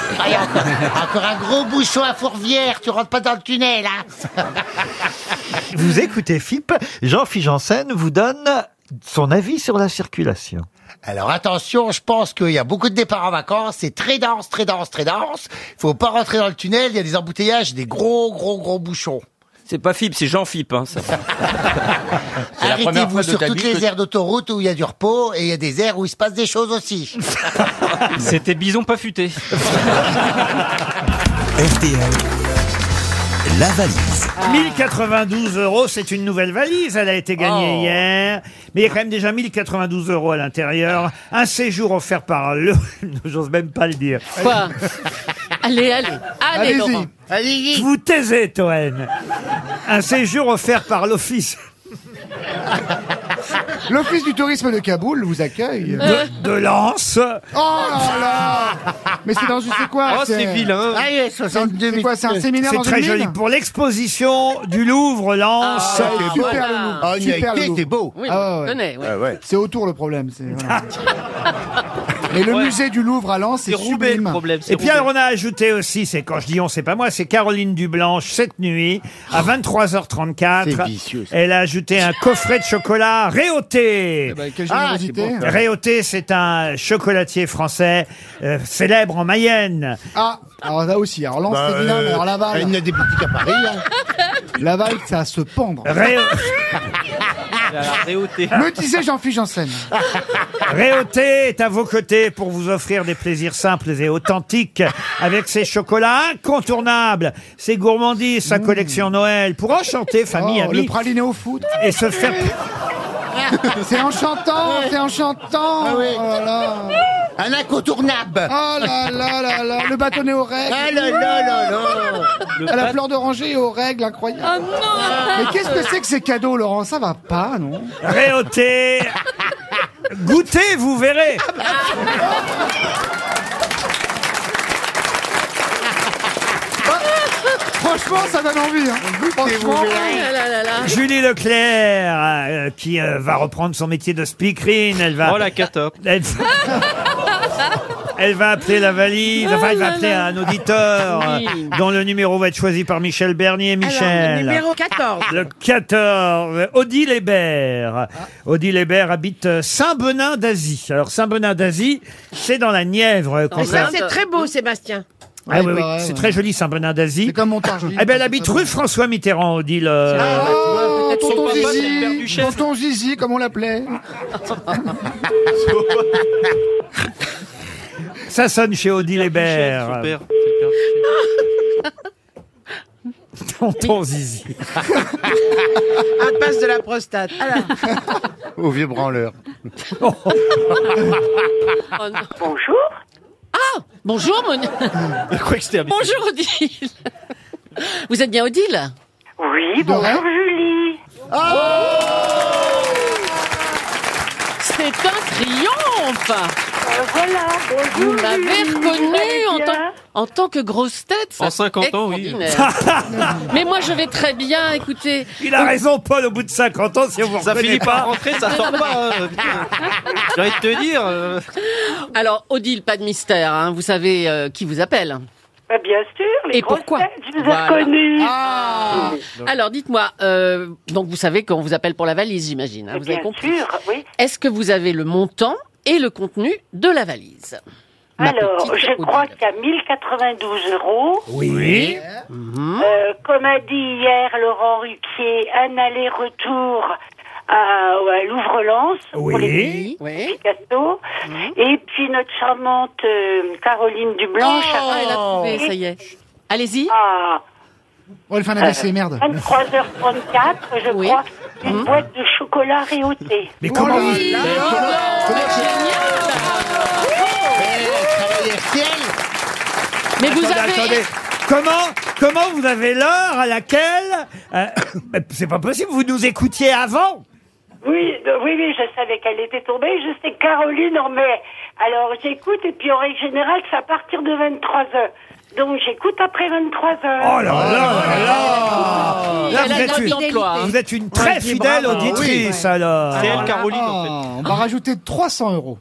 [SPEAKER 23] Encore un gros bouchon à fourvière, tu rentres pas dans le tunnel. Hein.
[SPEAKER 1] Vous écoutez FIP, Jean-Philippe Janssen vous donne son avis sur la circulation.
[SPEAKER 13] Alors attention, je pense qu'il y a beaucoup de départs en vacances, c'est très dense, très dense, très dense. Faut pas rentrer dans le tunnel, il y a des embouteillages, des gros, gros, gros bouchons.
[SPEAKER 23] C'est pas Fip, c'est Jean Fip. Hein, ça. la première
[SPEAKER 13] Arrêtez-vous
[SPEAKER 23] fois de
[SPEAKER 13] sur
[SPEAKER 23] ta
[SPEAKER 13] toutes
[SPEAKER 23] vie
[SPEAKER 13] les
[SPEAKER 23] que-
[SPEAKER 13] aires d'autoroute où il y a du repos et il y a des aires où il se passe des choses aussi.
[SPEAKER 18] C'était bison pas futé.
[SPEAKER 1] RTL. La valise. 1092 Ah. euros, c'est une nouvelle valise. Elle a été gagnée hier. Mais il y a quand même déjà 1092 euros à l'intérieur. Un séjour offert par le... J'ose même pas le dire.
[SPEAKER 24] Quoi Allez, allez, allez,
[SPEAKER 1] Allez-y.
[SPEAKER 24] Laurent.
[SPEAKER 1] Je Vous taisez, Toen. Un séjour offert par l'Office
[SPEAKER 25] L'Office du tourisme de Kaboul vous accueille.
[SPEAKER 23] Euh.
[SPEAKER 1] de, de Lens.
[SPEAKER 25] Oh là là Mais c'est dans je sais quoi
[SPEAKER 1] Oh, c'est vilain.
[SPEAKER 25] Allez, 62 C'est quoi, c'est un séminaire
[SPEAKER 1] C'est
[SPEAKER 25] dans
[SPEAKER 1] très
[SPEAKER 25] une
[SPEAKER 1] joli.
[SPEAKER 25] mine
[SPEAKER 1] Pour l'exposition du Louvre, Lens.
[SPEAKER 25] Ah, c'est super le Louvre.
[SPEAKER 1] Ah, on y a
[SPEAKER 25] super
[SPEAKER 1] été,
[SPEAKER 25] le Louvre.
[SPEAKER 1] c'est beau.
[SPEAKER 25] Ah,
[SPEAKER 1] Oui, on
[SPEAKER 25] ouais.
[SPEAKER 1] connaît, ouais. Ah, ouais.
[SPEAKER 25] C'est autour le problème. c'est- voilà. Mais le
[SPEAKER 1] Ouais.
[SPEAKER 25] musée du Louvre à Lens, c'est sublime.
[SPEAKER 1] Et puis alors, on a ajouté aussi, c'est quand je dis on, c'est pas moi, c'est Caroline Dublanche cette nuit à 23h34.
[SPEAKER 25] Oh. C'est vicieux, ça.
[SPEAKER 1] Elle a ajouté un coffret de chocolat Réauté.
[SPEAKER 25] Eh
[SPEAKER 1] Ah,
[SPEAKER 25] ben, quelle générosité. Ah,
[SPEAKER 1] c'est bon. Réauté, c'est un chocolatier français euh, célèbre en Mayenne.
[SPEAKER 25] Ah, alors là aussi. Alors Lens,
[SPEAKER 1] Bah,
[SPEAKER 25] c'est vilain,
[SPEAKER 1] euh,
[SPEAKER 25] mais alors Laval.
[SPEAKER 1] il y a des
[SPEAKER 25] boutiques à Paris.
[SPEAKER 1] hein.
[SPEAKER 25] Laval, ça va se pendre.
[SPEAKER 1] Ré-
[SPEAKER 25] Me disait Jean-Philippe Janssen.
[SPEAKER 1] Réauté est à vos côtés pour vous offrir des plaisirs simples et authentiques avec ses chocolats incontournables, ses gourmandises, sa collection Noël pour enchanter famille,
[SPEAKER 25] Mmh. Oh,
[SPEAKER 1] amis.
[SPEAKER 25] le praliné au foot.
[SPEAKER 1] Et se faire.
[SPEAKER 25] C'est enchantant, c'est enchantant.
[SPEAKER 13] Ah oui.
[SPEAKER 25] Oh là là.
[SPEAKER 13] Un incontournable.
[SPEAKER 25] Oh là là là là, le bâtonnet aux règles.
[SPEAKER 13] Ah là là là là.
[SPEAKER 25] À la fleur d'oranger aux règles, incroyable.
[SPEAKER 2] Ah
[SPEAKER 5] Ah,
[SPEAKER 25] Mais qu'est-ce que c'est que ces cadeaux, Laurent Ça va pas, non
[SPEAKER 1] Réauté Goûtez, vous verrez
[SPEAKER 5] Ah bah, Franchement, ça donne envie. hein. Franchement.
[SPEAKER 1] Ah. Julie Leclerc, euh, qui euh, va reprendre son métier de speakerine, elle va.
[SPEAKER 18] Oh, la
[SPEAKER 1] catop. Elle, elle va appeler la valise. Enfin, elle va appeler un auditeur euh,
[SPEAKER 14] Oh Oui.
[SPEAKER 1] dont le numéro va être choisi par Michel Bernier. Michel.
[SPEAKER 14] numéro 14.
[SPEAKER 1] Le 14. Odile Hébert.
[SPEAKER 14] Ah.
[SPEAKER 1] Odile Hébert habite euh, Saint-Benin d'Asie. Alors, Saint-Benin d'Asie, c'est dans la Nièvre. euh, qu'on
[SPEAKER 14] Mais Ah, ça,
[SPEAKER 1] peut-
[SPEAKER 14] c'est très beau, Sébastien.
[SPEAKER 1] Ah oui, oui, c'est très joli Saint-Benin d'Asie. C'est comme Montargis. Eh ben, elle habite rue François Mitterrand, Odile.
[SPEAKER 2] Ah,
[SPEAKER 1] euh,
[SPEAKER 14] Ah,
[SPEAKER 5] Oh,
[SPEAKER 14] Son
[SPEAKER 5] tonton
[SPEAKER 14] papa, c'est le père
[SPEAKER 5] Zizi,
[SPEAKER 14] du chef.
[SPEAKER 5] tonton Zizi, comme on l'appelait.
[SPEAKER 1] Ça sonne chez Odile Hébert. Tonton Zizi.
[SPEAKER 14] Impasse de la prostate.
[SPEAKER 2] Ah
[SPEAKER 13] Au vieux branleur.
[SPEAKER 14] Bonjour. Ah, bonjour, mon... Bonjour, Odile. Vous êtes bien Odile Oui, bonjour, Ah. Julie. C'est un triomphe Voilà, Vous m'avez
[SPEAKER 25] Euh, Julie, vous
[SPEAKER 14] reconnue en
[SPEAKER 25] allez
[SPEAKER 14] tant, en tant que grosse tête. ça,
[SPEAKER 18] En 50 ans, oui.
[SPEAKER 14] extraordinaire. Mais moi, je vais très bien, écoutez.
[SPEAKER 1] Il a raison, Paul, au bout de 50 ans, si on vous
[SPEAKER 14] Ça
[SPEAKER 1] reconnaît
[SPEAKER 14] finit par
[SPEAKER 1] pas.
[SPEAKER 14] rentrer, ça sort pas, euh,
[SPEAKER 18] J'ai envie de te dire.
[SPEAKER 14] Alors, Odile, pas de mystère, hein, vous savez euh, qui vous appelle Bien sûr,
[SPEAKER 25] Bah, les
[SPEAKER 14] Et
[SPEAKER 25] grosses
[SPEAKER 14] pourquoi
[SPEAKER 25] têtes, je les ai reconnues.
[SPEAKER 14] Ah. Alors, dites-moi, euh, donc vous savez qu'on vous appelle pour la valise, j'imagine. hein, vous avez
[SPEAKER 25] Bien
[SPEAKER 14] compris. Est-ce que vous avez le montant et le contenu de la valise Ma
[SPEAKER 25] Alors,
[SPEAKER 14] petite
[SPEAKER 25] je
[SPEAKER 14] Odile.
[SPEAKER 25] crois qu'à 1092 euros,
[SPEAKER 14] Oui.
[SPEAKER 25] euh, comme a dit hier Laurent Ruquier, un aller-retour à, à Louvre-Lens pour les petits, Picasso.
[SPEAKER 14] Mhm.
[SPEAKER 25] et puis notre charmante euh, Caroline Dublanche. Ah.
[SPEAKER 14] Oh, elle a trouvé, ça y est. Allez-y.
[SPEAKER 5] Oh, elle fait un
[SPEAKER 25] Euh,
[SPEAKER 5] AVC, merde.
[SPEAKER 25] 23h34, je crois,
[SPEAKER 14] Mhm.
[SPEAKER 25] une boîte de chocolat réauté.
[SPEAKER 1] Mais comment
[SPEAKER 25] vous...
[SPEAKER 14] Oh Mais vous
[SPEAKER 1] Attendez,
[SPEAKER 14] avez-
[SPEAKER 1] attendez. Comment, comment vous avez l'heure à laquelle... euh, bah, c'est pas possible, vous nous écoutiez avant
[SPEAKER 25] Oui, euh, oui, oui, je savais qu'elle était tombée. Je sais que Caroline en met. Alors j'écoute et puis en règle générale, c'est à partir de 23 heures. Donc j'écoute après 23 heures.
[SPEAKER 1] Oh là là là là Ah. Là,
[SPEAKER 25] Elle a
[SPEAKER 1] vous,
[SPEAKER 25] de
[SPEAKER 1] êtes
[SPEAKER 25] la fidélité.
[SPEAKER 1] une, vous êtes une très
[SPEAKER 5] Ouais,
[SPEAKER 1] fidèle
[SPEAKER 5] bravo.
[SPEAKER 1] auditrice,
[SPEAKER 5] Oui.
[SPEAKER 1] alors.
[SPEAKER 5] Ah, On va rajouter 300 euros.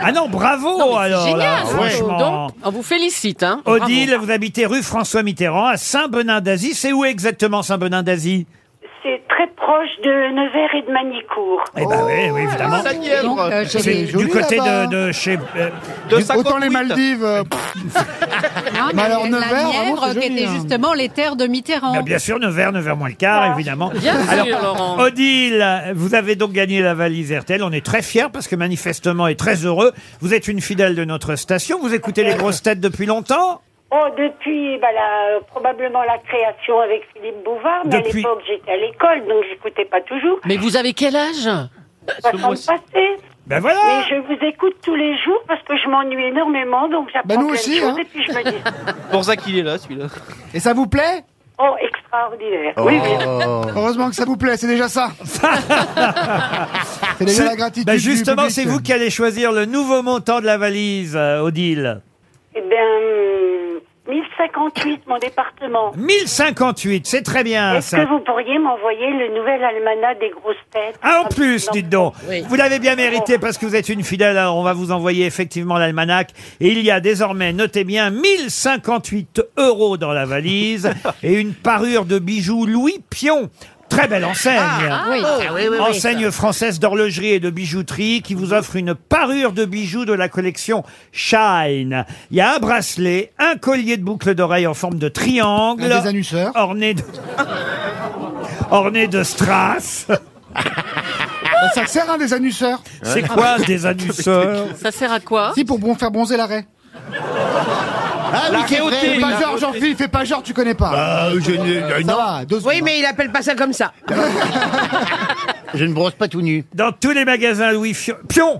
[SPEAKER 1] Ah non, bravo, alors. là,
[SPEAKER 14] Génial,
[SPEAKER 1] franchement.
[SPEAKER 14] hein, Donc, on vous félicite. Hein.
[SPEAKER 1] Odile, vous habitez rue François Mitterrand à Saint-Benin d'Asie. C'est où exactement Saint-Benin d'Asie
[SPEAKER 25] C'est très proche de Nevers et de Manicourt.
[SPEAKER 1] Eh ben oui, oui, évidemment.
[SPEAKER 5] la Nièvre. Donc, euh, c'est
[SPEAKER 1] C'est du
[SPEAKER 5] joli,
[SPEAKER 1] côté
[SPEAKER 5] là-bas.
[SPEAKER 1] de, de chez. euh,
[SPEAKER 5] Du- Autant les Maldives. euh, pff,
[SPEAKER 6] Non,
[SPEAKER 5] Mais
[SPEAKER 6] mais
[SPEAKER 5] alors,
[SPEAKER 6] la
[SPEAKER 5] Nevers,
[SPEAKER 6] Nièvre,
[SPEAKER 5] vraiment, c'est
[SPEAKER 6] qui
[SPEAKER 5] joli,
[SPEAKER 6] était
[SPEAKER 5] hein.
[SPEAKER 6] justement les terres de Mitterrand.
[SPEAKER 1] Ben, Bien sûr, 9h, 9h moins le quart, évidemment.
[SPEAKER 6] Bien sûr, Laurent.
[SPEAKER 1] Odile, vous avez donc gagné la valise RTL. On est très fiers parce que manifestement et très heureux. Vous êtes une fidèle de notre station. Vous écoutez les grosses têtes depuis longtemps
[SPEAKER 25] Oh, depuis bah, la- euh, probablement la création avec Philippe Bouvard, mais à
[SPEAKER 1] Depuis-
[SPEAKER 25] l'époque j'étais à l'école, donc j'écoutais pas toujours.
[SPEAKER 14] Mais vous avez quel âge
[SPEAKER 25] Ça semble passer.
[SPEAKER 1] Ben voilà
[SPEAKER 25] Mais je vous écoute tous les jours parce que je m'ennuie énormément, donc j'apprends
[SPEAKER 5] Ben, nous
[SPEAKER 25] plein
[SPEAKER 5] aussi,
[SPEAKER 25] de choses
[SPEAKER 5] hein.
[SPEAKER 25] et puis je me dis,
[SPEAKER 18] Pour ça qu'il est là, celui-là.
[SPEAKER 5] Et ça vous plaît
[SPEAKER 25] oh, extraordinaire.
[SPEAKER 5] Oh.
[SPEAKER 25] Oui, oui.
[SPEAKER 5] Heureusement que ça vous plaît, c'est déjà ça. c'est déjà
[SPEAKER 1] C'est-
[SPEAKER 5] la gratitude.
[SPEAKER 1] Ben
[SPEAKER 5] du
[SPEAKER 1] justement,
[SPEAKER 5] public.
[SPEAKER 1] c'est vous qui allez choisir le nouveau montant de la valise, euh, Odile.
[SPEAKER 25] Eh bien, hum, 1058, mon département.
[SPEAKER 1] 1058, c'est très bien
[SPEAKER 25] Est-ce
[SPEAKER 1] Ah, ça.
[SPEAKER 25] que vous pourriez m'envoyer le nouvel almanach des grosses têtes
[SPEAKER 1] Ah, en plus, dites donc. Vous l'avez bien mérité parce que vous êtes une fidèle. Alors, on va vous envoyer effectivement l'almanach. Et il y a désormais, notez bien, 1058 euros dans la valise et une parure de bijoux Louis Pion. Très belle enseigne.
[SPEAKER 5] Ah, ah oui. Ah oui, oui, oui.
[SPEAKER 1] enseigne française d'horlogerie et de bijouterie qui vous offre une parure de bijoux de la collection Shine. Il y a un bracelet, un collier de boucles d'oreilles en forme de triangle.
[SPEAKER 5] Un des
[SPEAKER 1] Orné de, orné de strass.
[SPEAKER 5] Ben, Ça sert, hein, Ah, des annusseurs.
[SPEAKER 1] C'est quoi des annusseurs
[SPEAKER 14] Ça sert à quoi
[SPEAKER 5] Si, pour bon faire bronzer l'arrêt. Ah
[SPEAKER 14] oui, c'est vrai,
[SPEAKER 5] Fais
[SPEAKER 14] oui, la
[SPEAKER 5] pas genre,
[SPEAKER 14] réauté.
[SPEAKER 5] Jean-Philippe, fais pas genre, tu connais pas. Ça va, deux
[SPEAKER 14] Oui, mais il appelle pas ça comme ça.
[SPEAKER 1] Je ne brosse pas tout nu. Dans tous les magasins Louis Fio- Pion.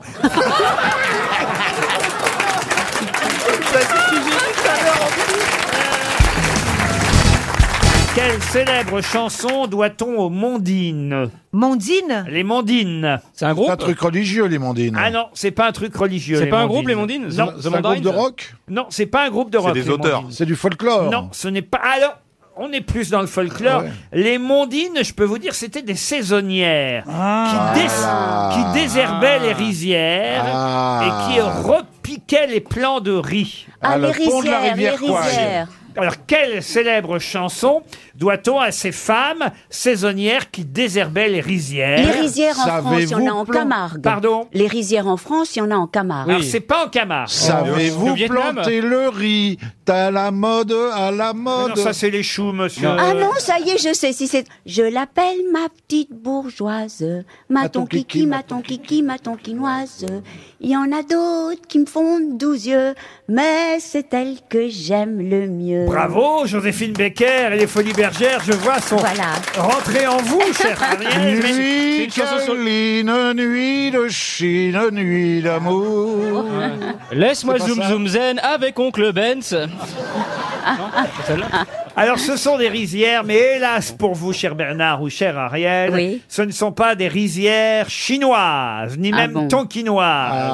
[SPEAKER 1] Quelle célèbre chanson doit-on aux Mondines Mondines Les Mondines. C'est un
[SPEAKER 5] groupe un truc
[SPEAKER 1] religieux, les Mondines. Ah non, c'est pas un truc religieux.
[SPEAKER 5] C'est pas un groupe, les Mondines
[SPEAKER 1] Non,
[SPEAKER 5] The- The C'est un groupe Mandarins de rock
[SPEAKER 1] Non, c'est pas un groupe de
[SPEAKER 5] C'est
[SPEAKER 1] rock.
[SPEAKER 5] des
[SPEAKER 1] les
[SPEAKER 5] auteurs.
[SPEAKER 1] Mondines.
[SPEAKER 5] C'est du folklore.
[SPEAKER 1] Non, ce n'est pas. Alors, on est plus dans le folklore.
[SPEAKER 5] Ah ouais.
[SPEAKER 1] Les Mondines, je peux vous dire, c'était des saisonnières qui, dés-
[SPEAKER 5] Ah.
[SPEAKER 1] qui désherbaient les rizières
[SPEAKER 5] Ah.
[SPEAKER 1] et qui repiquaient les plants de riz.
[SPEAKER 5] Ah, Ah, le les pont de la rizières, rivière les Kouai. rizières.
[SPEAKER 1] Alors, quelle célèbre chanson doit-on à ces femmes saisonnières qui désherbaient les rizières
[SPEAKER 6] Les rizières en France, il y en a en
[SPEAKER 1] plan-
[SPEAKER 6] Camargue.
[SPEAKER 1] Pardon
[SPEAKER 6] Les rizières en France, il y en a en Camargue.
[SPEAKER 1] Alors, c'est pas en Camargue.
[SPEAKER 5] Savez-vous planter le riz À la mode, à la mode.
[SPEAKER 1] Non, ça, c'est les choux, monsieur.
[SPEAKER 6] Ah non, ça y est, je sais si c'est. Je l'appelle ma petite bourgeoise,
[SPEAKER 1] Ah,
[SPEAKER 6] ma tonkiki, ma tonkiki, ma tonkinoise. Il y en a d'autres qui me font douze yeux, mais c'est elle que j'aime le mieux.
[SPEAKER 1] Bravo, Joséphine Becker et les Folies Bergères, je vois son rentrer en vous, cher Ariel.
[SPEAKER 5] Nuit, Caroline, nuit de Chine, nuit d'amour.
[SPEAKER 17] Laisse-moi
[SPEAKER 5] C'est pas
[SPEAKER 17] zoom
[SPEAKER 5] ça
[SPEAKER 17] zoom zen avec oncle Benz.
[SPEAKER 6] Ah,
[SPEAKER 1] Alors, ce sont des rizières, mais hélas pour vous, cher Bernard ou cher Ariel, ce ne sont pas des rizières chinoises, ni
[SPEAKER 5] Ah
[SPEAKER 1] même
[SPEAKER 5] bon.
[SPEAKER 1] tonkinoises.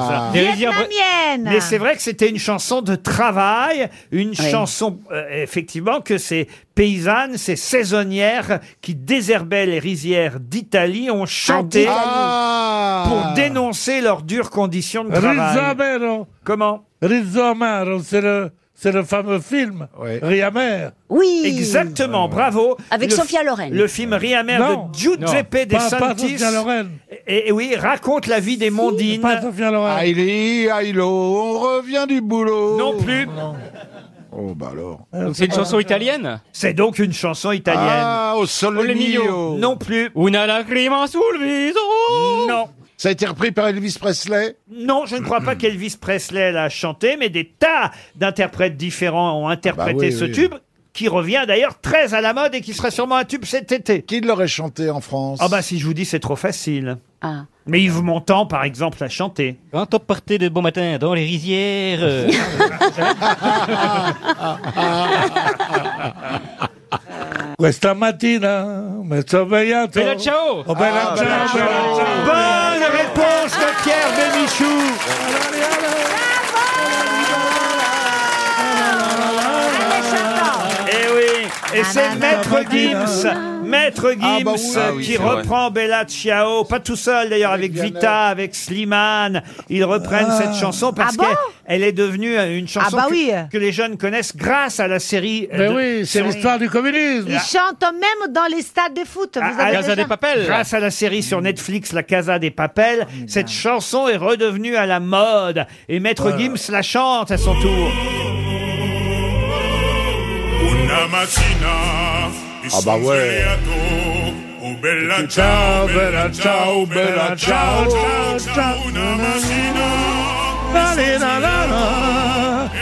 [SPEAKER 5] Ah. Des rizières br- Vietnamiennes.
[SPEAKER 1] Mais c'est vrai que c'était une chanson de travail, une
[SPEAKER 5] Oui.
[SPEAKER 1] chanson, euh, effectivement, que ces paysannes, ces saisonnières qui désherbaient les rizières d'Italie
[SPEAKER 5] Ah,
[SPEAKER 1] ont chanté
[SPEAKER 4] d'Italie.
[SPEAKER 1] pour dénoncer leurs dures conditions de travail.
[SPEAKER 4] Rizzamero.
[SPEAKER 1] Comment
[SPEAKER 4] Rizzamero, c'est le, c'est le fameux film. Riamer.
[SPEAKER 6] Oui.
[SPEAKER 1] Exactement,
[SPEAKER 5] Ah.
[SPEAKER 1] bravo.
[SPEAKER 6] Avec
[SPEAKER 1] Le
[SPEAKER 6] Sophia
[SPEAKER 1] fi-
[SPEAKER 6] Loren.
[SPEAKER 1] Le film Riamer de
[SPEAKER 4] Non,
[SPEAKER 1] Giuseppe
[SPEAKER 4] non,
[SPEAKER 1] De
[SPEAKER 4] pas- pas
[SPEAKER 1] Santis.
[SPEAKER 4] Sophia Loren.
[SPEAKER 1] Et, et oui, raconte la vie des Mondines.
[SPEAKER 5] Ah, Aïli, Aïlo, on revient du boulot.
[SPEAKER 1] Non plus.
[SPEAKER 5] Oh bah alors.
[SPEAKER 17] Donc c'est une chanson italienne
[SPEAKER 1] Euh, C'est donc une chanson italienne.
[SPEAKER 5] Ah, au sol
[SPEAKER 17] Ole
[SPEAKER 5] le
[SPEAKER 17] mio.
[SPEAKER 5] mio.
[SPEAKER 1] Non plus.
[SPEAKER 17] Una lacrima sul viso
[SPEAKER 1] Non.
[SPEAKER 5] Ça a été repris par Elvis Presley
[SPEAKER 1] Non, je ne crois pas qu'Elvis Presley l'a chanté, mais des tas d'interprètes différents ont interprété
[SPEAKER 5] oui,
[SPEAKER 1] ce
[SPEAKER 5] oui.
[SPEAKER 1] tube, qui revient d'ailleurs très à la mode et qui sera sûrement un tube cet été.
[SPEAKER 5] Qui l'aurait chanté en France
[SPEAKER 1] Ah bah si je vous dis, c'est trop facile.
[SPEAKER 6] Ah.
[SPEAKER 1] Mais Yves Montand, par exemple, l'a chanté.
[SPEAKER 17] Quand on partait de bon matin dans les rizières. euh,
[SPEAKER 4] Questa mattina mi sono svegliato.
[SPEAKER 17] Bella ciao.
[SPEAKER 4] Oh, bella
[SPEAKER 17] Ah,
[SPEAKER 4] ciao,
[SPEAKER 17] bella
[SPEAKER 4] bella
[SPEAKER 17] ciao.
[SPEAKER 4] ciao.
[SPEAKER 1] Bonne réponse de Pierre Bénichou. Eh oui, et c'est Maître Gims. Maître Gims
[SPEAKER 5] Ah bah oui. Ah oui,
[SPEAKER 1] qui
[SPEAKER 5] c'est vrai.
[SPEAKER 1] reprend Bella Ciao, pas tout seul d'ailleurs, avec Vita, avec Slimane. Ils reprennent cette chanson parce
[SPEAKER 21] Ah bon
[SPEAKER 1] qu'elle elle est devenue euh, une chanson
[SPEAKER 21] Ah bah
[SPEAKER 1] que,
[SPEAKER 21] oui.
[SPEAKER 1] que les jeunes connaissent grâce à la série.
[SPEAKER 4] Mais oui, c'est l'histoire du communisme.
[SPEAKER 21] Ils chantent même dans les stades de foot.
[SPEAKER 1] Ah,
[SPEAKER 21] Vous
[SPEAKER 10] Ah,
[SPEAKER 21] avez déjà-
[SPEAKER 1] Grâce à la série sur Netflix, La Casa des Papels, cette chanson est redevenue à la mode. Et Maître Gims la chante à son tour.
[SPEAKER 16] Una mattina mi
[SPEAKER 5] Ah, bah
[SPEAKER 16] son
[SPEAKER 5] ouais.
[SPEAKER 16] svegliato. Oh bella ciao,
[SPEAKER 5] Ciao,
[SPEAKER 16] bella
[SPEAKER 5] bella
[SPEAKER 16] ciao,
[SPEAKER 5] ciao,
[SPEAKER 16] bella
[SPEAKER 5] bella
[SPEAKER 16] ciao,
[SPEAKER 5] ciao,
[SPEAKER 3] Oh,
[SPEAKER 16] ciao, ciao. Una mattina mi son svegliato.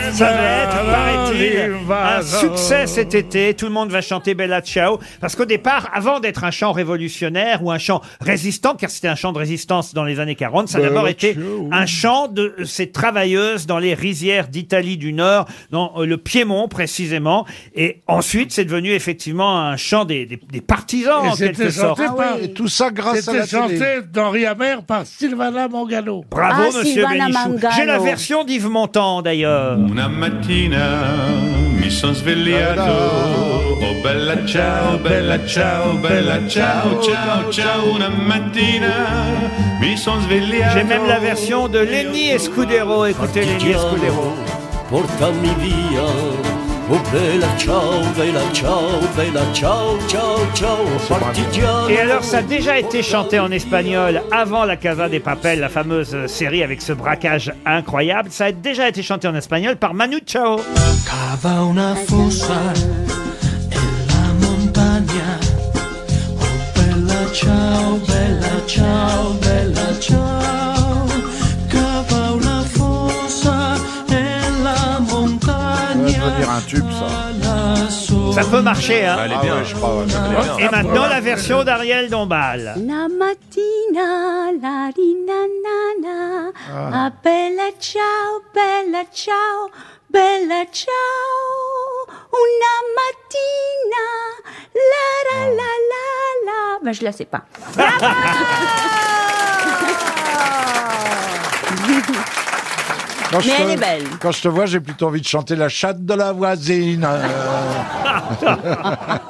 [SPEAKER 16] E
[SPEAKER 1] Ça va être, paraît-il, un
[SPEAKER 4] Valence.
[SPEAKER 1] succès cet été. Tout le monde va chanter Bella Ciao. Parce qu'au départ, avant d'être un chant révolutionnaire ou un chant résistant, car c'était un chant de résistance dans les années 40, ça a
[SPEAKER 5] Bella
[SPEAKER 1] d'abord été
[SPEAKER 5] Ciao.
[SPEAKER 1] un chant de ces travailleuses dans les rizières d'Italie du Nord, dans euh, le Piémont précisément. Et ensuite, c'est devenu effectivement un chant des, des- des partisans,
[SPEAKER 4] Et
[SPEAKER 1] en quelque
[SPEAKER 4] c'était
[SPEAKER 1] sorte.
[SPEAKER 4] chanté
[SPEAKER 6] Ah
[SPEAKER 4] par.
[SPEAKER 5] Tout ça grâce à la
[SPEAKER 4] C'était chanté
[SPEAKER 5] télé.
[SPEAKER 4] dans Riamer par Silvana Mangano.
[SPEAKER 6] Ah,
[SPEAKER 1] Bravo,
[SPEAKER 4] Ah,
[SPEAKER 1] monsieur Bénichou. J'ai la version d'Yves Montand, d'ailleurs.
[SPEAKER 16] Una mattina mi son
[SPEAKER 5] Ah,
[SPEAKER 16] svegliato. Oh bella ciao, bella ciao, bella ciao, ciao, ciao. Una mattina mi son svegliato.
[SPEAKER 1] J'ai même la version de Lenny Escudero. Écoutez Lenny Escudero.
[SPEAKER 16] portami via. Oh bella ciao, bella ciao, bella ciao, ciao, ciao, partigiano.
[SPEAKER 1] Et alors, ça a déjà été chanté en espagnol avant la Casa des Papel, la fameuse série avec ce braquage incroyable. Ça a déjà été chanté en espagnol par Manu Chao.
[SPEAKER 16] Cava una fossa en la montagna. Oh bella ciao, bella ciao, bella ciao. Cava una fossa en la montagna.
[SPEAKER 5] Ça va devenir un tube, ça.
[SPEAKER 1] Ça peut marcher, hein
[SPEAKER 5] Ah ouais, je crois, Ah, ouais, elle est bien.
[SPEAKER 1] Et maintenant, la version d'Ariel Dombal.
[SPEAKER 6] La mattina, la rinanana,
[SPEAKER 1] Ah.
[SPEAKER 6] ah. bella ciao, bella ciao, bella ciao, Una mattina, la la la la la. Ben, je la sais pas.
[SPEAKER 5] Quand je
[SPEAKER 6] Mais
[SPEAKER 5] te-
[SPEAKER 6] elle est belle.
[SPEAKER 5] Quand je te vois, j'ai plutôt envie de chanter la chatte de la voisine. euh.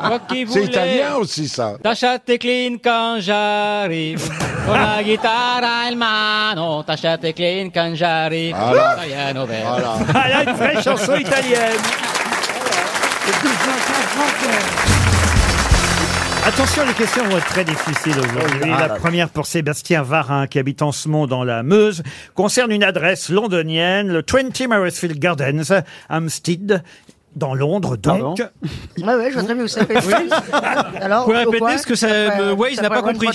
[SPEAKER 3] Moi qui
[SPEAKER 5] C'est
[SPEAKER 3] voulais-
[SPEAKER 5] italien aussi, ça.
[SPEAKER 3] Ta chatte est clean quand j'arrive. Con la guitare in mano. Ta chatte est clean quand j'arrive.
[SPEAKER 5] Voilà.
[SPEAKER 3] Italiano bello.
[SPEAKER 18] Ah,
[SPEAKER 1] Voilà une vraie chanson italienne. Attention, les questions vont être très difficiles aujourd'hui.
[SPEAKER 11] Ah là
[SPEAKER 1] la
[SPEAKER 11] là.
[SPEAKER 1] première pour Sébastien Varin, qui habite en Semont dans la Meuse, concerne une adresse londonienne, le 20 Maresfield Gardens, Hampstead, dans Londres donc.
[SPEAKER 12] Ouais, ouais, je vois très bien où ça fait.
[SPEAKER 1] Vous
[SPEAKER 12] Alors,
[SPEAKER 1] pouvez
[SPEAKER 12] pourquoi
[SPEAKER 1] répéter ce que ça- euh, Waze n'a pas compris.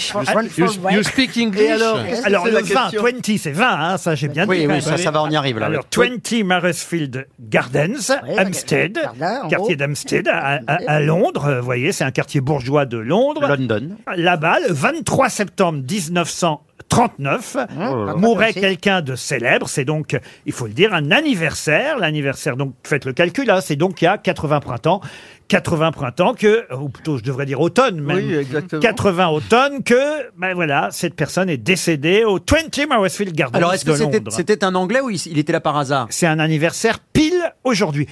[SPEAKER 1] You- you speak
[SPEAKER 12] Et alors, qu'est-ce que
[SPEAKER 1] Alors
[SPEAKER 12] c'est
[SPEAKER 1] le
[SPEAKER 12] la
[SPEAKER 1] 20,
[SPEAKER 12] question
[SPEAKER 1] 20 c'est 20, hein, ça j'ai bien
[SPEAKER 12] Oui,
[SPEAKER 1] dit.
[SPEAKER 12] oui,
[SPEAKER 1] quand
[SPEAKER 12] ça,
[SPEAKER 1] même.
[SPEAKER 12] ça va, on y arrive, là,
[SPEAKER 1] Alors
[SPEAKER 12] oui.
[SPEAKER 1] 20 Maresfield Gardens,
[SPEAKER 12] Ouais,
[SPEAKER 1] Hampstead,
[SPEAKER 12] Jardin, en
[SPEAKER 1] quartier
[SPEAKER 12] haut.
[SPEAKER 1] d'Hampstead à, à- à Londres, euh, vous voyez, c'est un quartier bourgeois de Londres. London. Là-bas, le 23 septembre 1939,
[SPEAKER 12] là là.
[SPEAKER 1] mourait
[SPEAKER 12] Merci.
[SPEAKER 1] quelqu'un de célèbre. C'est donc, il faut le dire, un anniversaire. L'anniversaire, donc, faites le calcul, hein, c'est donc il y a 80 printemps. 80 printemps que, ou plutôt je devrais dire automne même.
[SPEAKER 12] Oui, exactement.
[SPEAKER 1] 80 automne que, ben voilà, cette personne est décédée au 20 Maresfield Gardens
[SPEAKER 12] Alors, est-ce que
[SPEAKER 1] de
[SPEAKER 12] c'était-
[SPEAKER 1] Londres.
[SPEAKER 12] c'était un Anglais ou il, il était là par hasard Ah.
[SPEAKER 1] C'est un anniversaire pile aujourd'hui.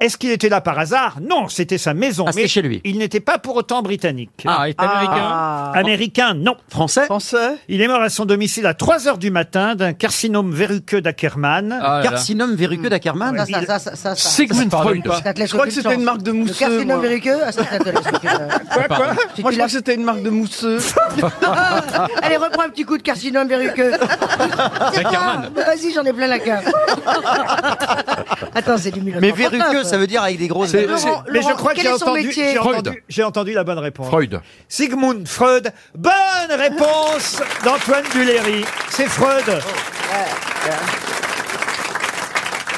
[SPEAKER 1] Est-ce qu'il était là par hasard Non, c'était sa maison. mais chez lui. Il n'était pas pour autant britannique.
[SPEAKER 12] Ah, il était Ah. américain
[SPEAKER 1] Américain, non. Français Français. Il est mort à son domicile à 3 heures du matin d'un carcinome verruqueux d'Ackermann. Hmm.
[SPEAKER 12] Ah là là. Carcinome verruqueux d'Ackermann
[SPEAKER 1] Ouais.
[SPEAKER 12] Ça, ça, ça, ça, ça.
[SPEAKER 1] Sigmund
[SPEAKER 12] Ça, ça
[SPEAKER 1] Freud.
[SPEAKER 12] pardonne pas.
[SPEAKER 1] Je crois que c'était une marque de mousseux,
[SPEAKER 12] Le carcinome
[SPEAKER 1] moi.
[SPEAKER 12] verruqueux ah, ça, ça te laisse.
[SPEAKER 1] Quoi, quoi
[SPEAKER 12] Moi, je crois que c'était une marque de mousseux. Allez, reprends un petit coup de carcinome verruqueux. Ah,
[SPEAKER 2] Ackermann.
[SPEAKER 12] Vas-y, j'en ai plein la cave. Attends, c'est du
[SPEAKER 2] Mais verruqueux, ça veut dire avec des grosses-
[SPEAKER 1] C'est-
[SPEAKER 2] Laurent,
[SPEAKER 1] c'est-
[SPEAKER 2] Laurent,
[SPEAKER 1] Mais je crois que
[SPEAKER 2] quel
[SPEAKER 1] j'ai
[SPEAKER 2] est son
[SPEAKER 1] entendu,
[SPEAKER 2] métier
[SPEAKER 1] j'ai
[SPEAKER 2] Freud.
[SPEAKER 1] entendu- j'ai entendu la bonne réponse.
[SPEAKER 5] Freud.
[SPEAKER 1] Sigmund Freud. Bonne réponse d'Antoine Duléry. C'est Freud.
[SPEAKER 12] Oh.
[SPEAKER 16] Ah,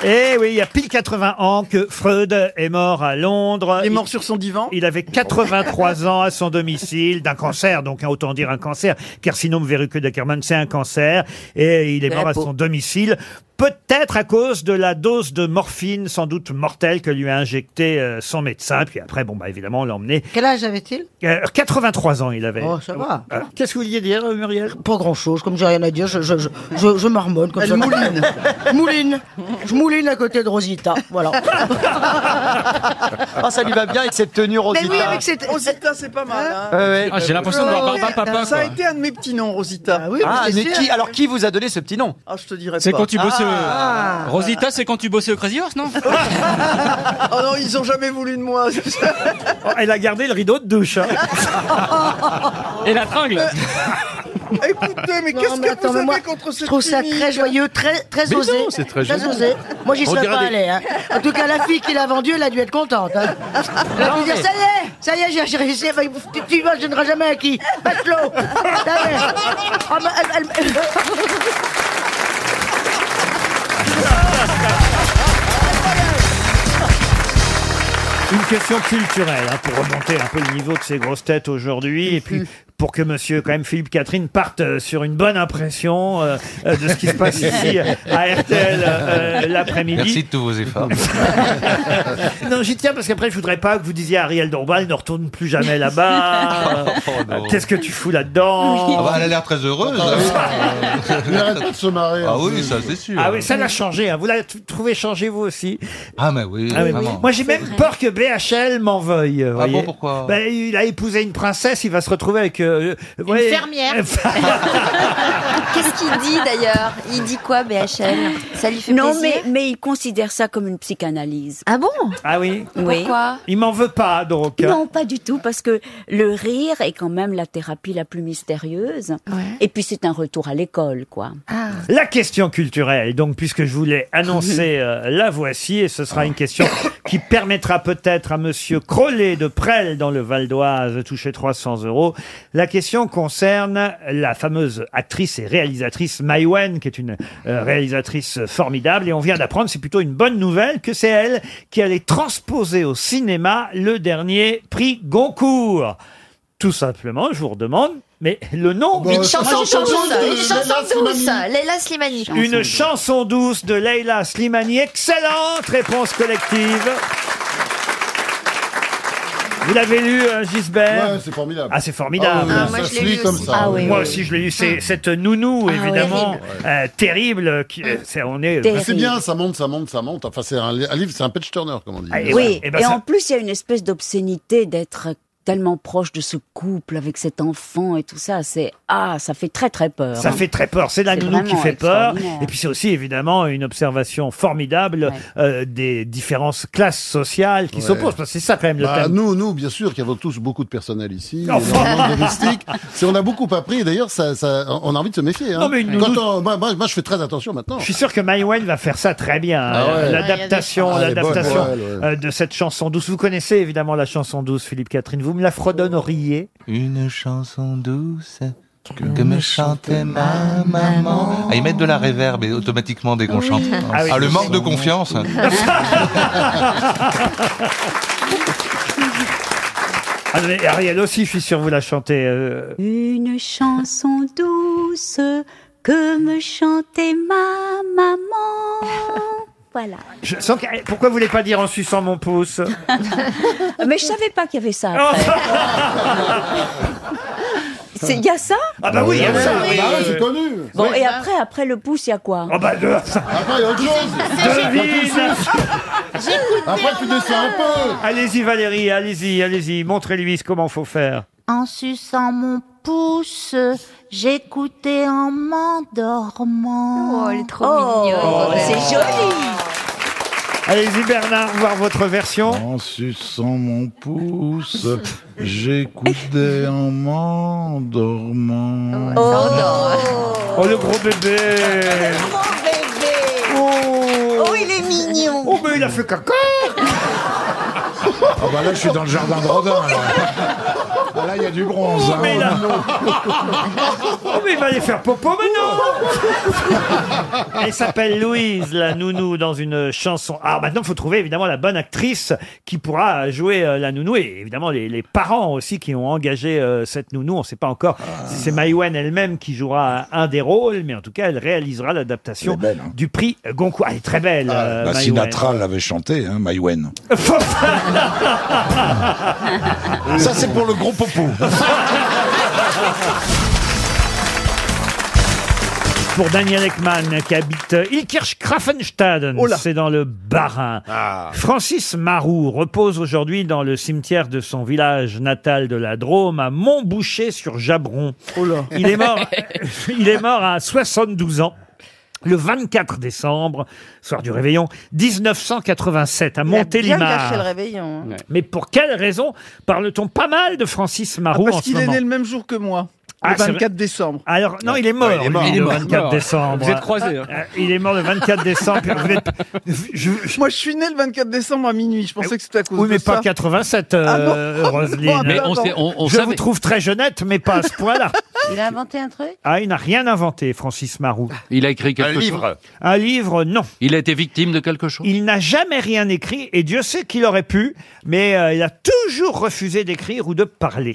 [SPEAKER 1] Eh oui, il y a pile 80 ans que Freud est mort à Londres. Il est mort
[SPEAKER 12] sur son divan
[SPEAKER 1] Il avait 83 ans à son domicile, d'un cancer, donc hein, autant dire un cancer. Carcinome verruqueux d'Ackermann, c'est un cancer. Et il est
[SPEAKER 12] De
[SPEAKER 1] mort
[SPEAKER 12] la
[SPEAKER 1] à
[SPEAKER 12] peau.
[SPEAKER 1] son domicile. Peut-être à cause de la dose de morphine, sans doute mortelle, que lui a injectée euh, son médecin. Puis après, bon, bah, évidemment, on l'a emmené.
[SPEAKER 12] Quel âge avait-il
[SPEAKER 1] Euh, 83 ans, il avait.
[SPEAKER 12] Oh, ça va.
[SPEAKER 1] Euh,
[SPEAKER 12] Qu'est-ce que vous vouliez dire, Muriel Pas grand-chose. Comme j'ai rien à dire, je, je, je, je, je marmonne comme
[SPEAKER 1] Elle
[SPEAKER 12] ça.
[SPEAKER 1] mouline.
[SPEAKER 12] mouline. Je mouline à côté de Rosita. Voilà.
[SPEAKER 15] Ah, ça lui va bien avec cette tenue Rosita.
[SPEAKER 12] Mais oui, avec cette.
[SPEAKER 2] Rosita, c'est pas mal. hein.
[SPEAKER 15] Ouais, ouais. Ah, j'ai l'impression de voir Barbara Papin,
[SPEAKER 2] Ça a
[SPEAKER 15] quoi.
[SPEAKER 2] été un de mes petits noms, Rosita. Ah,
[SPEAKER 15] oui, mais c'est sûr.
[SPEAKER 5] hein.
[SPEAKER 2] alors qui vous a donné ce petit nom Ah, je te dirais
[SPEAKER 18] C'est
[SPEAKER 2] pas.
[SPEAKER 18] quand tu bossais
[SPEAKER 2] Ah.
[SPEAKER 18] au... Rosita, c'est quand tu bossais au Crazy Horse, non
[SPEAKER 2] Oh non, ils ont jamais voulu de moi.
[SPEAKER 1] oh, elle a gardé le rideau de douche. hein.
[SPEAKER 18] Et la tringle
[SPEAKER 2] Écoutez, mais
[SPEAKER 12] Non,
[SPEAKER 2] qu'est-ce
[SPEAKER 12] mais
[SPEAKER 2] que
[SPEAKER 12] attends,
[SPEAKER 2] vous
[SPEAKER 12] mais
[SPEAKER 2] avez
[SPEAKER 12] moi,
[SPEAKER 2] contre ce
[SPEAKER 12] Je trouve ça très joyeux, très, très
[SPEAKER 2] Mais
[SPEAKER 12] osé.
[SPEAKER 2] non, c'est très joyeux.
[SPEAKER 12] osé. Moi, j'y
[SPEAKER 2] On
[SPEAKER 12] serais
[SPEAKER 2] dirait
[SPEAKER 12] pas
[SPEAKER 2] des-
[SPEAKER 12] allé. hein. En tout cas, la fille qui l'a vendue, elle a dû être contente. hein. Elle a
[SPEAKER 2] Non,
[SPEAKER 12] dû dire
[SPEAKER 2] mais-
[SPEAKER 12] Ça y est, ça y est, j'ai- j'ai réussi. Enfin, tu, tu vois, je ne serai jamais acquis. Matelot Ta mère. Oh, mais elle- elle-
[SPEAKER 1] Une question culturelle hein, pour remonter un peu le niveau de ces grosses têtes aujourd'hui et puis pour que Monsieur quand même Philippe Catherine parte euh, sur une bonne impression euh, euh, de ce qui se passe ici euh, à RTL euh, euh, l'après-midi.
[SPEAKER 19] Merci de tous vos efforts.
[SPEAKER 1] Non, j'y tiens parce qu'après je voudrais pas que vous disiez à Ariel Dombal ne retourne plus jamais là-bas. euh,
[SPEAKER 19] Oh, non.
[SPEAKER 1] Qu'est-ce que tu fous là-dedans
[SPEAKER 19] Ah bah, elle a l'air très heureuse.
[SPEAKER 1] Il arrête pas de
[SPEAKER 19] se marrer. Ah oui, ça c'est sûr.
[SPEAKER 1] Ah oui, ça l'a changé. hein. Vous l'avez t- trouvé changé vous aussi.
[SPEAKER 19] Ah mais oui,
[SPEAKER 1] Ah oui,
[SPEAKER 19] vraiment.
[SPEAKER 1] oui. Moi, j'ai même peur que BHL m'en veuille. vous
[SPEAKER 19] Ah bon,
[SPEAKER 1] voyez.
[SPEAKER 19] pourquoi
[SPEAKER 1] Ben, Il a épousé une princesse, il va se retrouver avec... euh, vous voyez-
[SPEAKER 22] Qu'est-ce qu'il dit d'ailleurs Il dit quoi, BHL Ça lui fait
[SPEAKER 6] non,
[SPEAKER 22] plaisir
[SPEAKER 6] mais, mais il considère ça comme une psychanalyse. Ah bon
[SPEAKER 1] Ah oui
[SPEAKER 6] Oui.
[SPEAKER 22] Pourquoi
[SPEAKER 1] Il m'en veut pas, donc.
[SPEAKER 6] Non, pas du tout, parce que le rire est quand même la thérapie la plus mystérieuse. Et puis c'est un retour à l'école, quoi.
[SPEAKER 1] La question culturelle, donc, puisque je voulais annoncer euh, la voici, et ce sera une question qui permettra peut-être à Monsieur Crollet de Presles, dans le Val d'Oise, de toucher 300 euros. La question concerne la fameuse actrice et réalisatrice Maïwen, qui est une euh, réalisatrice formidable, et on vient d'apprendre, c'est plutôt une bonne nouvelle, que c'est elle qui allait transposer au cinéma le dernier prix Goncourt. Tout simplement, je vous redemande, mais le nom...
[SPEAKER 22] Une chanson douce, une chanson douce, Leila Slimani.
[SPEAKER 1] Une chanson douce de Leila Slimani. Excellente réponse collective. Vous l'avez lu, euh, Gisbert
[SPEAKER 23] Ouais, c'est formidable.
[SPEAKER 1] Ah, c'est formidable.
[SPEAKER 23] Ah oui, Ah, moi, ça je l'ai se lit lu comme aussi. ça. Ah oui,
[SPEAKER 1] moi
[SPEAKER 23] oui,
[SPEAKER 1] aussi,
[SPEAKER 23] oui.
[SPEAKER 1] je l'ai lu. C'est cette nounou,
[SPEAKER 23] Ah,
[SPEAKER 1] évidemment,
[SPEAKER 23] horrible.
[SPEAKER 1] euh, terrible. euh, qui- euh, c'est- on est.
[SPEAKER 23] Mais C'est bien, ça monte, ça monte, ça monte. Enfin, c'est un, li- un livre, c'est un patch turner, comme on
[SPEAKER 1] Ah,
[SPEAKER 23] dit.
[SPEAKER 6] oui,
[SPEAKER 1] Eh ben,
[SPEAKER 6] et, en plus, il y a une espèce d'obscénité d'être tellement proche de ce couple avec cet enfant et tout ça. C'est ah, ça fait très très peur.
[SPEAKER 1] Ça fait très peur. C'est la nounou qui
[SPEAKER 6] vraiment
[SPEAKER 1] fait peur.
[SPEAKER 6] extraordinaire.
[SPEAKER 1] Et puis c'est aussi évidemment une observation formidable euh, des différentes classes sociales qui
[SPEAKER 23] Ouais.
[SPEAKER 1] s'opposent. Parce que c'est ça quand même le
[SPEAKER 23] Bah,
[SPEAKER 1] thème. Euh,
[SPEAKER 23] nous, nous, bien sûr, qu'il y a tous beaucoup de personnel ici,
[SPEAKER 1] Enfin.
[SPEAKER 23] énormément de domestiques. Si on a beaucoup appris, d'ailleurs, ça, ça, on a envie de se méfier. Hein.
[SPEAKER 1] Non, mais une
[SPEAKER 23] Quand
[SPEAKER 1] nounou-
[SPEAKER 23] on- moi, moi, moi, je fais très attention maintenant.
[SPEAKER 1] Je suis sûr que Maïwen va faire ça très bien.
[SPEAKER 23] Ah
[SPEAKER 1] hein.
[SPEAKER 23] ouais.
[SPEAKER 1] L'adaptation,
[SPEAKER 23] Ah, elle est bonne,
[SPEAKER 1] l'adaptation
[SPEAKER 23] ouais, elle, ouais.
[SPEAKER 1] euh, de cette chanson douce. Vous connaissez évidemment la chanson douce, Philippe Catherine. Vous me la fredonneriez.
[SPEAKER 10] Une chanson douce que me chantait ma maman. Ah, ils mettent de la réverb et automatiquement dès qu'on chante.
[SPEAKER 1] Ah oui.
[SPEAKER 10] Ah, le manque de confiance.
[SPEAKER 11] hein.
[SPEAKER 1] Ah, mais Ariel aussi, je suis sûr, vous la chantez. euh,
[SPEAKER 6] Une chanson douce que me chantait ma maman. Voilà.
[SPEAKER 1] Je sens que- Pourquoi vous voulez pas dire en suçant mon pouce
[SPEAKER 6] Ah, Mais je savais pas qu'il y avait ça. après. C'est- Il y a ça
[SPEAKER 1] Ah bah oui, il y a ça.
[SPEAKER 23] oui.
[SPEAKER 1] Bah ouais,
[SPEAKER 23] c'est connu.
[SPEAKER 6] Bon,
[SPEAKER 23] Oui.
[SPEAKER 6] et après, après le pouce, il y a quoi
[SPEAKER 1] Ah bah de...
[SPEAKER 23] Après, il y a autre chose. Après, tu descends un peu.
[SPEAKER 1] Allez-y Valérie, allez-y, allez-y, montrez-lui ce- comment faut faire.
[SPEAKER 11] En suçant mon pouce, j'écoutais en m'endormant. Oh, elle est trop mignonne.
[SPEAKER 1] Oh.
[SPEAKER 6] C'est joli.
[SPEAKER 1] Allez-y Bernard, voir votre version.
[SPEAKER 5] En suçant mon pouce, j'écoutais en m'endormant.
[SPEAKER 1] Oh le gros bébé
[SPEAKER 6] Oh, il est mignon.
[SPEAKER 1] Oh mais il a fait caca
[SPEAKER 5] Ah bah là, je suis dans le jardin de Rodin. alors. Ah là, il y a du bronze. hein.
[SPEAKER 1] mais là- Oh mais il va aller faire popo maintenant Elle s'appelle Louise, la nounou, dans une chanson. Alors maintenant, il faut trouver évidemment la bonne actrice qui pourra jouer euh, la nounou et évidemment les, les parents aussi qui ont engagé euh, cette nounou. On ne sait pas encore si c'est Maïwen elle-même qui jouera un des rôles, mais en tout cas, elle réalisera l'adaptation du prix Goncourt. Elle est très belle, euh,
[SPEAKER 5] Bah,
[SPEAKER 1] Maïwenn.
[SPEAKER 5] Sinatra l'avait chanté, hein, Maïwen.
[SPEAKER 1] Ah,
[SPEAKER 5] Ça, c'est pour le gros popo.
[SPEAKER 1] Pour Daniel Ekman, qui habite Ilkirch-Krafenstaden,
[SPEAKER 5] Oh
[SPEAKER 1] c'est dans le Bas-Rhin.
[SPEAKER 5] Ah.
[SPEAKER 1] Francis Marou repose aujourd'hui dans le cimetière de son village natal de la Drôme, à Montboucher sur Jabron. Il est mort, il est mort à 72 ans. Le 24 décembre, soir du réveillon, 1987, à
[SPEAKER 12] Bien
[SPEAKER 1] Montélimar.
[SPEAKER 12] gâché le réveillon. hein.
[SPEAKER 1] Mais pour quelle raison parle-t-on pas mal de Francis
[SPEAKER 17] Ah,
[SPEAKER 1] Marou en
[SPEAKER 17] parce
[SPEAKER 1] ce
[SPEAKER 17] qu'il est
[SPEAKER 1] moment
[SPEAKER 17] né le même jour que moi.
[SPEAKER 1] Ah,
[SPEAKER 17] le
[SPEAKER 1] c'est vrai.
[SPEAKER 17] 24 décembre.
[SPEAKER 1] Alors, non, il est mort,
[SPEAKER 17] Ouais, il est mort.
[SPEAKER 1] lui,
[SPEAKER 17] Il est
[SPEAKER 1] le
[SPEAKER 17] mort.
[SPEAKER 1] 24
[SPEAKER 17] Mort.
[SPEAKER 1] décembre.
[SPEAKER 17] Vous êtes croisés, hein.
[SPEAKER 1] Euh, Il est mort le 24 décembre. Vous êtes-
[SPEAKER 17] Moi, je suis né le 24 décembre à minuit. Je pensais que c'était à cause
[SPEAKER 1] Eh, Oui,
[SPEAKER 17] de
[SPEAKER 1] mais
[SPEAKER 17] ça.
[SPEAKER 1] pas 87,
[SPEAKER 17] Ah non. ben,
[SPEAKER 1] euh, Roselyne.
[SPEAKER 17] Non, Mais on non. sait- on- on
[SPEAKER 1] Je vous
[SPEAKER 17] savait.
[SPEAKER 1] trouve très jeunette, mais pas à ce point-là.
[SPEAKER 12] Il a inventé un truc
[SPEAKER 1] Ah, il n'a rien inventé, Francis Marou.
[SPEAKER 19] Il a écrit quelque
[SPEAKER 1] Un
[SPEAKER 19] chose.
[SPEAKER 1] livre. Un livre, non.
[SPEAKER 19] Il a été victime de quelque chose.
[SPEAKER 1] Il n'a jamais rien écrit, et Dieu sait qu'il aurait pu, mais euh, il a toujours refusé d'écrire ou de parler.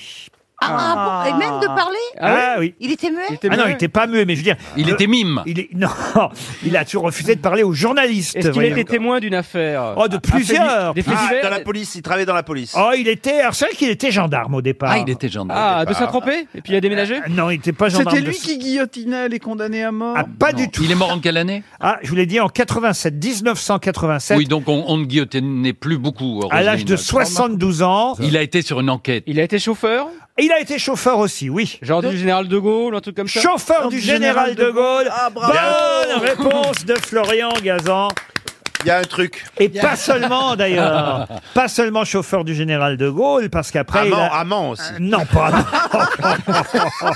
[SPEAKER 11] Ah, bon, et même de parler
[SPEAKER 1] Ah oui.
[SPEAKER 11] Il était muet
[SPEAKER 1] ah non, il n'était pas muet, mais je veux dire. Il était mime. Il est, non, il a toujours refusé de parler aux journalistes.
[SPEAKER 18] Est-ce qu'il
[SPEAKER 1] voyez.
[SPEAKER 18] était témoin d'une affaire
[SPEAKER 1] Oh, de
[SPEAKER 18] Un fait
[SPEAKER 1] plusieurs.
[SPEAKER 18] di- Des faits
[SPEAKER 1] Ah,
[SPEAKER 18] divers
[SPEAKER 1] dans la
[SPEAKER 20] police, il travaillait dans la police.
[SPEAKER 1] Oh, il était. Alors, c'est vrai qu'il était gendarme au départ. Ah,
[SPEAKER 19] Ah, il était gendarme.
[SPEAKER 17] Ah, de Saint-Tropez Et puis il a déménagé
[SPEAKER 1] Non, il n'était pas gendarme.
[SPEAKER 17] C'était
[SPEAKER 1] de
[SPEAKER 17] lui qui guillotinait les condamnés à mort.
[SPEAKER 1] Ah, pas du tout.
[SPEAKER 19] Il est mort en quelle année
[SPEAKER 1] Ah, je vous l'ai dit, en 87, 1987,
[SPEAKER 19] Oui, donc on, on ne guillotinait plus beaucoup.
[SPEAKER 1] à l'âge de
[SPEAKER 19] Roselyne.
[SPEAKER 1] 72 ans.
[SPEAKER 19] Il a été sur une enquête.
[SPEAKER 18] Il a été chauffeur
[SPEAKER 1] Il a été chauffeur aussi, oui.
[SPEAKER 18] Genre du général de Gaulle, un truc comme ça
[SPEAKER 1] Chauffeur du général de Gaulle.
[SPEAKER 18] Ah, bravo
[SPEAKER 1] Bonne réponse de Florian Gazan.
[SPEAKER 20] Il y a un truc.
[SPEAKER 1] Et pas seulement d'ailleurs, pas seulement chauffeur du général de Gaulle, parce qu'après il
[SPEAKER 20] Amant,
[SPEAKER 1] a-
[SPEAKER 20] amant aussi.
[SPEAKER 1] Euh, non pas. amant.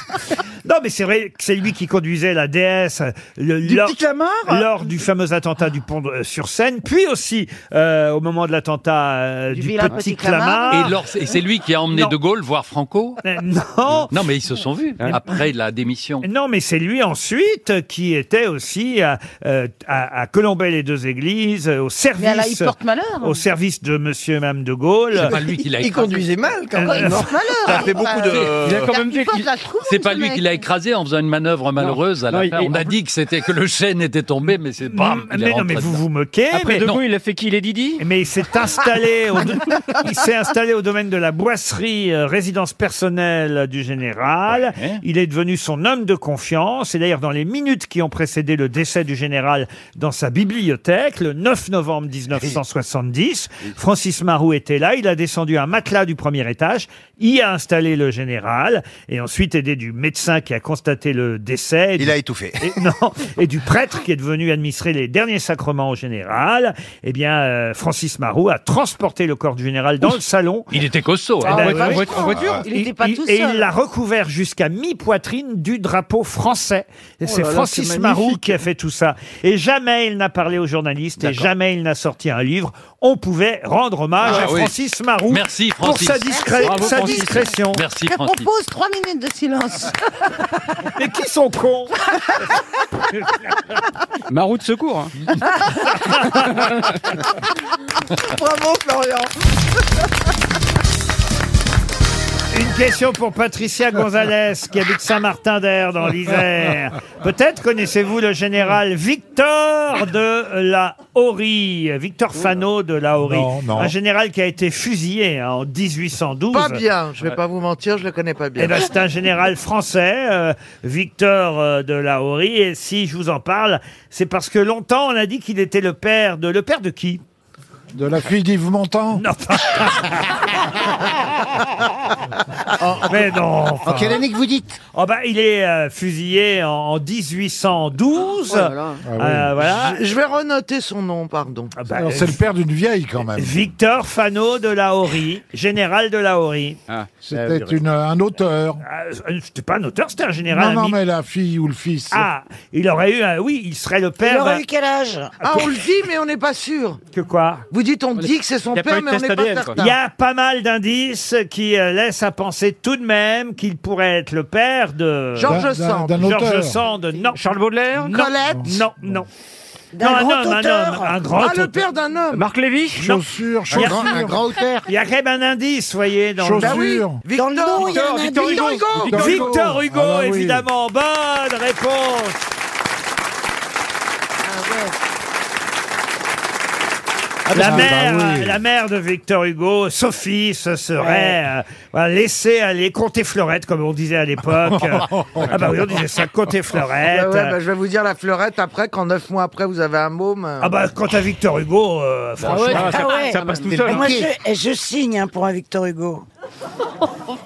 [SPEAKER 1] non mais c'est vrai que c'est lui qui conduisait la DS le, lors, lors du fameux attentat du pont de- euh, sur Seine, puis aussi euh, au moment de l'attentat euh, du, petit, Clamart.
[SPEAKER 19] Et, lors- et c'est lui qui a emmené
[SPEAKER 1] Non.
[SPEAKER 19] De Gaulle voir Franco
[SPEAKER 1] Euh,
[SPEAKER 19] Euh,
[SPEAKER 1] Non Euh,
[SPEAKER 19] Non, mais ils se sont vus après la démission.
[SPEAKER 1] Non, mais c'est lui ensuite euh, qui était aussi à, euh, à, à Colombay-les-Deux-Églises, euh, au service.
[SPEAKER 12] Mais là, il porte malheur.
[SPEAKER 1] Au service de Monsieur et Mme de Gaulle.
[SPEAKER 20] C'est pas lui qui l'a Il écrasé.
[SPEAKER 17] conduisait mal,
[SPEAKER 19] Euh,
[SPEAKER 20] quand même. Il porte malheur. Ça fait beaucoup de- Il a quand même
[SPEAKER 12] Il porte la trouille,
[SPEAKER 19] C'est pas
[SPEAKER 12] ce
[SPEAKER 19] lui
[SPEAKER 12] mec.
[SPEAKER 19] qui l'a écrasé en faisant une manœuvre malheureuse à la
[SPEAKER 1] Non, il-
[SPEAKER 19] fin.
[SPEAKER 1] il-
[SPEAKER 19] On a dit que c'était que le chêne était tombé, mais c'est pas.
[SPEAKER 1] Mm, mais non, mais vous vous moquez.
[SPEAKER 19] Après
[SPEAKER 1] mais
[SPEAKER 19] deux
[SPEAKER 1] non.
[SPEAKER 19] coups, il a fait qui, les Didi
[SPEAKER 1] Mais il s'est installé, au, il s'est installé au domaine de la boisserie, euh, résidence personnelle du général. Il est devenu son homme de confiance. Et d'ailleurs, dans les minutes qui ont précédé le décès du général dans sa bibliothèque, le 9 novembre 1970, Francis Marou était là. Il a descendu un matelas du premier étage, y a installé le général, et ensuite aidé du médecin qui a constaté le décès. Il a étouffé. Et, non, et du prêtre qui est devenu administrer les derniers sacrements au général. Eh bien, euh, Francis Marou a transporté le corps du général dans le salon.
[SPEAKER 19] Il était costaud. hein.
[SPEAKER 1] Ah, bah,
[SPEAKER 19] En
[SPEAKER 1] oui.
[SPEAKER 19] voiture- en voiture
[SPEAKER 1] Il- il- Et il l'a recouvert jusqu'à mi-poitrine du drapeau français. Et
[SPEAKER 19] Oh
[SPEAKER 1] c'est
[SPEAKER 19] là là,
[SPEAKER 1] Francis
[SPEAKER 19] c'est
[SPEAKER 1] Marou
[SPEAKER 19] magnifique.
[SPEAKER 1] qui a fait tout ça. Et jamais il n'a parlé aux journalistes et
[SPEAKER 19] D'accord.
[SPEAKER 1] jamais il n'a sorti un livre. On pouvait rendre hommage
[SPEAKER 19] Ah
[SPEAKER 1] à
[SPEAKER 19] oui.
[SPEAKER 1] Francis Marou
[SPEAKER 19] Merci,
[SPEAKER 1] pour
[SPEAKER 19] Francis.
[SPEAKER 1] sa, discré-
[SPEAKER 19] Bravo,
[SPEAKER 1] sa
[SPEAKER 19] Francis.
[SPEAKER 1] discrétion.
[SPEAKER 19] Merci,
[SPEAKER 24] Je propose trois minutes de silence.
[SPEAKER 1] Mais qui sont cons
[SPEAKER 18] Ma roue de secours. hein.
[SPEAKER 2] Bravo, Florian.
[SPEAKER 1] Une question pour Patricia Gonzalez, qui habite Saint-Martin-d'Air dans l'Isère. Peut-être connaissez-vous le général Victor de la Horie, Victor Fano de la Horie.
[SPEAKER 2] Non, non.
[SPEAKER 1] Un général qui a été fusillé hein, en 1812.
[SPEAKER 2] Pas bien, je vais pas vous mentir, je le connais pas bien.
[SPEAKER 1] Eh ben, c'est un général français, euh, Victor euh, de la Horie. Et si je vous en parle, c'est parce que longtemps on a dit qu'il était le père de le père de qui De la fille d'Yves Montand. Non. Oh, mais non.
[SPEAKER 15] En quelle année que vous dites
[SPEAKER 1] Oh bah, il est euh, fusillé en, en 1812.
[SPEAKER 2] Oh là là.
[SPEAKER 1] Euh, voilà.
[SPEAKER 2] Je, je vais renoter son nom, pardon.
[SPEAKER 1] Alors, c'est le
[SPEAKER 2] père d'une vieille quand même.
[SPEAKER 1] Victor Fano de la Horie, général de la Horie.
[SPEAKER 23] C'était une- Euh, un auteur.
[SPEAKER 1] Ah, euh, C'était pas un auteur, c'était un général.
[SPEAKER 23] Non, non,
[SPEAKER 1] ami-
[SPEAKER 23] mais la fille ou le fils.
[SPEAKER 1] Ah, il aurait eu un... Oui, il serait le père...
[SPEAKER 2] quel âge Ah, on le dit, mais on n'est pas sûr.
[SPEAKER 1] Que quoi
[SPEAKER 2] Vous dites, on dit que c'est son
[SPEAKER 1] Il y a pas
[SPEAKER 2] père,
[SPEAKER 1] eu de
[SPEAKER 2] mais on
[SPEAKER 1] test
[SPEAKER 2] n'est pas
[SPEAKER 1] ADN,
[SPEAKER 2] certain.
[SPEAKER 1] Il y a pas mal d'indices qui euh, laissent à penser tout de même qu'il pourrait être le père de...
[SPEAKER 2] Georges D'un- d'un- Sand. d'un
[SPEAKER 1] Georges
[SPEAKER 2] auteur.
[SPEAKER 1] Sand, non. Charles Baudelaire non.
[SPEAKER 2] Colette
[SPEAKER 1] Non, non.
[SPEAKER 2] D'un
[SPEAKER 1] non, un
[SPEAKER 2] grand
[SPEAKER 1] homme, un
[SPEAKER 2] auteur.
[SPEAKER 1] homme, un grand
[SPEAKER 2] Ah, le père d'un homme. Marc Lévy
[SPEAKER 1] Non.
[SPEAKER 2] Chaussures,
[SPEAKER 1] Il y a-
[SPEAKER 2] chaussures. Un grand auteur.
[SPEAKER 1] Il y a quand même un indice, vous voyez. Dans
[SPEAKER 2] Chaussures. Bah oui, Victor- Dans le nom, il y a un Victor indice.
[SPEAKER 1] Victor
[SPEAKER 2] Hugo.
[SPEAKER 1] Hugo,
[SPEAKER 2] Victor Hugo.
[SPEAKER 1] Victor Hugo,
[SPEAKER 2] Ah bah oui.
[SPEAKER 1] évidemment. Bonne réponse.
[SPEAKER 2] Ah,
[SPEAKER 1] la,
[SPEAKER 2] bah
[SPEAKER 1] mère,
[SPEAKER 2] oui.
[SPEAKER 1] la mère de Victor Hugo, Sophie, se serait
[SPEAKER 2] Ouais.
[SPEAKER 1] euh, voilà, laissée aller compter fleurette, comme on disait à l'époque. ah bah oui, on disait ça, compter fleurette.
[SPEAKER 2] Ouais, ouais, bah, je vais vous dire la fleurette après, quand neuf mois après vous avez un môme. euh,
[SPEAKER 1] Ah bah quant à Victor Hugo, euh, franchement, hein.
[SPEAKER 24] Moi, je, je signe hein, pour un Victor Hugo.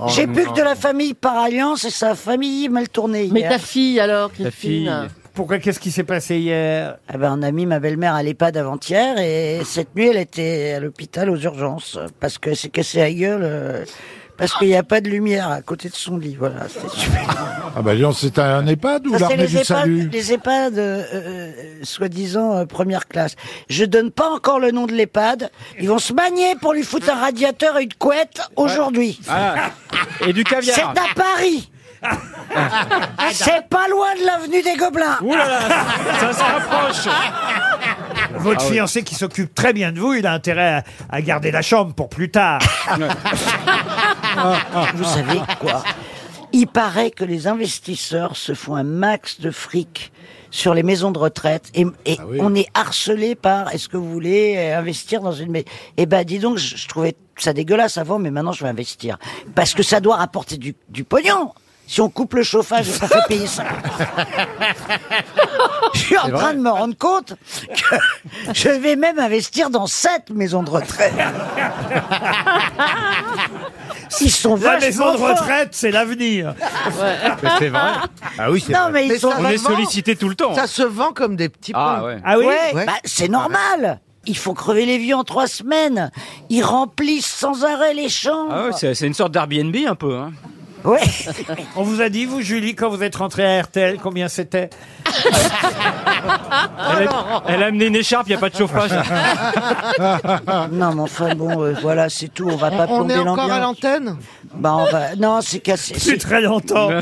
[SPEAKER 24] J'ai
[SPEAKER 1] Oh,
[SPEAKER 24] plus
[SPEAKER 1] non.
[SPEAKER 24] que de la famille par alliance et sa famille mal tournée.
[SPEAKER 14] Mais
[SPEAKER 24] hier.
[SPEAKER 14] ta fille, alors, Christine
[SPEAKER 1] Pourquoi Qu'est-ce qui s'est passé hier
[SPEAKER 24] eh ben, On a mis ma belle-mère à l'EHPAD avant-hier et cette nuit, elle était à l'hôpital aux urgences parce que c'est cassé la gueule. euh, Parce qu'il n'y a pas de lumière à côté de son lit, voilà. c'est super.
[SPEAKER 23] Ah bah dis donc, c'était un EHPAD ou
[SPEAKER 24] Ça, Ah, c'est
[SPEAKER 23] l'armée
[SPEAKER 24] les
[SPEAKER 23] du salut
[SPEAKER 24] EHPAD, les EHPAD euh, euh, euh, soi-disant euh, première classe. Je donne pas encore le nom de l'EHPAD. Ils vont se manier pour lui foutre un radiateur et une couette aujourd'hui.
[SPEAKER 17] Ah. Et du caviar. Ah.
[SPEAKER 24] C'est à Paris. C'est pas loin de l'avenue des Gobelins.
[SPEAKER 17] Ouh là là, ça se rapproche.
[SPEAKER 1] votre
[SPEAKER 17] Ah ouais.
[SPEAKER 1] fiancé qui s'occupe très bien de vous, il a intérêt à, à garder la chambre pour plus tard.
[SPEAKER 24] Vous savez quoi Il paraît que les investisseurs se font un max de fric sur les maisons de retraite et, et
[SPEAKER 1] Ah
[SPEAKER 24] on est harcelé par est-ce que vous voulez euh, investir dans une mais eh ben dis donc je, je trouvais ça dégueulasse avant mais maintenant je vais investir parce que ça doit rapporter du, du pognon si on coupe le chauffage et qu'on fait payer ça je suis en
[SPEAKER 17] C'est
[SPEAKER 24] train
[SPEAKER 17] vrai.
[SPEAKER 24] de me rendre compte que je vais même investir dans cette maison de retraite ils sont
[SPEAKER 1] La
[SPEAKER 24] vachement
[SPEAKER 1] maison de
[SPEAKER 24] forts.
[SPEAKER 1] retraite, c'est l'avenir.
[SPEAKER 24] Mais c'est vrai.
[SPEAKER 1] Ah oui,
[SPEAKER 24] Non, mais ils sont
[SPEAKER 2] ça se vend-
[SPEAKER 3] hein.
[SPEAKER 2] Ça se vend comme des petits pains.
[SPEAKER 24] Ah oui Bah, C'est normal. Il faut crever les vieux en trois semaines. Ils remplissent sans arrêt les chambres.
[SPEAKER 18] Ah ouais, c'est c'est une sorte d'Airbnb un peu. Hein.
[SPEAKER 24] Ouais.
[SPEAKER 1] On vous a dit, vous, Julie, quand vous êtes rentrée à RTL, combien c'était
[SPEAKER 18] Elle, a, elle a amené une écharpe, il n'y a pas de chauffage.
[SPEAKER 24] Ah non, mais enfin bon, euh, voilà, c'est tout. On va pas
[SPEAKER 2] On
[SPEAKER 24] plomber
[SPEAKER 2] est encore à
[SPEAKER 24] l'ambiance.
[SPEAKER 2] l'antenne
[SPEAKER 24] Bah, on va. Non, c'est cassé.
[SPEAKER 1] C'est très longtemps.
[SPEAKER 2] Ah,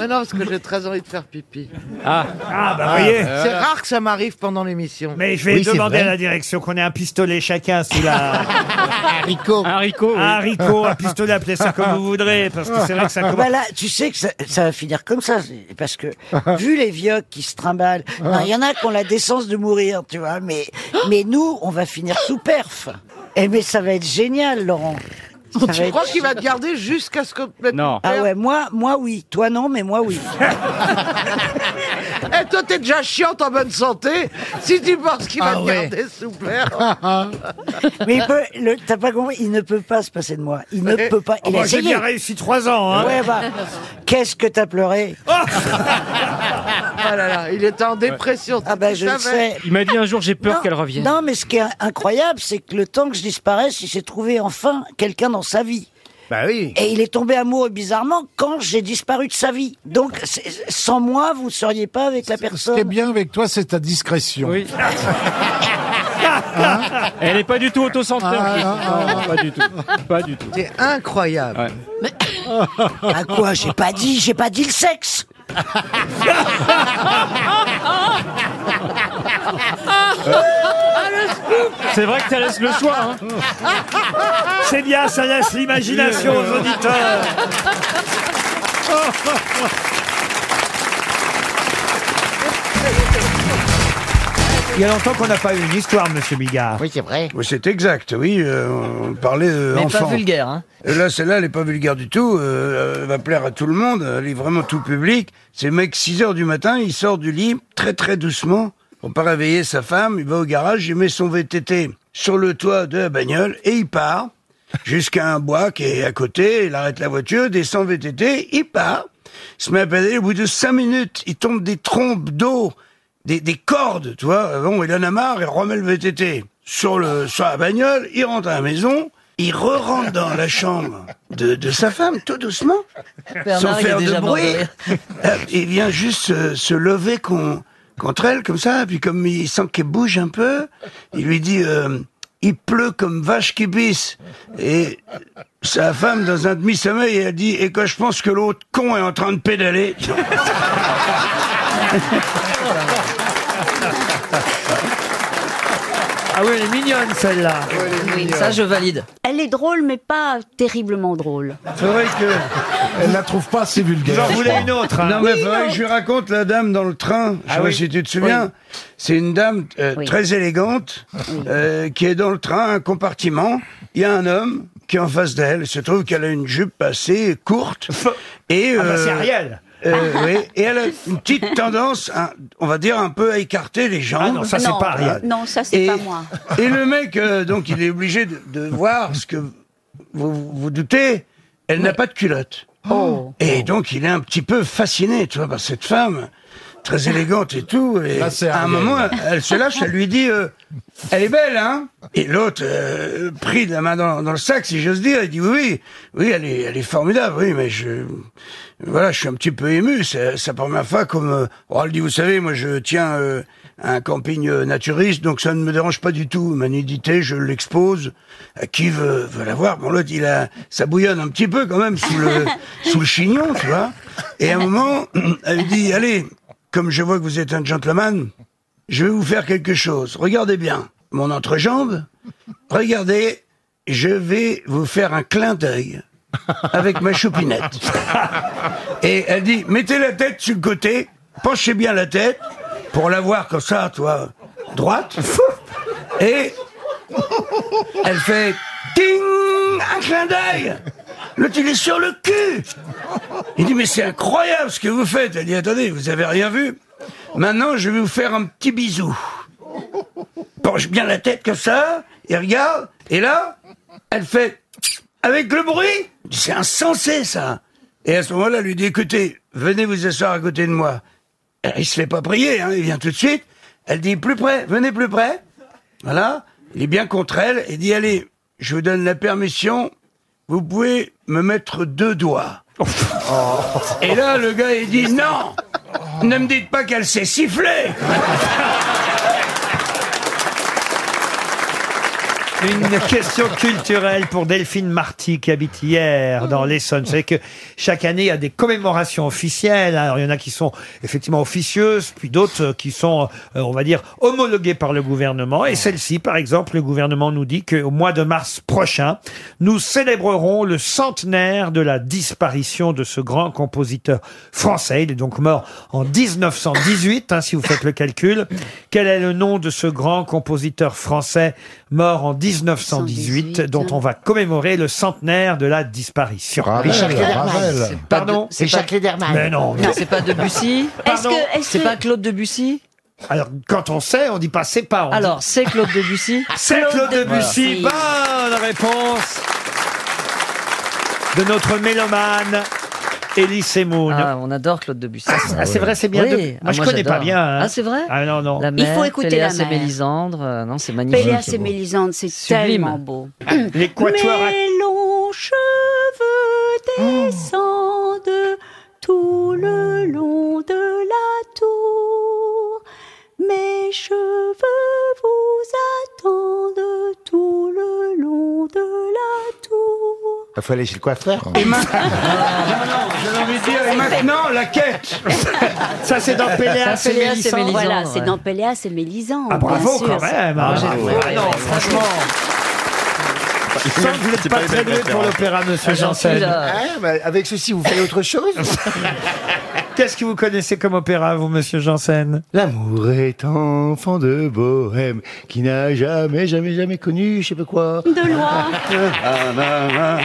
[SPEAKER 2] Mais non, parce que j'ai très envie de faire pipi.
[SPEAKER 1] Ah, bah voyez.
[SPEAKER 2] C'est rare que ça m'arrive pendant l'émission.
[SPEAKER 1] Mais je vais demander à la direction qu'on ait un pistolet chacun sous la.
[SPEAKER 15] haricot.
[SPEAKER 1] haricot. Un haricot, un pistolet, appelez ça comme vous voudrez, parce que c'est vrai que ça commence.
[SPEAKER 24] Bah là, tu sais que ça, ça va finir comme ça, c'est- parce que vu les vieux qui se trimballent, non, il y en a qui ont la décence de mourir, tu vois, mais, mais nous, on va finir sous perf. Eh mais ça va être génial, Laurent. Ça va
[SPEAKER 2] Tu
[SPEAKER 24] être-
[SPEAKER 2] crois qu'il va te garder jusqu'à ce que...
[SPEAKER 24] Non. Ah ouais, moi, moi oui. Toi non, mais moi oui.
[SPEAKER 2] Eh, toi, t'es déjà chiante en bonne santé si tu penses qu'il va
[SPEAKER 24] Ah
[SPEAKER 2] te
[SPEAKER 24] ouais.
[SPEAKER 2] garder sous verre.
[SPEAKER 24] mais il peut, le- t'as pas compris, il ne peut pas se passer de moi. Il ne
[SPEAKER 2] Euh,
[SPEAKER 1] Eh,
[SPEAKER 24] peut pas.
[SPEAKER 1] oh
[SPEAKER 24] Il
[SPEAKER 1] bah,
[SPEAKER 24] a
[SPEAKER 1] j'ai
[SPEAKER 24] essayé.
[SPEAKER 1] bien réussi trois ans, hein.
[SPEAKER 24] Ouais, bah, qu'est-ce que t'as pleuré
[SPEAKER 2] Ah là là, il était en dépression.
[SPEAKER 24] Ah bah, je le sais.
[SPEAKER 18] Il m'a dit un jour, j'ai peur
[SPEAKER 24] Non,
[SPEAKER 18] qu'elle revienne.
[SPEAKER 24] Non, mais ce qui est incroyable, c'est que le temps que je disparaisse, il s'est trouvé enfin quelqu'un dans sa vie.
[SPEAKER 15] Bah oui.
[SPEAKER 24] Et il est tombé amoureux bizarrement quand j'ai disparu de sa vie. Donc, c'est- sans moi, vous ne seriez pas avec la personne.
[SPEAKER 26] Ce qui est bien avec toi, c'est ta discrétion.
[SPEAKER 18] Oui. Elle n'est pas du tout autocentrée. en
[SPEAKER 24] Ah,
[SPEAKER 1] hein.
[SPEAKER 18] plus. Non, non, pas du tout. Pas du tout.
[SPEAKER 2] C'est incroyable.
[SPEAKER 24] À quoi J'ai pas dit, j'ai pas dit le sexe.
[SPEAKER 3] Ah,
[SPEAKER 18] C'est vrai que ça laisse le choix. hein.
[SPEAKER 1] C'est bien, ça laisse l'imagination aux auditeurs. Il y a longtemps qu'on n'a pas eu une histoire, monsieur Bigard.
[SPEAKER 27] Oui, c'est vrai.
[SPEAKER 26] Oui, c'est exact, oui. euh, on parlait euh,
[SPEAKER 27] Mais pas
[SPEAKER 26] enfant.
[SPEAKER 27] vulgaire, hein.
[SPEAKER 26] Et là, celle-là, elle n'est pas vulgaire du tout. euh, elle va plaire à tout le monde. Elle est vraiment tout public. C'est le mec, 6 heures du matin, il sort du lit, très très doucement, pour pas réveiller sa femme. Il va au garage, il met son VTT sur le toit de la bagnole et il part jusqu'à un bois qui est à côté. Il arrête la voiture, descend VTT, il part. Il se met à pédaler. Au bout de 5 minutes, il tombe des trompes d'eau des, des cordes, tu vois. Bon, il en a marre, il remet le VTT sur, le, sur la bagnole, il rentre à la maison, il re-rentre dans la chambre de, de sa femme, tout doucement,
[SPEAKER 27] Bernard, il
[SPEAKER 26] sans
[SPEAKER 27] est
[SPEAKER 26] faire de
[SPEAKER 27] déjà mort de
[SPEAKER 26] bruit. Euh, il vient juste se, se lever con- contre elle, comme ça, puis comme il sent qu'elle bouge un peu, il lui dit... euh, il pleut comme vache qui pisse. Et sa femme, dans un demi-sommeil, elle dit, et que je pense que l'autre con est en train de pédaler.
[SPEAKER 1] Ah oui, elle est mignonne celle-là.
[SPEAKER 27] Oui, ça, je valide.
[SPEAKER 6] Elle est drôle, mais pas terriblement drôle.
[SPEAKER 26] C'est vrai que
[SPEAKER 27] Elle la trouve pas assez vulgaire.
[SPEAKER 26] Vous en voulez une autre
[SPEAKER 27] hein.
[SPEAKER 26] Non, mais
[SPEAKER 27] Oui,
[SPEAKER 26] faudrait
[SPEAKER 27] non.
[SPEAKER 26] que je lui raconte la dame dans le train. Je
[SPEAKER 27] Ah
[SPEAKER 26] sais pas
[SPEAKER 27] oui.
[SPEAKER 26] si tu te souviens.
[SPEAKER 27] Oui.
[SPEAKER 26] C'est une dame euh,
[SPEAKER 27] Oui.
[SPEAKER 26] très élégante euh, qui est dans le train, un compartiment. Il y a un homme qui est en face d'elle. Il se trouve qu'elle a une jupe assez courte. Et,
[SPEAKER 1] Ah bah, c'est
[SPEAKER 26] euh,
[SPEAKER 1] Ariel.
[SPEAKER 26] euh, oui, et elle a une petite tendance, à- on va dire, un peu à écarter les jambes.
[SPEAKER 1] Ah non, ça, c'est pas Ariel.
[SPEAKER 6] Non, ça c'est
[SPEAKER 26] Et-
[SPEAKER 6] pas moi.
[SPEAKER 26] Et le mec, euh, donc, il est obligé de, de voir ce que vous vous doutez. Elle n'a pas de culotte. Et donc, il est un petit peu fasciné, tu vois, par cette femme très élégante et tout. Et
[SPEAKER 20] Là, c'est
[SPEAKER 26] à un
[SPEAKER 20] Ariel.
[SPEAKER 26] moment, elle, elle se lâche, elle lui dit, euh, elle est belle, hein Et l'autre, euh, pris de la main dans, dans le sac, si j'ose dire, il dit, oui, oui, oui, elle est, elle est formidable, oui, mais je, voilà, je suis un petit peu ému. C'est c'est la première fois comme, euh, oh, elle dit, vous savez, moi, je tiens euh, un camping euh, naturiste, donc ça ne me dérange pas du tout. Ma nudité, je l'expose à qui veut, veut la voir. Bon, l'autre, il a, ça bouillonne un petit peu quand même sous le, sous le chignon, tu vois. Et à un moment, elle lui dit, allez, comme je vois que vous êtes un gentleman, je vais vous faire quelque chose. Regardez bien mon entrejambe. Regardez, je vais vous faire un clin d'œil avec ma choupinette. Et elle dit, mettez la tête sur le côté, penchez bien la tête pour la voir comme ça, toi, droite. Et elle fait ting, un clin d'œil. L'autre, il est sur le cul. Il dit, mais c'est incroyable ce que vous faites. Elle dit, attendez, vous avez rien vu. Maintenant, je vais vous faire un petit bisou. Penche bien la tête comme ça, et regarde. Et là, elle fait avec le bruit. C'est insensé, ça. Et à ce moment-là, elle lui dit, écoutez, venez vous asseoir à côté de moi. Alors, Il se fait pas prier, hein, il vient tout de suite. Elle dit, plus près, venez plus près. Voilà. Il est bien contre elle et dit, allez, je vous donne la permission. Vous pouvez me mettre deux doigts. Et là, le gars, il dit, non! Ne me dites pas qu'elle s'est sifflée!
[SPEAKER 1] Une question culturelle pour Delphine Marty qui habite hier dans l'Essonne. Vous savez que chaque année, il y a des commémorations officielles. Alors, il y en a qui sont effectivement officieuses, puis d'autres euh, qui sont, euh, on va dire, homologuées par le gouvernement. Et celle-ci, par exemple, le gouvernement nous dit qu'au mois de mars prochain, nous célébrerons le centenaire de la disparition de ce grand compositeur français. Il est donc mort en 1918, hein, si vous faites le calcul. Quel est le nom de ce grand compositeur français mort en 1918, dont on va commémorer le centenaire de la disparition
[SPEAKER 23] Richard Ravel. Ravel.
[SPEAKER 27] C'est pas de-
[SPEAKER 1] Pardon
[SPEAKER 27] c'est Richard pas- Cléderman.
[SPEAKER 1] Mais non.
[SPEAKER 27] Non, c'est pas Debussy. Est-ce que- est-ce C'est que- pas
[SPEAKER 1] Claude Debussy alors, quand on sait, on dit pas c'est pas. Alors, c'est Claude Debussy Ah, C'est Claude
[SPEAKER 27] Claude
[SPEAKER 1] Debussy,
[SPEAKER 27] Debussy.
[SPEAKER 1] bonne réponse de notre mélomane, Elie Semoun.
[SPEAKER 27] Ah, on adore Claude Debussy.
[SPEAKER 1] ah, c'est vrai, c'est bien
[SPEAKER 27] Oui,
[SPEAKER 1] de-
[SPEAKER 27] ah,
[SPEAKER 1] moi, je connais
[SPEAKER 27] j'adore.
[SPEAKER 1] pas bien, hein.
[SPEAKER 27] Ah, c'est vrai
[SPEAKER 1] Ah, non, non.
[SPEAKER 27] La
[SPEAKER 1] Il faut
[SPEAKER 27] mer,
[SPEAKER 1] écouter
[SPEAKER 27] Péléas
[SPEAKER 1] la
[SPEAKER 27] et
[SPEAKER 1] mer.
[SPEAKER 27] Mélizandre. euh, non, c'est magnifique.
[SPEAKER 6] Péléas
[SPEAKER 27] c'est
[SPEAKER 6] et
[SPEAKER 27] beau.
[SPEAKER 6] Mélisande, c'est
[SPEAKER 27] Sublime.
[SPEAKER 6] tellement beau.
[SPEAKER 27] L'équatoire a-
[SPEAKER 6] Mes longs cheveux descendent tout le long de la tour. Mes cheveux vous attendent tout le long de la tour.
[SPEAKER 15] Il faut aller chez le coiffeur.
[SPEAKER 26] J'ai envie de dire, et maintenant, la quête
[SPEAKER 1] Ça, c'est dans
[SPEAKER 26] Péléas et Mélisande.
[SPEAKER 5] hein,
[SPEAKER 6] Voilà,
[SPEAKER 26] ouais.
[SPEAKER 6] c'est
[SPEAKER 5] Ah,
[SPEAKER 6] dans Péléas et Mélisande.
[SPEAKER 1] Ah, bravo
[SPEAKER 6] bien sûr.
[SPEAKER 1] quand même hein.
[SPEAKER 27] Ah,
[SPEAKER 1] Bravo.
[SPEAKER 27] ouais,
[SPEAKER 1] Ah, non,
[SPEAKER 27] ouais,
[SPEAKER 1] franchement. Je sens que vous n'êtes pas très doué pour l'opéra, monsieur
[SPEAKER 15] Ah, j'en suis
[SPEAKER 1] Janssen.
[SPEAKER 15] là.
[SPEAKER 1] Hein, bah, avec ceci, vous faites autre chose Qu'est-ce que vous connaissez comme opéra, vous, monsieur Janssen
[SPEAKER 15] L'amour est enfant de bohème qui n'a jamais, jamais, jamais connu, je sais pas quoi.
[SPEAKER 6] De loi.
[SPEAKER 15] Ah, ah, ah.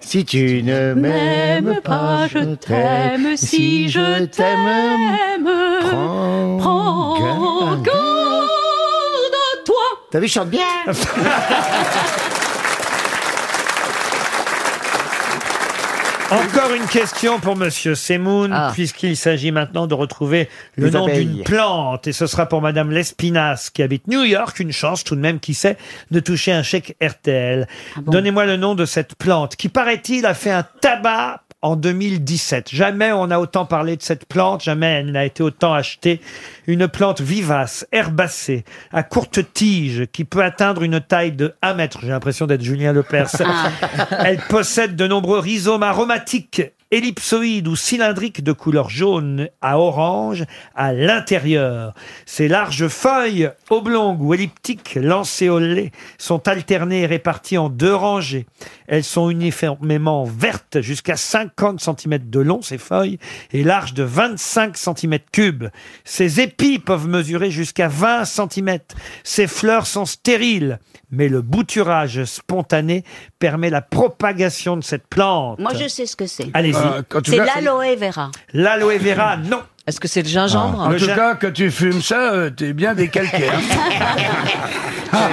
[SPEAKER 15] Si tu ne m'aimes pas, je t'aime. Si je t'aime,
[SPEAKER 6] Prends garde à toi.
[SPEAKER 15] T'as vu, je chante bien Ah,
[SPEAKER 1] Encore une question pour Monsieur Semoun, puisqu'il s'agit maintenant de retrouver
[SPEAKER 15] Ah.
[SPEAKER 1] le
[SPEAKER 15] Les
[SPEAKER 1] nom
[SPEAKER 15] abeilles.
[SPEAKER 1] d'une plante. Et ce sera pour Madame Lespinasse, qui habite New York. Une chance, tout de même, qui sait, de toucher un chèque RTL.
[SPEAKER 15] Ah
[SPEAKER 1] Donnez-moi le nom de cette plante, qui paraît-il a fait un tabac en 2017. Jamais on a autant parlé de cette plante, jamais elle n'a été autant achetée. Une plante vivace, herbacée, à courte tige, qui peut atteindre une taille de 1 mètre. J'ai l'impression d'être Julien Lepers. Elle possède de nombreux rhizomes aromatiques, ellipsoïdes ou cylindriques de couleur jaune à orange à l'intérieur. Ces larges feuilles, oblongues ou elliptiques, lancéolées, sont alternées et réparties en deux rangées. Elles sont uniformément vertes jusqu'à 50 cm de long, ces feuilles, et larges de 25 cm3. Ces épis peuvent mesurer jusqu'à 20 cm. Ces fleurs sont stériles, mais le bouturage spontané permet la propagation de cette plante.
[SPEAKER 6] Moi, je sais ce que c'est.
[SPEAKER 1] Allez-y.
[SPEAKER 6] C'est l'aloe vera.
[SPEAKER 1] L'aloe vera, non.
[SPEAKER 27] Est-ce que c'est le
[SPEAKER 26] En tout cas, quand tu fumes ça, euh, t'es bien
[SPEAKER 15] ah,
[SPEAKER 26] décalqué. hein.
[SPEAKER 5] ah,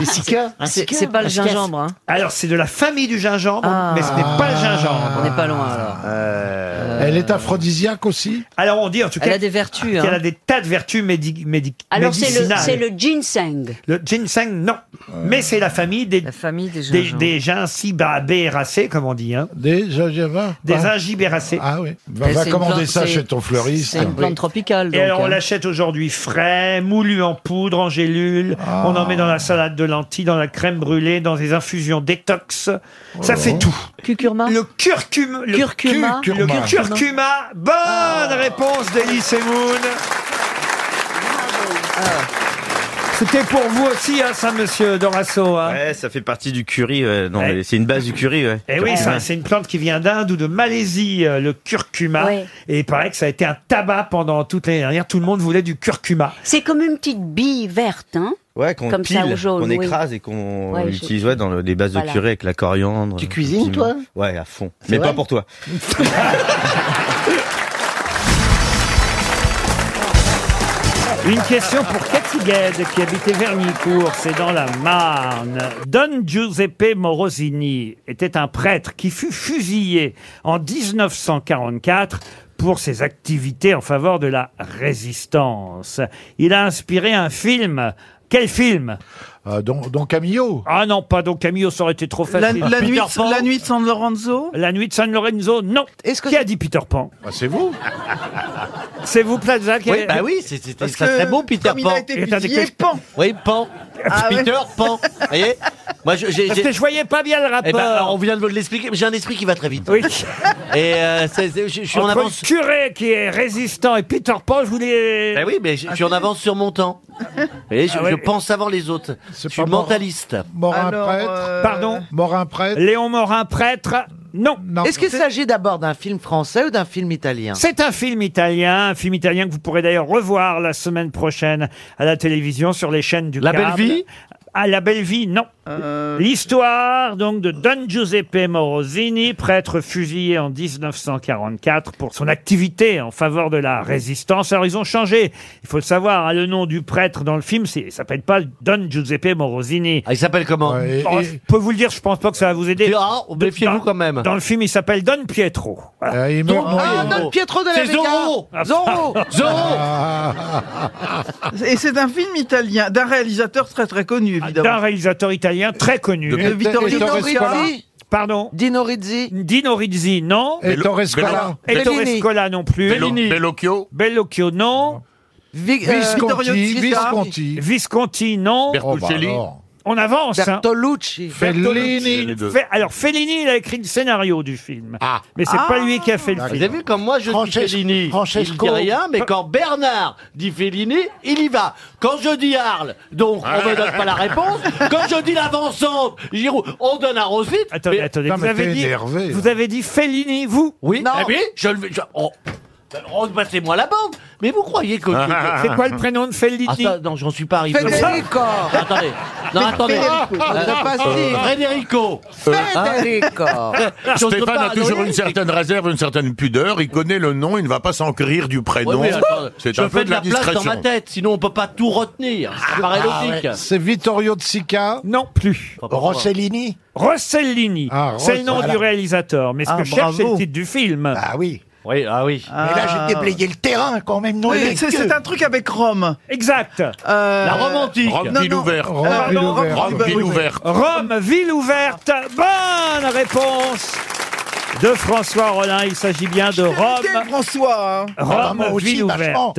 [SPEAKER 27] Les cicains, un C'est- cicain, c'est pas le un cicasse. gingembre, hein.
[SPEAKER 1] Alors, c'est de la famille du gingembre, mais
[SPEAKER 5] Euh.
[SPEAKER 1] ce n'est pas le gingembre. Ah. On n'est pas loin, alors.
[SPEAKER 23] Euh. Elle est aphrodisiaque aussi
[SPEAKER 1] Alors, on dit en tout cas.
[SPEAKER 23] Elle a des vertus,
[SPEAKER 1] qu'elle
[SPEAKER 23] hein.
[SPEAKER 1] a des tas de vertus médi- médi-
[SPEAKER 6] Alors, c'est le,
[SPEAKER 1] médicinales.
[SPEAKER 6] c'est le ginseng.
[SPEAKER 1] Le ginseng, non.
[SPEAKER 23] Euh,
[SPEAKER 1] Mais c'est la famille des. des
[SPEAKER 6] gingembres.
[SPEAKER 1] des gingibéracées, comme on dit. Hein.
[SPEAKER 23] Des gingiva
[SPEAKER 1] Des gingibéracées.
[SPEAKER 23] Ah oui.
[SPEAKER 1] Ben,
[SPEAKER 23] Va, va commander ça chez ton fleuriste.
[SPEAKER 27] tropicale.
[SPEAKER 1] Et
[SPEAKER 27] donc,
[SPEAKER 1] alors, on
[SPEAKER 27] hein.
[SPEAKER 1] l'achète aujourd'hui frais, moulu en poudre, en gélule.
[SPEAKER 23] Ah.
[SPEAKER 1] On en met dans la salade de lentilles, dans la crème brûlée, dans des infusions détox. Ça
[SPEAKER 23] Oh.
[SPEAKER 1] fait tout.
[SPEAKER 27] Cucurma
[SPEAKER 1] Le curcuma. Le
[SPEAKER 27] curcuma.
[SPEAKER 1] cu- Le curcuma. Bonne Ah. réponse d'Elie Semoun. Ah. C'était pour vous aussi, hein, ça,
[SPEAKER 5] euh,
[SPEAKER 1] monsieur Dorasso. hein.
[SPEAKER 20] Ouais, ça fait partie du curry. ouais. Non, mais c'est une base du curry. Ouais.
[SPEAKER 1] Eh oui, ça, c'est une plante qui vient d'Inde ou de Malaisie, euh, le curcuma.
[SPEAKER 6] Ouais.
[SPEAKER 1] Et il paraît que ça a été un tabac pendant toutes les dernières. Tout le monde voulait du curcuma.
[SPEAKER 6] C'est comme une petite bille verte, hein
[SPEAKER 20] Ouais, qu'on
[SPEAKER 6] Comme
[SPEAKER 20] pile,
[SPEAKER 6] ça, au jaune,
[SPEAKER 20] qu'on
[SPEAKER 6] oui.
[SPEAKER 20] écrase et qu'on
[SPEAKER 6] Ouais, je-
[SPEAKER 20] utilise ouais, dans le- les bases
[SPEAKER 6] Voilà.
[SPEAKER 20] de curry avec la coriandre.
[SPEAKER 15] Tu cuisines,
[SPEAKER 20] le piment.
[SPEAKER 15] toi
[SPEAKER 20] Ouais, à fond.
[SPEAKER 15] C'est
[SPEAKER 20] Mais
[SPEAKER 15] vrai
[SPEAKER 20] pas pour toi.
[SPEAKER 1] Une question pour Cathy Gued, qui habitait Vernicourt, c'est dans la Marne. Don Giuseppe Morosini était un prêtre qui fut fusillé en 1944 pour ses activités en faveur de la résistance. Il a inspiré un film Quel film
[SPEAKER 16] Euh, Don, Camillo
[SPEAKER 1] Ah non, pas Don Camillo, ça aurait été trop
[SPEAKER 2] La,
[SPEAKER 1] facile.
[SPEAKER 2] la,
[SPEAKER 1] Peter
[SPEAKER 2] nuit,
[SPEAKER 1] Pan.
[SPEAKER 2] la nuit de San Lorenzo
[SPEAKER 1] La nuit de San Lorenzo, non. Qui a dit Peter Pan
[SPEAKER 16] Ah,
[SPEAKER 1] C'est vous. C'est vous, Plaza qui
[SPEAKER 5] Oui, bah oui, c'est- c'était-
[SPEAKER 1] Parce
[SPEAKER 5] ça
[SPEAKER 1] que
[SPEAKER 5] serait beau, Peter
[SPEAKER 1] comme il a
[SPEAKER 5] Pan.
[SPEAKER 1] été fusillé, Pan.
[SPEAKER 5] Oui, Pan.
[SPEAKER 1] Ah ouais.
[SPEAKER 5] Peter Pan. Vous voyez Moi, je, j'ai-
[SPEAKER 1] Parce que
[SPEAKER 5] j'ai-
[SPEAKER 1] je voyais pas bien le rapport.
[SPEAKER 5] Eh ben, alors, on vient de l'expliquer. J'ai un esprit qui va très vite.
[SPEAKER 1] Oui.
[SPEAKER 5] Et euh, c'est- c'est- je, je suis en
[SPEAKER 1] Entre
[SPEAKER 5] avance.
[SPEAKER 1] le curé qui est résistant et Peter Pan, je voulais.
[SPEAKER 5] Ben oui, mais je, je suis en avance sur mon temps. Vous voyez, je,
[SPEAKER 1] Ah ouais.
[SPEAKER 5] je pense avant les autres. Je suis
[SPEAKER 1] mort-
[SPEAKER 5] mentaliste.
[SPEAKER 16] Morin prêtre.
[SPEAKER 2] euh,
[SPEAKER 1] Pardon
[SPEAKER 16] Morin prêtre.
[SPEAKER 1] Léon Morin prêtre. Non.
[SPEAKER 28] Est-ce qu'il s'agit d'abord d'un film français ou d'un film italien
[SPEAKER 1] C'est un film italien, un film italien que vous pourrez d'ailleurs revoir la semaine prochaine à la télévision sur les chaînes du
[SPEAKER 28] La
[SPEAKER 1] câble.
[SPEAKER 28] Belle Vie
[SPEAKER 1] Ah, La Belle Vie, non. L'histoire donc de Don Giuseppe Morosini, prêtre fusillé en 1944 pour son activité en faveur de la résistance. Alors ils ont changé, il faut le savoir, hein, le nom du prêtre dans le film, c'est- il s'appelle pas Don Giuseppe Morosini.
[SPEAKER 5] Ah, il s'appelle comment
[SPEAKER 1] Oh, Je peux vous le dire, je pense pas que ça va vous aider.
[SPEAKER 5] Ah, méfiez-vous quand même.
[SPEAKER 1] Dans le film, il s'appelle Don Pietro.
[SPEAKER 16] meurt en Ah,
[SPEAKER 5] Don
[SPEAKER 2] Pietro de la Vega. Ah, Zorro.
[SPEAKER 1] Ah,
[SPEAKER 15] Ah,
[SPEAKER 2] Et c'est un film italien, d'un réalisateur très très connu, évidemment.
[SPEAKER 1] Ah, D'un réalisateur italien très connu.
[SPEAKER 5] Euh,
[SPEAKER 2] De- Vittorio Dino Rizzi.
[SPEAKER 1] Pardon
[SPEAKER 2] Dino Rizzi.
[SPEAKER 1] Dino Rizzi, non.
[SPEAKER 16] Et Bello- Torres Bello- Scola.
[SPEAKER 1] Et Torres
[SPEAKER 16] Bellini.
[SPEAKER 1] Scola non plus.
[SPEAKER 16] Bello- Bellini.
[SPEAKER 1] Bellocchio. Bellocchio, non.
[SPEAKER 5] euh,
[SPEAKER 16] Visconti, Visconti.
[SPEAKER 1] Visconti, non.
[SPEAKER 16] Bertuccelli. Oh, bah alors.
[SPEAKER 1] On avance. hein.
[SPEAKER 2] Bertolucci.
[SPEAKER 5] Fellini. Les deux.
[SPEAKER 1] Fe- alors, Fellini, il a écrit le scénario du film. Mais c'est pas
[SPEAKER 5] Ah.
[SPEAKER 1] lui qui a fait le
[SPEAKER 5] Vous
[SPEAKER 1] film.
[SPEAKER 5] avez vu comme moi je dis Fellini, il dit rien, mais quand Bernard dit Fellini, il y va. Quand je dis Arles, donc
[SPEAKER 1] Ah.
[SPEAKER 5] on me donne pas la réponse. Quand je dis l'avançante, Giroud, on donne à Rosvit.
[SPEAKER 1] Attendez, attendez, vous avez, dit, vous avez dit Fellini, vous
[SPEAKER 5] Oui, non. je le je- oh. Oh, Passez-moi la bande Mais vous croyez que...
[SPEAKER 1] C'est quoi le prénom de Fellini
[SPEAKER 5] Ah, ça, Non, j'en suis pas arrivé.
[SPEAKER 1] Federico.
[SPEAKER 5] Attendez. Non,
[SPEAKER 1] Mais
[SPEAKER 5] attendez.
[SPEAKER 1] Federico,
[SPEAKER 5] Euh,
[SPEAKER 1] c'est pas
[SPEAKER 5] euh,
[SPEAKER 1] si.
[SPEAKER 5] Federico. Federico. J'ose
[SPEAKER 4] Stéphane
[SPEAKER 5] pas,
[SPEAKER 4] a toujours
[SPEAKER 5] non,
[SPEAKER 4] une certaine réserve, une certaine pudeur. Il connaît le nom, il ne va pas s'enquérir du
[SPEAKER 5] Ouais,
[SPEAKER 4] prénom.
[SPEAKER 5] mais attendez,
[SPEAKER 4] C'est
[SPEAKER 5] je
[SPEAKER 4] un
[SPEAKER 5] fais
[SPEAKER 4] peu
[SPEAKER 5] de la place dans
[SPEAKER 4] discrétion.
[SPEAKER 5] ma tête, sinon on peut pas tout retenir. Ça paraît
[SPEAKER 16] Ah,
[SPEAKER 5] logique.
[SPEAKER 16] ouais. C'est Vittorio De Sica
[SPEAKER 1] Non plus.
[SPEAKER 16] Rossellini
[SPEAKER 1] Rossellini.
[SPEAKER 16] Ah,
[SPEAKER 1] c'est le nom
[SPEAKER 16] Rossellini.
[SPEAKER 1] du réalisateur. Mais ce
[SPEAKER 16] Ah,
[SPEAKER 1] que je cherche, c'est
[SPEAKER 16] bravo.
[SPEAKER 1] le titre du film. Ah
[SPEAKER 5] oui. Oui, ah oui.
[SPEAKER 2] Mais là, j'ai déblayé
[SPEAKER 1] le terrain quand même.
[SPEAKER 2] Oui, c'est c'est un truc avec Rome.
[SPEAKER 1] Exact. Euh,
[SPEAKER 2] La
[SPEAKER 5] Rome antique. Rome,
[SPEAKER 2] Non,
[SPEAKER 4] ville
[SPEAKER 2] non.
[SPEAKER 4] ouverte.
[SPEAKER 2] Euh, pardon, Rome,
[SPEAKER 4] Rome,
[SPEAKER 2] bah,
[SPEAKER 4] ville
[SPEAKER 2] oui.
[SPEAKER 4] ouverte.
[SPEAKER 1] Rome, ville ouverte. Bonne réponse de François Rollin. Il s'agit bien de Rome.
[SPEAKER 2] François. hein.
[SPEAKER 1] Rome, ville ouverte.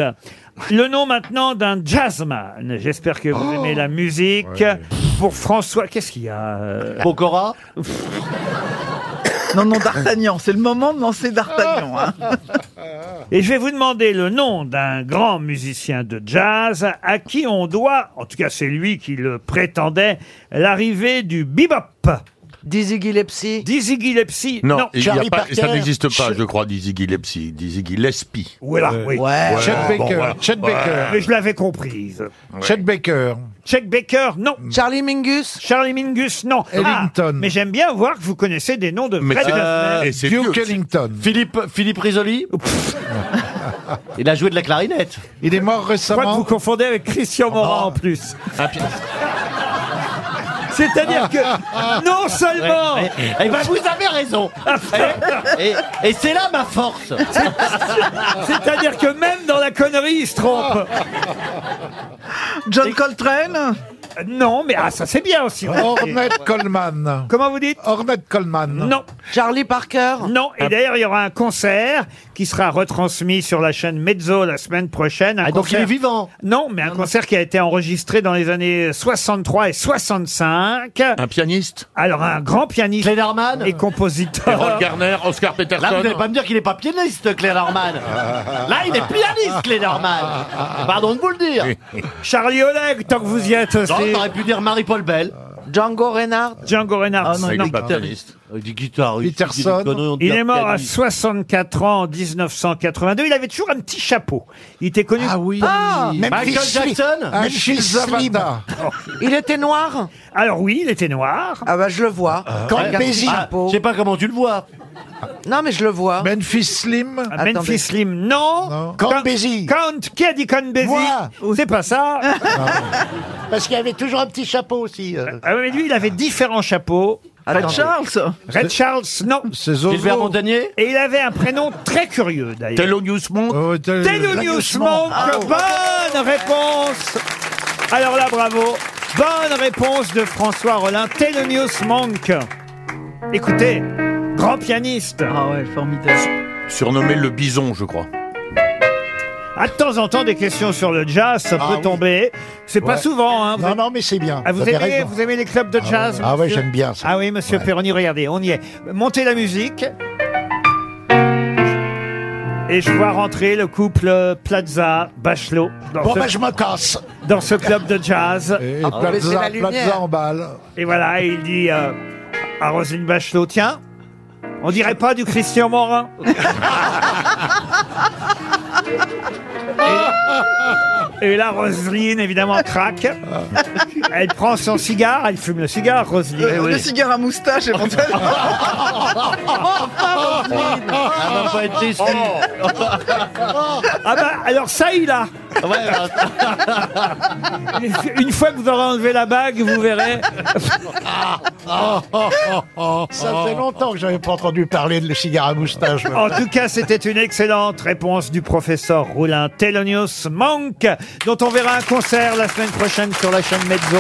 [SPEAKER 1] Le nom maintenant d'un jazzman. J'espère que vous aimez la musique. Pour François, qu'est-ce qu'il y a euh
[SPEAKER 5] Pokora
[SPEAKER 2] Non, non, D'Artagnan. C'est le moment de lancer D'Artagnan. hein.
[SPEAKER 1] Et je vais vous demander le nom d'un grand musicien de jazz à qui on doit, en tout cas c'est lui qui le prétendait, l'arrivée du bebop.
[SPEAKER 28] Dizzy Gillespie
[SPEAKER 1] Dizzy Gillespie
[SPEAKER 4] Non,
[SPEAKER 1] Non,
[SPEAKER 4] il y a pas- ça n'existe pas, Ah, je crois, Dizzy Gillespie. Dizzy Gillespie.
[SPEAKER 1] Voilà,
[SPEAKER 16] Euh,
[SPEAKER 1] oui.
[SPEAKER 16] Chet Baker. Chet Baker.
[SPEAKER 1] Mais je l'avais comprise.
[SPEAKER 16] Chet Baker.
[SPEAKER 1] Chet Baker, non.
[SPEAKER 2] Mm. Charlie Mingus
[SPEAKER 1] Charlie Mingus, non.
[SPEAKER 16] Ellington.
[SPEAKER 1] Ah, mais j'aime bien voir que vous connaissez des noms de
[SPEAKER 16] Mais
[SPEAKER 1] vrais
[SPEAKER 16] c'est-
[SPEAKER 5] Euh,
[SPEAKER 1] jazzmen.
[SPEAKER 16] et c'est Duke vieux, c'est- Ellington.
[SPEAKER 5] Philippe, Philippe Risoli Il a joué de la clarinette. Oh, bah.
[SPEAKER 16] Il est mort
[SPEAKER 1] Je crois que vous
[SPEAKER 16] récemment.
[SPEAKER 1] confondez avec Christian Morin en plus. C'est-à-dire que non seulement...
[SPEAKER 5] Ouais, ouais. Eh ben, vous avez raison. Eh, et et c'est là ma force.
[SPEAKER 1] C'est-à-dire que même dans la connerie, il se trompe.
[SPEAKER 16] Ah.
[SPEAKER 2] John Coltrane
[SPEAKER 1] Non, mais ah, ça c'est bien aussi.
[SPEAKER 16] Ornette Coleman.
[SPEAKER 1] Comment vous dites
[SPEAKER 16] Ornette Coleman.
[SPEAKER 1] Non.
[SPEAKER 2] Charlie Parker
[SPEAKER 1] Non,
[SPEAKER 5] Ah.
[SPEAKER 1] et d'ailleurs, il y aura un concert qui sera retransmis sur la chaîne Mezzo la semaine prochaine. Un
[SPEAKER 5] Ah, donc il
[SPEAKER 1] concert-
[SPEAKER 5] est vivant
[SPEAKER 1] Non, mais un concert qui a été enregistré dans les années 63 et 65.
[SPEAKER 4] Un pianiste
[SPEAKER 1] Alors, un grand pianiste.
[SPEAKER 5] Glenn
[SPEAKER 1] Et compositeur.
[SPEAKER 4] Harold Garner, Oscar Peterson.
[SPEAKER 5] Là, vous n'allez pas me dire qu'il n'est pas pianiste, Clay Norman. Là, il est pianiste, Clay Norman. Pardon de vous le dire.
[SPEAKER 1] Charlie Oleg, tant que vous y êtes aussi.
[SPEAKER 5] Non, t'aurais pu dire Marie-Paul Bell.
[SPEAKER 2] Django Reinhardt
[SPEAKER 1] Django Reinhardt.
[SPEAKER 5] Ah, non, il est pas pianiste. Il dit guitariste. il dit des conneries, on dit
[SPEAKER 1] Il est mort à
[SPEAKER 5] pianiste.
[SPEAKER 1] 64 ans en 1982. Il avait toujours un petit chapeau. Il était connu. Ah oui.
[SPEAKER 5] Michael Jackson
[SPEAKER 16] Achille Zavada.
[SPEAKER 2] Il était noir
[SPEAKER 1] Alors oui, il était noir.
[SPEAKER 2] Ah bah je le vois.
[SPEAKER 16] Campesi.
[SPEAKER 5] Ah, Je sais pas comment tu le vois.
[SPEAKER 2] Non mais je le vois.
[SPEAKER 16] Memphis Slim.
[SPEAKER 1] Ah, Memphis Slim, non. Count Basie. Count, qui a dit Count Basie C'est pas ça.
[SPEAKER 28] Parce qu'il y avait toujours un petit chapeau aussi. euh.
[SPEAKER 1] Ah, mais lui, il avait différents chapeaux.
[SPEAKER 2] Red Charles
[SPEAKER 1] Red Charles, non.
[SPEAKER 16] C'est Zozo.
[SPEAKER 5] Gilbert Montagnier
[SPEAKER 1] Et il avait un prénom très curieux d'ailleurs. Oh,
[SPEAKER 4] Thelonious Monk
[SPEAKER 28] Ah,
[SPEAKER 1] Ah,
[SPEAKER 16] Oh, tel-
[SPEAKER 1] Thelonious Monk. Bonne réponse Alors là, bravo. Bonne réponse de François Rollin. Telonius Monk. Écoutez, grand pianiste. Ah ouais, formidable.
[SPEAKER 25] Surnommé le bison, je crois.
[SPEAKER 1] À de temps en temps, des questions sur le jazz, ça
[SPEAKER 23] Ah
[SPEAKER 1] peut
[SPEAKER 23] oui.
[SPEAKER 1] tomber. C'est pas
[SPEAKER 23] Ouais.
[SPEAKER 1] souvent, hein.
[SPEAKER 23] Non, non, mais c'est bien.
[SPEAKER 1] Ah, vous,
[SPEAKER 23] avez
[SPEAKER 1] aimez,
[SPEAKER 23] raison.
[SPEAKER 1] vous aimez les clubs de
[SPEAKER 23] Ah
[SPEAKER 1] jazz
[SPEAKER 23] ouais. Ah ouais,
[SPEAKER 1] monsieur
[SPEAKER 23] j'aime bien ça.
[SPEAKER 1] Ah oui, monsieur Perroni, regardez, on y est. Montez la musique. Et je vois rentrer le couple Plaza-Bachelot. dans
[SPEAKER 23] Bon,
[SPEAKER 1] ce-
[SPEAKER 23] bah, je me casse.
[SPEAKER 1] Dans ce club de jazz.
[SPEAKER 23] Et Ah, Plaza- baissez la lumière. Plaza en
[SPEAKER 1] balle. Et voilà, et il dit euh, à Roselyne Bachelot, tiens, on dirait pas du Christian Morin Et là, Roselyne, évidemment, craque. Ah. Elle prend son cigare, elle fume le cigare, Roselyne.
[SPEAKER 21] Le cigare à moustache, éventuellement.
[SPEAKER 1] Elle Ah, va pas être déçue. Ah bah, alors ça, il a bah, Une fois que vous aurez enlevé la bague, vous verrez.
[SPEAKER 23] Ça fait longtemps que j'avais pas entendu parler de le cigare à moustache.
[SPEAKER 1] En Oh, tout cas, c'était une excellente réponse du professeur Roulin Telonius Monk, dont on verra un concert la semaine prochaine sur la chaîne Mezzo.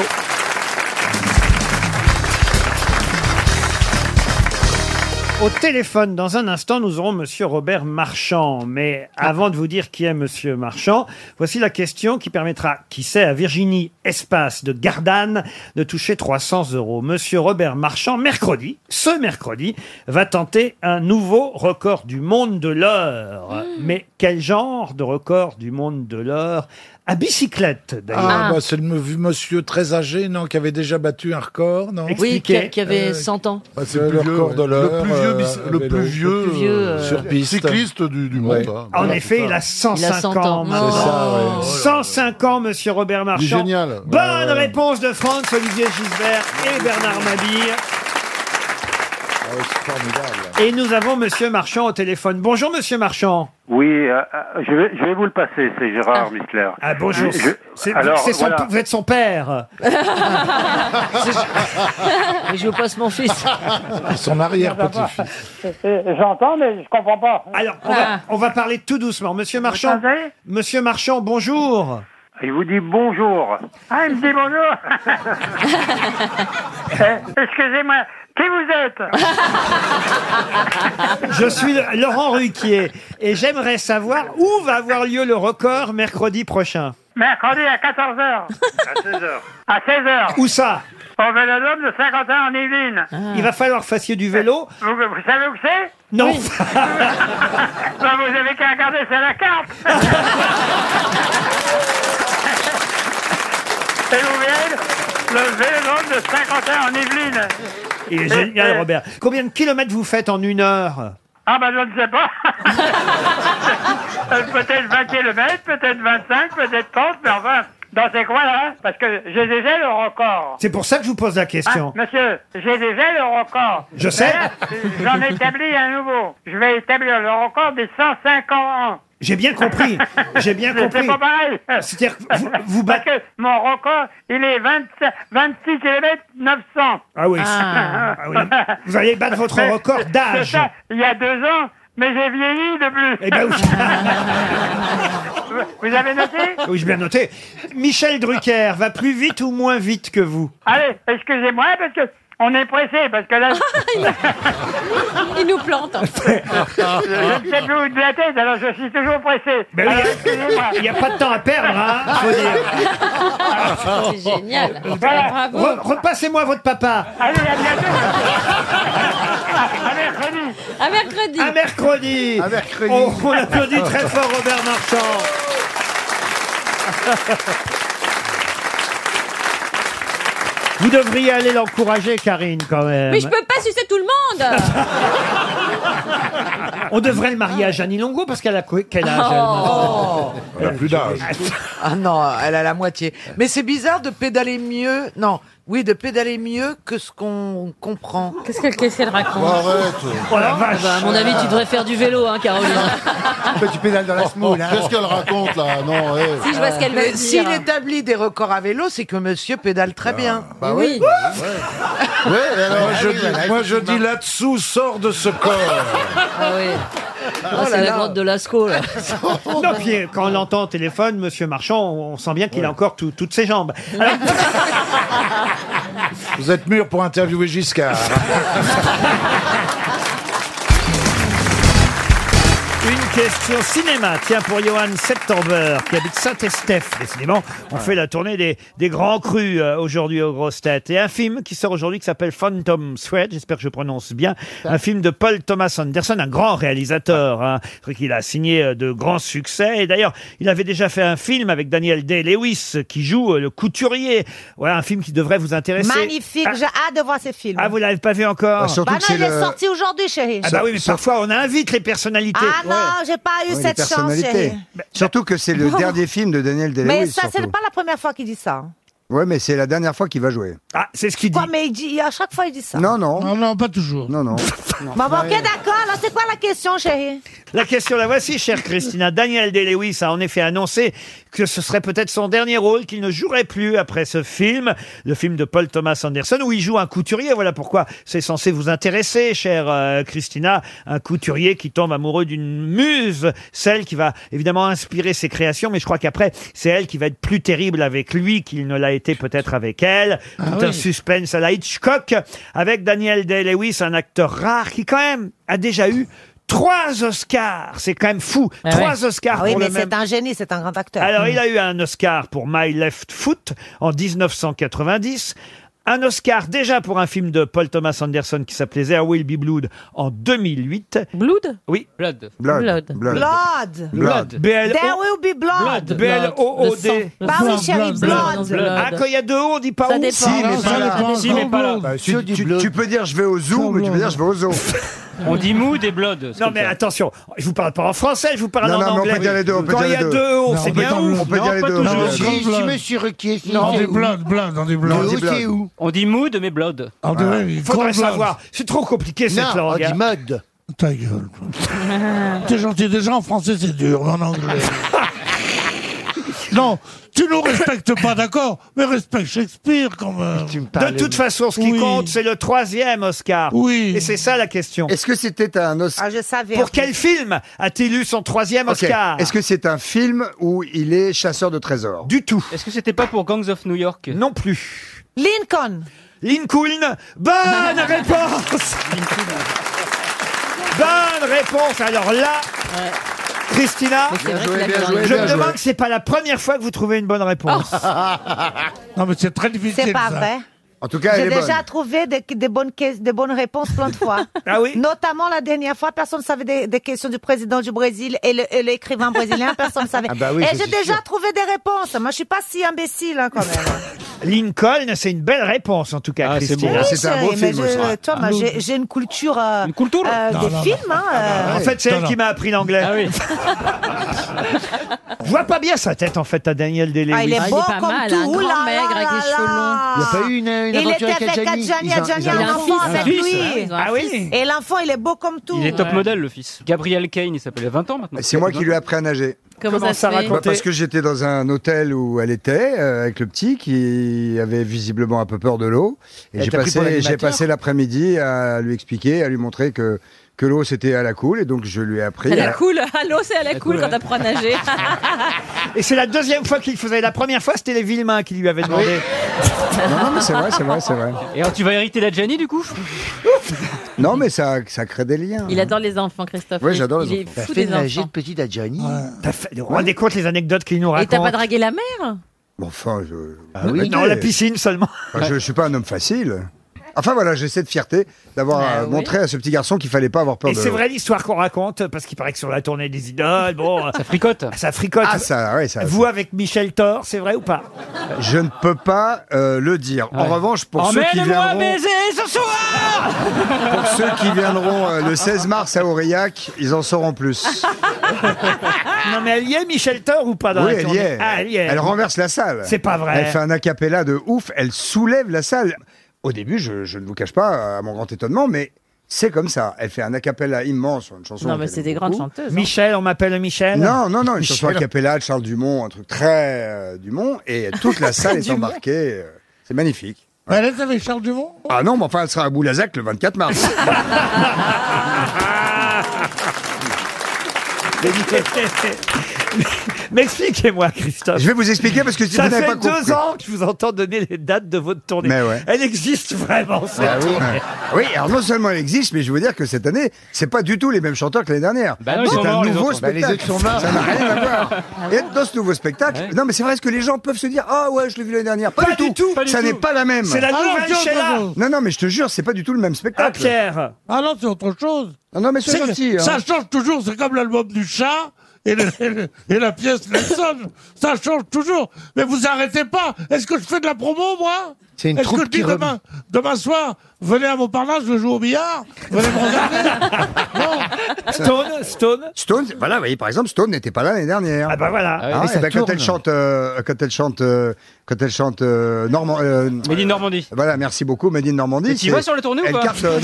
[SPEAKER 1] Au téléphone, dans un instant, nous aurons Monsieur Robert Marchand. Mais avant de vous dire qui est Monsieur Marchand, voici la question qui permettra, qui sait, à Virginie Espace de Gardanne de toucher 300 euros. Monsieur Robert Marchand, mercredi, ce mercredi, va tenter un nouveau record du monde de l'heure. Mais quel genre de record du monde de l'heure À bicyclette, d'ailleurs.
[SPEAKER 5] Ah, bah c'est le me- monsieur très âgé, non, qui avait déjà battu un record, non
[SPEAKER 27] Oui, qui, a- qui avait
[SPEAKER 5] Euh,
[SPEAKER 27] 100 ans.
[SPEAKER 5] bah, c'est le record de l'heure,
[SPEAKER 25] Le plus vieux,
[SPEAKER 5] euh,
[SPEAKER 25] bis-
[SPEAKER 5] à
[SPEAKER 25] le
[SPEAKER 5] vélo.
[SPEAKER 25] plus vieux,
[SPEAKER 27] plus vieux,
[SPEAKER 25] euh,
[SPEAKER 27] euh,
[SPEAKER 5] sur piste.
[SPEAKER 25] cycliste du, du monde.
[SPEAKER 5] Ouais.
[SPEAKER 25] hein.
[SPEAKER 1] En
[SPEAKER 25] Voilà,
[SPEAKER 1] effet,
[SPEAKER 25] c'est
[SPEAKER 1] il
[SPEAKER 25] ça.
[SPEAKER 1] a 105
[SPEAKER 27] 100
[SPEAKER 1] ans. Oh
[SPEAKER 27] ans.
[SPEAKER 1] maintenant.
[SPEAKER 27] C'est ça, ouais.
[SPEAKER 1] 105 ans, monsieur Robert Marchand.
[SPEAKER 5] génial. Ouais,
[SPEAKER 1] Bonne
[SPEAKER 5] ouais.
[SPEAKER 1] réponse de France, Olivier Gisbert et Bernard Mabille. Et nous avons monsieur Marchand au téléphone. Bonjour monsieur Marchand.
[SPEAKER 3] Oui, euh, euh, je, vais, je vais vous le passer, c'est Gérard Missler.
[SPEAKER 1] Ah bonjour.
[SPEAKER 3] Je-
[SPEAKER 1] C'est-
[SPEAKER 3] alors,
[SPEAKER 1] c'est son-
[SPEAKER 3] voilà.
[SPEAKER 1] Vous êtes son père.
[SPEAKER 27] je passe mon fils.
[SPEAKER 23] Son arrière-petit-fils.
[SPEAKER 1] J'entends, mais je comprends pas. Alors, on, va, on va parler tout doucement. Monsieur Marchand. Monsieur Marchand, bonjour.
[SPEAKER 3] Il vous dit bonjour. Ah, il me dit bonjour. Eh, Excusez-moi, qui vous êtes
[SPEAKER 1] Je suis Laurent Ruquier et j'aimerais savoir où va avoir lieu le record mercredi prochain.
[SPEAKER 3] Mercredi à 14h. À 16h. À 16h.
[SPEAKER 1] Où ça
[SPEAKER 3] Au Vélodrome de 50 ans en Yvelines.
[SPEAKER 1] Il va falloir que vous fassiez du vélo.
[SPEAKER 3] Vous, vous savez où que c'est
[SPEAKER 1] Non.
[SPEAKER 3] Ben, Vous avez qu'à regarder sur la carte. Et vous verrez le Vélodrome de 50 ans en Yvelines.
[SPEAKER 1] Il est
[SPEAKER 3] Et- et- euh,
[SPEAKER 1] génial, Robert. Combien de kilomètres vous faites en une heure
[SPEAKER 3] Ah ben je ne sais pas. Euh, peut-être 20 km, peut-être 25, peut-être 30, mais enfin, dans ces coins-là, parce que j'ai déjà le record.
[SPEAKER 1] C'est pour ça que je vous pose la question.
[SPEAKER 3] Hein, monsieur, j'ai déjà le record.
[SPEAKER 1] Je sais.
[SPEAKER 3] Mais J'en établis un nouveau. Je vais établir le record des 150 ans.
[SPEAKER 1] J'ai bien compris. J'ai bien
[SPEAKER 3] Mais
[SPEAKER 1] compris. Ah,
[SPEAKER 3] C'est pas pareil.
[SPEAKER 1] C'est-à-dire que vous, vous
[SPEAKER 3] Parce que mon record, il est 25 26 km 900.
[SPEAKER 1] Ah oui. Ah. Ah oui. Vous allez battre votre
[SPEAKER 3] Mais
[SPEAKER 1] record
[SPEAKER 3] c'est
[SPEAKER 1] d'âge. Eh ben
[SPEAKER 3] ça, Il y a deux ans, mais j'ai vieilli de plus. vous... avez noté
[SPEAKER 1] Oui, j'ai bien noté. Michel Drucker va plus vite ou moins vite que vous
[SPEAKER 3] Allez, excusez-moi, parce que on est pressé, parce que là...
[SPEAKER 14] Il Ah, nous plante.
[SPEAKER 3] je ne sais plus où de la tête, alors je suis toujours pressé.
[SPEAKER 1] Ben oui,
[SPEAKER 3] Alors, Ah,
[SPEAKER 1] Il n'y a pas de temps à perdre, hein faut dire.
[SPEAKER 3] C'est génial.
[SPEAKER 1] Voilà. Re- Repassez-moi votre papa.
[SPEAKER 3] Allez, à bientôt. À mercredi.
[SPEAKER 14] À mercredi.
[SPEAKER 1] À mercredi. On, Oh, on applaudit très fort Robert Marchand. Vous devriez aller l'encourager, Karine, quand même.
[SPEAKER 14] Mais je peux pas sucer tout le monde.
[SPEAKER 1] On devrait le marier à Jeannie Longo Oh, parce qu'elle a quoi- quel âge elle, maintenant
[SPEAKER 2] Elle
[SPEAKER 1] a plus d'âge.
[SPEAKER 2] Oh. Ah non, elle a la moitié. Mais c'est bizarre de pédaler mieux. Non, oui, de pédaler mieux que ce qu'on comprend.
[SPEAKER 14] Qu'est-ce qu'elle qu'elle raconte
[SPEAKER 1] Oh la vache
[SPEAKER 15] Ah,
[SPEAKER 27] Bah, à mon avis, tu devrais faire du vélo, hein, Caroline.
[SPEAKER 23] tu pédales
[SPEAKER 13] Oh,
[SPEAKER 23] dans la
[SPEAKER 27] semoule, hein.
[SPEAKER 23] Qu'est-ce qu'elle raconte, là Non, eh.
[SPEAKER 27] Si, je vois ce qu'elle
[SPEAKER 2] Mais
[SPEAKER 27] veut dire.
[SPEAKER 2] S'il établit des records à vélo, c'est que monsieur pédale très bien.
[SPEAKER 23] bah oui. Oui.
[SPEAKER 5] Ouais, alors,
[SPEAKER 23] Ah
[SPEAKER 5] je
[SPEAKER 23] oui,
[SPEAKER 5] dis-
[SPEAKER 23] voilà,
[SPEAKER 2] Oh
[SPEAKER 5] moi je dis là-dessous, sors de ce corps.
[SPEAKER 27] Ah, c'est la grotte de Lascaux, là.
[SPEAKER 1] Non,
[SPEAKER 2] bah,
[SPEAKER 1] puis euh, quand on l'entend au téléphone, Monsieur Marchand, on on sent bien qu'il a encore tout- toutes ses jambes. Alors-
[SPEAKER 23] Vous êtes mûr pour interviewer Giscard.
[SPEAKER 1] Une question cinéma, tiens, pour Johan September, qui habite Saint-Estèphe. Décidément, on fait la tournée des, des grands crus euh, aujourd'hui aux grosses têtes. Et un film qui sort aujourd'hui qui s'appelle Phantom Thread, j'espère que je prononce bien, un film de Paul Thomas Anderson, un grand réalisateur. Hein. C'est vrai qu'il a signé euh, de grands succès. Et d'ailleurs, il avait déjà fait un film avec Daniel Day-Lewis, qui joue euh, le couturier. Voilà, un film qui devrait vous intéresser.
[SPEAKER 10] Magnifique, j'ai hâte de voir ces films.
[SPEAKER 1] Ah, vous l'avez pas vu encore
[SPEAKER 10] Bah non, il est sorti aujourd'hui, chérie.
[SPEAKER 1] Ah bah oui, mais parfois on invite les personnalités.
[SPEAKER 10] Ah non, j'ai pas eu
[SPEAKER 16] Oui, les
[SPEAKER 10] cette chance,
[SPEAKER 16] personnalités.
[SPEAKER 10] chérie.
[SPEAKER 16] Surtout que c'est le
[SPEAKER 10] Non.
[SPEAKER 16] dernier film de Daniel
[SPEAKER 10] Mais
[SPEAKER 16] Day-Lewis.
[SPEAKER 10] ça, c'est
[SPEAKER 16] surtout.
[SPEAKER 10] pas la première fois qu'il dit ça.
[SPEAKER 16] Ouais, mais c'est la dernière fois qu'il va jouer.
[SPEAKER 1] Ah, c'est ce qu'il
[SPEAKER 10] Quoi, mais il dit, à chaque fois, il dit ça.
[SPEAKER 16] Non, non. Non, non, pas toujours. Non, non.
[SPEAKER 10] Bon, bon, ok, d'accord. Alors, c'est quoi la question, chérie
[SPEAKER 1] La question la voici, chère Christina. Daniel Day-Lewis a en effet annoncé que ce serait peut-être son dernier rôle, qu'il ne jouerait plus après ce film, le film de Paul Thomas Anderson, où il joue un couturier. Voilà pourquoi c'est censé vous intéresser, chère euh, Christina. Un couturier qui tombe amoureux d'une muse, celle qui va évidemment inspirer ses créations, mais je crois qu'après, c'est elle qui va être plus terrible avec lui qu'il ne l'a été peut-être avec elle. Tout un
[SPEAKER 11] oui.
[SPEAKER 1] suspense à la Hitchcock, avec Daniel Day-Lewis, un acteur rare qui quand même a déjà eu Trois Oscars, c'est quand même fou. Trois Oscars
[SPEAKER 10] Ah oui,
[SPEAKER 1] pour
[SPEAKER 10] mais
[SPEAKER 1] le
[SPEAKER 10] c'est
[SPEAKER 1] même.
[SPEAKER 10] un génie, c'est un grand acteur.
[SPEAKER 1] Alors, il a eu un Oscar pour My Left Foot en 1990. Un Oscar déjà pour un film de Paul Thomas Anderson qui s'appelait There Will Be Blood en 2008. Blood Oui. Blood.
[SPEAKER 10] Blood. Blood.
[SPEAKER 1] B-L-O-
[SPEAKER 10] There will be blood.
[SPEAKER 1] B-L-O-O-D.
[SPEAKER 10] Bah oui, chérie, blood.
[SPEAKER 1] Ah, quand il y a deux O, on dit pas
[SPEAKER 10] Ça
[SPEAKER 1] O.
[SPEAKER 10] dépend. Si, mais pas là.
[SPEAKER 25] Si, mais pas là.
[SPEAKER 16] Bah, tu, tu- tu peux dire je vais au zoo, mais tu peux dire je vais au zoo.
[SPEAKER 25] On dit mood et blood.
[SPEAKER 1] Non, mais attention, je vous parle pas en français, je vous parle
[SPEAKER 16] Non,
[SPEAKER 1] en
[SPEAKER 16] non, mais on
[SPEAKER 1] anglais.
[SPEAKER 16] peut dire les deux, on peut
[SPEAKER 1] Quand
[SPEAKER 16] dire
[SPEAKER 1] il y a
[SPEAKER 16] les deux.
[SPEAKER 1] deux O,
[SPEAKER 16] Non,
[SPEAKER 1] c'est
[SPEAKER 16] on peut
[SPEAKER 1] bien
[SPEAKER 16] dire
[SPEAKER 1] ouf.
[SPEAKER 16] on peut dire les deux. Non,
[SPEAKER 23] si- si monsieur
[SPEAKER 1] Ruquier,
[SPEAKER 23] si- Non, on dit blood, blood, on dit blood.
[SPEAKER 25] On
[SPEAKER 23] Le
[SPEAKER 25] dit
[SPEAKER 23] O, c'est où
[SPEAKER 25] On dit mood mais blood.
[SPEAKER 1] Ah,
[SPEAKER 23] On dit oui,
[SPEAKER 1] Il faudrait
[SPEAKER 23] cold blood.
[SPEAKER 1] savoir. C'est trop compliqué cette
[SPEAKER 23] Non,
[SPEAKER 1] langue. hein.
[SPEAKER 23] on dit
[SPEAKER 1] mode.
[SPEAKER 23] Ta gueule. T'es gentil, déjà en français c'est dur, mais en anglais. non, tu nous respectes pas, d'accord Mais respecte Shakespeare quand même.
[SPEAKER 1] De toute façon, ce qui compte, c'est le troisième Oscar. Oui. Et c'est ça la question.
[SPEAKER 16] Est-ce que c'était un Oscar
[SPEAKER 10] Ah, Je savais.
[SPEAKER 1] Pour quel film a-t-il eu son troisième
[SPEAKER 16] Ok.
[SPEAKER 1] Oscar
[SPEAKER 16] Est-ce que c'est un film où il est chasseur de trésors
[SPEAKER 1] Du tout.
[SPEAKER 25] Est-ce que c'était pas pour Gangs of New York
[SPEAKER 1] Non plus.
[SPEAKER 10] Lincoln.
[SPEAKER 1] Lincoln. Bonne réponse Bonne réponse. Alors là, Christina,
[SPEAKER 10] Mais c'est vrai Bien joué, qu'il a bien joué,
[SPEAKER 1] je
[SPEAKER 10] bien
[SPEAKER 1] me
[SPEAKER 10] joué.
[SPEAKER 1] demande que c'est pas la première fois que vous trouvez une bonne réponse.
[SPEAKER 23] non mais c'est très difficile.
[SPEAKER 10] Oh. C'est pas
[SPEAKER 23] ça.
[SPEAKER 10] vrai.
[SPEAKER 16] En tout
[SPEAKER 10] J'ai déjà trouvé des, des bonnes, que- des bonnes réponses plein de fois.
[SPEAKER 16] Ah oui
[SPEAKER 10] Notamment la dernière fois, personne ne savait des, des questions du président du Brésil et le- et l'écrivain brésilien, personne ne savait.
[SPEAKER 1] Ah bah oui,
[SPEAKER 10] et
[SPEAKER 1] ça,
[SPEAKER 10] j'ai
[SPEAKER 1] c'est
[SPEAKER 10] déjà
[SPEAKER 1] sûr.
[SPEAKER 10] trouvé des réponses. Moi, je suis pas si imbécile hein, quand même.
[SPEAKER 1] Lincoln, c'est une belle réponse en tout cas,
[SPEAKER 16] Ah,
[SPEAKER 1] Christina.
[SPEAKER 10] Oui, chérie, mais je- toi, moi, j'ai- j'ai une culture, euh, euh,
[SPEAKER 1] Non,
[SPEAKER 10] des
[SPEAKER 1] non, non.
[SPEAKER 10] films. hein, euh.
[SPEAKER 1] En fait, c'est
[SPEAKER 10] Non,
[SPEAKER 1] elle
[SPEAKER 10] non.
[SPEAKER 1] qui m'a appris l'anglais.
[SPEAKER 5] Ah
[SPEAKER 1] Je vois pas bien sa tête en fait à Daniel Deleuze.
[SPEAKER 10] Ah, il est beau comme tout. Ouh là là là là.
[SPEAKER 1] Il y a pas eu une- une
[SPEAKER 10] Il
[SPEAKER 1] aventure
[SPEAKER 10] était
[SPEAKER 1] avec
[SPEAKER 10] avec
[SPEAKER 1] Adjani.
[SPEAKER 10] Adjani.
[SPEAKER 25] Ils ont-
[SPEAKER 10] Adjani
[SPEAKER 25] ils ont
[SPEAKER 10] a
[SPEAKER 25] un
[SPEAKER 10] un enfant
[SPEAKER 25] fils.
[SPEAKER 10] avec
[SPEAKER 25] Un fils, ouais,
[SPEAKER 10] lui.
[SPEAKER 25] ils ont un Ah oui. fils.
[SPEAKER 10] Et l'enfant, il est beau comme tout.
[SPEAKER 25] Il est top
[SPEAKER 10] Ouais.
[SPEAKER 25] modèle, le fils. Gabriel Kane, il s'appelait 20 ans maintenant.
[SPEAKER 16] C'est moi qui lui ai appris à nager.
[SPEAKER 10] Comment Comment ça se ça fait raconter
[SPEAKER 16] Bah, Parce que j'étais dans un hôtel où elle était, euh, avec le petit qui avait visiblement un peu peur de l'eau. Et
[SPEAKER 23] Elle
[SPEAKER 16] j'ai
[SPEAKER 23] t'a pris pour
[SPEAKER 16] passé, j'ai
[SPEAKER 23] l'animateur
[SPEAKER 16] passé l'après-midi à lui expliquer, à lui montrer que, que l'eau c'était à la cool. Et donc je lui ai appris.
[SPEAKER 22] À la
[SPEAKER 16] à-
[SPEAKER 22] cool, à l'eau, c'est à la cool
[SPEAKER 16] cool,
[SPEAKER 22] quand
[SPEAKER 16] ouais.
[SPEAKER 22] t'apprends à nager.
[SPEAKER 1] Et c'est la deuxième fois qu'il le faisait. La première fois, c'était les Villemains qui lui avaient demandé.
[SPEAKER 16] Ah, Non, non, mais c'est vrai, c'est vrai, c'est vrai.
[SPEAKER 25] Et alors, tu vas hériter la Gianni, du coup
[SPEAKER 16] Non, mais ça, ça crée des liens.
[SPEAKER 22] Il adore les enfants, Christophe.
[SPEAKER 16] Oui, j'adore les
[SPEAKER 22] Il est
[SPEAKER 16] enfants.
[SPEAKER 27] Bah,
[SPEAKER 22] fou des enfants.
[SPEAKER 16] petite à Johnny.
[SPEAKER 1] Vous vous rendez compte les anecdotes qu'il nous
[SPEAKER 22] Et
[SPEAKER 1] raconte
[SPEAKER 22] t'as pas dragué la mère
[SPEAKER 16] Enfin, je.
[SPEAKER 1] Ah oui. Non, la piscine seulement.
[SPEAKER 16] Enfin, Ah, je, je suis pas un homme facile. Enfin voilà, j'ai cette fierté d'avoir euh, montré à ce petit garçon qu'il fallait pas avoir peur
[SPEAKER 1] Ah Et
[SPEAKER 16] de.
[SPEAKER 1] c'est vrai l'histoire qu'on raconte, parce qu'il paraît que sur la tournée des idoles, bon. Ça fricote. Ça fricote.
[SPEAKER 16] Ah, ça, ouais, ça.
[SPEAKER 1] Vous avec Michel Thor, c'est vrai ou pas
[SPEAKER 16] Je ne peux pas euh, le dire. En revanche, pour
[SPEAKER 25] Oh,
[SPEAKER 16] ceux qui
[SPEAKER 1] Emmène-moi
[SPEAKER 16] viendront,
[SPEAKER 1] baiser ce soir
[SPEAKER 16] pour ceux qui viendront euh, le 16 mars à Aurillac, ils en sauront plus.
[SPEAKER 1] Ah, Non, mais elle y est, Michel Thor, ou pas dans
[SPEAKER 16] oui,
[SPEAKER 1] la
[SPEAKER 16] elle
[SPEAKER 1] tournée
[SPEAKER 16] y est.
[SPEAKER 1] Ah, elle y est.
[SPEAKER 16] Elle renverse la salle.
[SPEAKER 1] C'est pas vrai.
[SPEAKER 16] Elle fait un acapella de ouf. Elle soulève la salle. Au début, je, je ne vous cache pas, à mon grand étonnement, mais c'est comme ça. Elle fait un acapella immense sur une chanson.
[SPEAKER 22] Non, mais
[SPEAKER 16] qu'elle
[SPEAKER 22] c'est
[SPEAKER 16] aime
[SPEAKER 22] des grandes
[SPEAKER 16] beaucoup.
[SPEAKER 22] chanteuses. hein.
[SPEAKER 1] Michel, on m'appelle Michel.
[SPEAKER 16] Non, non, non, une chanson a
[SPEAKER 1] Michel.
[SPEAKER 16] cappella de Charles Dumont, un truc très euh, Dumont, et toute la salle est
[SPEAKER 23] Dumont.
[SPEAKER 16] embarquée. euh, c'est magnifique.
[SPEAKER 23] Elle est avec Charles Dumont
[SPEAKER 16] Ah non, mais enfin, elle sera à Boulazac le 24 mars.
[SPEAKER 1] Mais expliquez-moi, Christophe.
[SPEAKER 16] Je vais vous expliquer parce que si
[SPEAKER 1] ça
[SPEAKER 16] vous n'avez
[SPEAKER 1] fait
[SPEAKER 16] pas compris.
[SPEAKER 1] deux ans que je vous entends donner les dates de votre tournée.
[SPEAKER 16] Mais ouais.
[SPEAKER 1] Elle existe vraiment, cette
[SPEAKER 16] Ah oui.
[SPEAKER 1] tournée.
[SPEAKER 16] oui, alors non seulement elle existe, mais je veux dire que cette année, c'est pas du tout les mêmes chanteurs que l'année dernière.
[SPEAKER 1] Bah non, ils
[SPEAKER 16] c'est
[SPEAKER 1] sont
[SPEAKER 16] un
[SPEAKER 1] morts, les
[SPEAKER 16] nouveau
[SPEAKER 1] autres. Bah, les
[SPEAKER 16] spectacle.
[SPEAKER 1] autres sont morts. Ah
[SPEAKER 16] Ça n'a rien à voir. Et dans ce nouveau spectacle, non mais c'est vrai, est-ce que les gens peuvent se dire Ah ouais, je l'ai vu l'année dernière Pas, du tout.
[SPEAKER 1] pas du
[SPEAKER 16] ça
[SPEAKER 1] tout.
[SPEAKER 16] n'est pas la même.
[SPEAKER 1] C'est la Ah, nouvelle tiens, Sheila. bravo.
[SPEAKER 16] Non, non, mais je te jure, c'est pas du tout le même spectacle.
[SPEAKER 1] Pierre
[SPEAKER 4] Ah non, c'est autre chose.
[SPEAKER 16] non, mais c'est
[SPEAKER 4] que
[SPEAKER 16] gentil, hein.
[SPEAKER 4] Ça change toujours, c'est comme l'album du chat et, le- et le- et la pièce Nelson. ça change toujours. Mais vous arrêtez pas. Est-ce que je fais de la promo, moi
[SPEAKER 13] C'est une
[SPEAKER 4] Est-ce que
[SPEAKER 13] troupe
[SPEAKER 4] je dis
[SPEAKER 13] qui rem-
[SPEAKER 4] demain, demain soir, venez à Montparnasse, je joue au billard Venez me regarder Non
[SPEAKER 1] Stone, Stone.
[SPEAKER 16] Stone, voilà, vous voyez, par exemple, Stone n'était pas là l'année dernière. Ah
[SPEAKER 1] bah voilà.
[SPEAKER 29] Ah oui, mais ça
[SPEAKER 16] quand
[SPEAKER 29] tourne.
[SPEAKER 16] elle chante, euh, quand elle chante, euh, quand elle chante euh, Normand. euh,
[SPEAKER 29] Mehdi Normandie.
[SPEAKER 16] Voilà, merci beaucoup, Médine Normandie.
[SPEAKER 29] Et tu
[SPEAKER 16] c'est-
[SPEAKER 29] vas sur la tournée ou
[SPEAKER 16] elle euh,
[SPEAKER 29] pas
[SPEAKER 16] cartonne.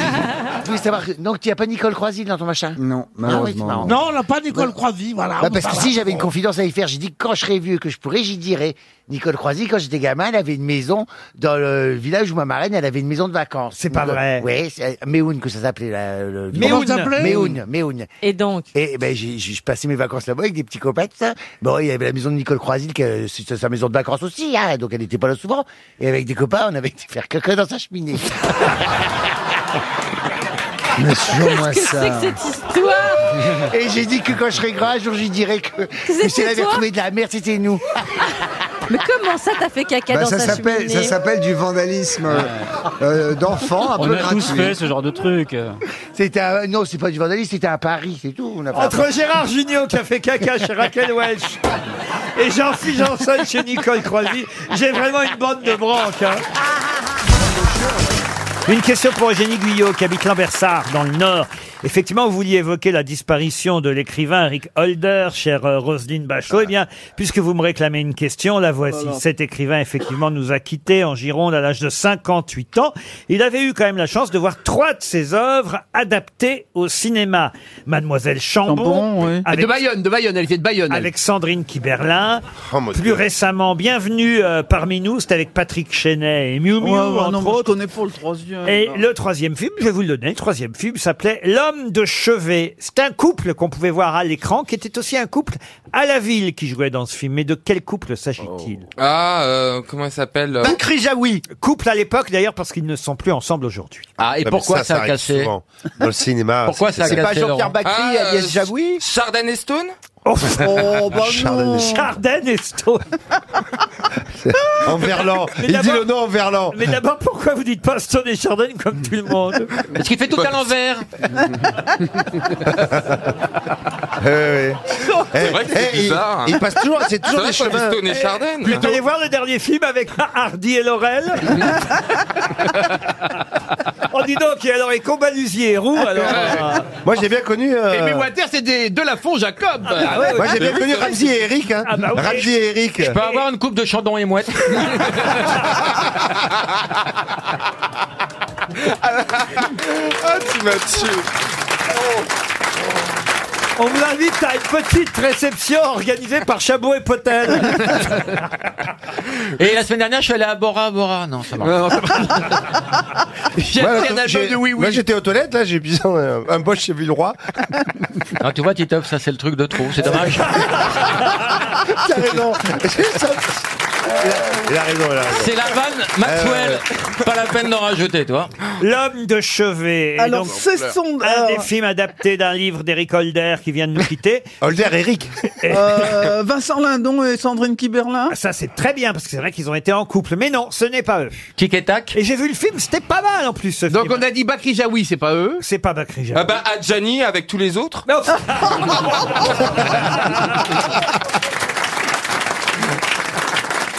[SPEAKER 13] Je voulais savoir, donc tu n'as pas Nicole Croisille dans ton machin Ah
[SPEAKER 16] Non, malheureusement.
[SPEAKER 4] Non, on n'a pas Nicole Croisy, voilà.
[SPEAKER 13] Bah, parce que si j'avais une
[SPEAKER 4] confiance
[SPEAKER 13] confidence à y faire, j'ai dit que quand je serais vieux, que je pourrais, j'y dirais. Nicole Croisy, quand j'étais gamin, elle avait une maison dans le village où ma marraine, elle avait une maison de vacances. Euh, C'est
[SPEAKER 1] pas vrai.
[SPEAKER 13] Oui, Méhoun que ça s'appelait. la- le-
[SPEAKER 1] Méhoun. Comment ça s'appelait
[SPEAKER 13] Méhoun, Méhoun.
[SPEAKER 22] Et donc
[SPEAKER 13] Et ben, j'ai, j'ai- je passais mes vacances là-bas avec des petits copains, tout ça. Bon, il y avait la maison de Nicole Croisille, que c'est sa maison de vacances aussi, hein, donc elle n'était pas là souvent. Et avec des copains, on avait été faire caca dans sa cheminée.
[SPEAKER 16] Mais sûrement
[SPEAKER 13] Qu'est-ce que
[SPEAKER 16] ça.
[SPEAKER 13] c'est que cette
[SPEAKER 22] histoire
[SPEAKER 13] Et j'ai dit que quand je serais gras, un jour, je dirais que, que si
[SPEAKER 22] c'était
[SPEAKER 13] elle avait
[SPEAKER 22] toi
[SPEAKER 13] retrouvé de la merde, c'était nous.
[SPEAKER 22] Mais comment ça, t'as fait caca
[SPEAKER 16] Bah,
[SPEAKER 22] dans
[SPEAKER 16] ça
[SPEAKER 22] sa
[SPEAKER 16] s'appelle,
[SPEAKER 22] cheminée
[SPEAKER 16] ça s'appelle du vandalisme euh, euh, d'enfant, un
[SPEAKER 29] On
[SPEAKER 16] peu
[SPEAKER 29] a tous
[SPEAKER 16] gratuit.
[SPEAKER 29] fait ce genre de truc.
[SPEAKER 13] C'était un- non, c'est pas du vandalisme, c'était un pari, c'est tout. On
[SPEAKER 3] Ah,
[SPEAKER 13] a pas-
[SPEAKER 1] Entre Gérard Junior qui a fait caca chez Raquel Welch et Jean-Philippe Janson chez Nicole Croisy, j'ai vraiment une bande de branques. hein. Une question pour Eugénie Guyot qui habite Lambersart dans le Nord. Effectivement, vous vouliez évoquer la disparition de l'écrivain Rick Holder, chère euh, Roselyne Bachelot. Eh bien, puisque vous me réclamez une question, la voici.
[SPEAKER 30] Voilà.
[SPEAKER 1] Cet écrivain, effectivement, nous a quittés en Gironde à l'âge de 58 ans. Il avait eu quand même la chance de voir trois de ses œuvres adaptées au cinéma. Mademoiselle Chambon.
[SPEAKER 5] Chambon, oui.
[SPEAKER 1] avec-
[SPEAKER 5] De Bayonne, de Bayonne, elle était de Bayonne. elle.
[SPEAKER 1] avec Sandrine Kiberlin. Plus récemment, bienvenue euh, parmi nous, c'était avec Patrick Chenet et Miu
[SPEAKER 31] Ouais,
[SPEAKER 1] Miu,
[SPEAKER 31] ouais,
[SPEAKER 1] entre
[SPEAKER 31] non, mais je
[SPEAKER 1] autres.
[SPEAKER 31] connais pour le troisième.
[SPEAKER 1] Et
[SPEAKER 31] non.
[SPEAKER 1] le troisième film, je vais vous le donner, le troisième film s'appelait L'homme de chevet. C'est un couple qu'on pouvait voir à l'écran, qui était aussi un couple à la ville qui jouait dans ce film. Mais de quel couple s'agit-il
[SPEAKER 11] Ah, euh, comment elle s'appelle euh,
[SPEAKER 1] Jaoui. Couple à l'époque d'ailleurs, parce qu'ils ne sont plus ensemble aujourd'hui.
[SPEAKER 11] Ah, et Non, mais pourquoi ça, ça ça a arrive cassé souvent.
[SPEAKER 1] Dans le cinéma.
[SPEAKER 11] Pourquoi ça a cassé Laurent Ah, euh,
[SPEAKER 1] Jaoui
[SPEAKER 11] Chardonnay Stone
[SPEAKER 1] Oh,
[SPEAKER 11] Oh, bah non.
[SPEAKER 1] Chardonnay. et Stone.
[SPEAKER 11] En verlan.
[SPEAKER 1] Mais
[SPEAKER 11] Il dit
[SPEAKER 1] d'abord-
[SPEAKER 11] le nom en verlan.
[SPEAKER 1] Mais d'abord, pourquoi vous dites pas Stone et Chardonnay comme tout le monde
[SPEAKER 11] Parce qu'il fait tout à l'envers.
[SPEAKER 1] Eh C'est vrai que c'est
[SPEAKER 11] eh, bizarre,
[SPEAKER 1] il- hein. il passe toujours- c'est toujours
[SPEAKER 11] C'est
[SPEAKER 1] des
[SPEAKER 11] vrai qu'on dit
[SPEAKER 1] chemins.
[SPEAKER 11] Stone et
[SPEAKER 1] Eh,
[SPEAKER 11] Chardin.
[SPEAKER 3] hein.
[SPEAKER 1] Vous allez voir le dernier film avec Hardy et Laurel On dit donc, et alors, et Combalusier et Roux, alors... euh,
[SPEAKER 3] Moi, j'ai bien connu. euh,
[SPEAKER 5] Et mes Water, c'est des de la fond Jacob.
[SPEAKER 3] Ah ouais, ouais, Moi, j'ai bien connu Ramsey et Eric. Hein.
[SPEAKER 5] Ah bah ouais.
[SPEAKER 3] Ramsey et Eric.
[SPEAKER 5] Je peux avoir une coupe de chandon et mouette
[SPEAKER 11] ah, tu m'as tué.
[SPEAKER 1] On vous invite à une petite réception organisée par Chabot et Potel.
[SPEAKER 5] Et la semaine dernière, je suis allé à Bora Bora. Non, ça marche. J'ai
[SPEAKER 3] Moi,
[SPEAKER 5] acheté un
[SPEAKER 3] l'autre-
[SPEAKER 5] album
[SPEAKER 3] j'ai-
[SPEAKER 5] de Oui
[SPEAKER 3] Moi,
[SPEAKER 5] Oui.
[SPEAKER 3] j'étais aux toilettes, là, j'ai pissé un, un boche chez Villeroy.
[SPEAKER 5] Non, tu vois, Titoff, ça c'est le truc de trop. C'est dommage.
[SPEAKER 3] T'as raison. Ça- Il a raison, il a raison.
[SPEAKER 5] C'est la vanne Maxwell. Pas la peine d'en rajouter, toi.
[SPEAKER 1] L'homme de chevet. Et
[SPEAKER 5] Alors,
[SPEAKER 1] donc,
[SPEAKER 5] c'est son-
[SPEAKER 1] Un des films adaptés d'un livre d'Eric Holder qui vient de nous quitter.
[SPEAKER 3] Holder, Eric.
[SPEAKER 31] Euh, Vincent Lindon et Sandrine Kiberlin.
[SPEAKER 1] Ah, Ça, c'est très bien, parce que c'est vrai qu'ils ont été en couple. Mais non, ce n'est pas eux.
[SPEAKER 5] Tic et tac.
[SPEAKER 1] Et j'ai vu le film, c'était pas mal en plus. Ce Donc
[SPEAKER 5] on a dit Bakri Jaoui, c'est pas eux
[SPEAKER 1] C'est pas Bakri Jaoui.
[SPEAKER 11] Ah bah, Adjani avec tous les autres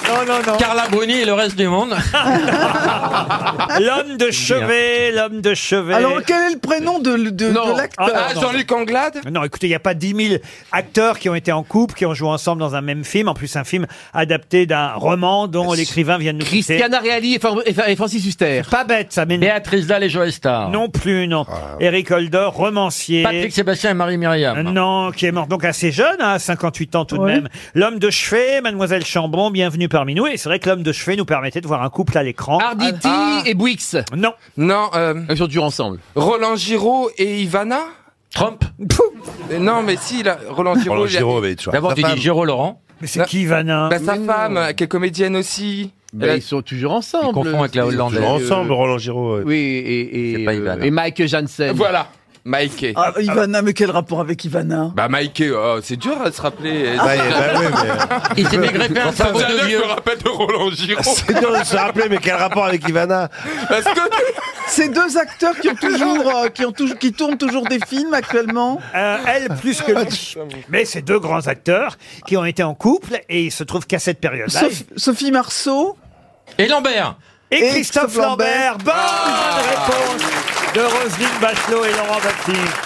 [SPEAKER 1] Non, non, non.
[SPEAKER 5] Carla Bruni et le reste du monde.
[SPEAKER 1] L'homme de chevet, l'homme de chevet.
[SPEAKER 31] Alors, quel est le prénom de, de- de l'acteur
[SPEAKER 5] Ah,
[SPEAKER 1] Anglade Non, écoutez, il n'y a pas 10 000 acteurs qui ont été en couple, qui ont joué ensemble dans un même film. En plus, un film adapté d'un roman dont l'écrivain vient de nous quitter.
[SPEAKER 5] Bah, Christiana Reali et, Fran- et Fra- et Francis Huster.
[SPEAKER 1] Pas bête, ça m'énerve.
[SPEAKER 5] Béatrice Dalle et Joël Star.
[SPEAKER 1] Non plus, non. Eric Holder, romancier. Euh,
[SPEAKER 5] Patrick Sébastien et Marie-Myriam.
[SPEAKER 1] Non, qui est mort donc assez jeune, à 58 ans tout de
[SPEAKER 5] Ouais.
[SPEAKER 1] même. L'homme de chevet, Mademoiselle Chambon, bienvenue parmi nous. Et c'est vrai que l'homme de chevet nous permettait de voir un couple à l'écran. Ah.
[SPEAKER 11] Arditi et Bouix.
[SPEAKER 1] Non.
[SPEAKER 11] Non. Euh...
[SPEAKER 5] Ils sont durs ensemble.
[SPEAKER 11] Roland Giraud et Ivana Trump Non, mais si, là, Roland Giraud.
[SPEAKER 25] Roland
[SPEAKER 11] il a
[SPEAKER 25] Giraud
[SPEAKER 11] dit-
[SPEAKER 25] avait été-
[SPEAKER 11] D'abord,
[SPEAKER 25] Sa
[SPEAKER 11] tu
[SPEAKER 25] femme.
[SPEAKER 11] dis Giraud Laurent.
[SPEAKER 1] Mais c'est qui, Vanin
[SPEAKER 11] bah, Sa
[SPEAKER 1] Mais non.
[SPEAKER 11] femme, qui est comédienne aussi. Euh,
[SPEAKER 19] Ben, ils sont toujours ensemble.
[SPEAKER 11] Ils confondent avec la
[SPEAKER 19] Ils sont
[SPEAKER 11] Hollandaise.
[SPEAKER 19] toujours
[SPEAKER 11] Euh,
[SPEAKER 19] Giraud. Oui, et, et, euh, et Mike Janssen.
[SPEAKER 11] Voilà, Mike.
[SPEAKER 19] Ah,
[SPEAKER 21] Ivana, mais quel rapport avec Ivana
[SPEAKER 11] Bah Mike, euh, c'est dur à se rappeler.
[SPEAKER 21] Bah, bah,
[SPEAKER 19] Il s'est fait greffer un cerveau de
[SPEAKER 11] Je
[SPEAKER 19] vieux.
[SPEAKER 11] me rappelle de Roland
[SPEAKER 5] Ah,
[SPEAKER 11] Giraud.
[SPEAKER 19] C'est dur de se rappeler, mais quel rapport avec Ivana
[SPEAKER 11] Parce que
[SPEAKER 21] Ces deux acteurs qui ont toujours, euh, qui ont toujours, qui tournent toujours des films actuellement.
[SPEAKER 1] Euh, elle plus que lui. Mais c'est deux grands acteurs qui ont été en couple et il se trouve qu'à cette période-là.
[SPEAKER 21] Soph- Sophie Marceau.
[SPEAKER 1] Et Lambert. Et, Christophe Lambert. Bonne réponse de Roselyne Bachelot et Laurent Baptiste.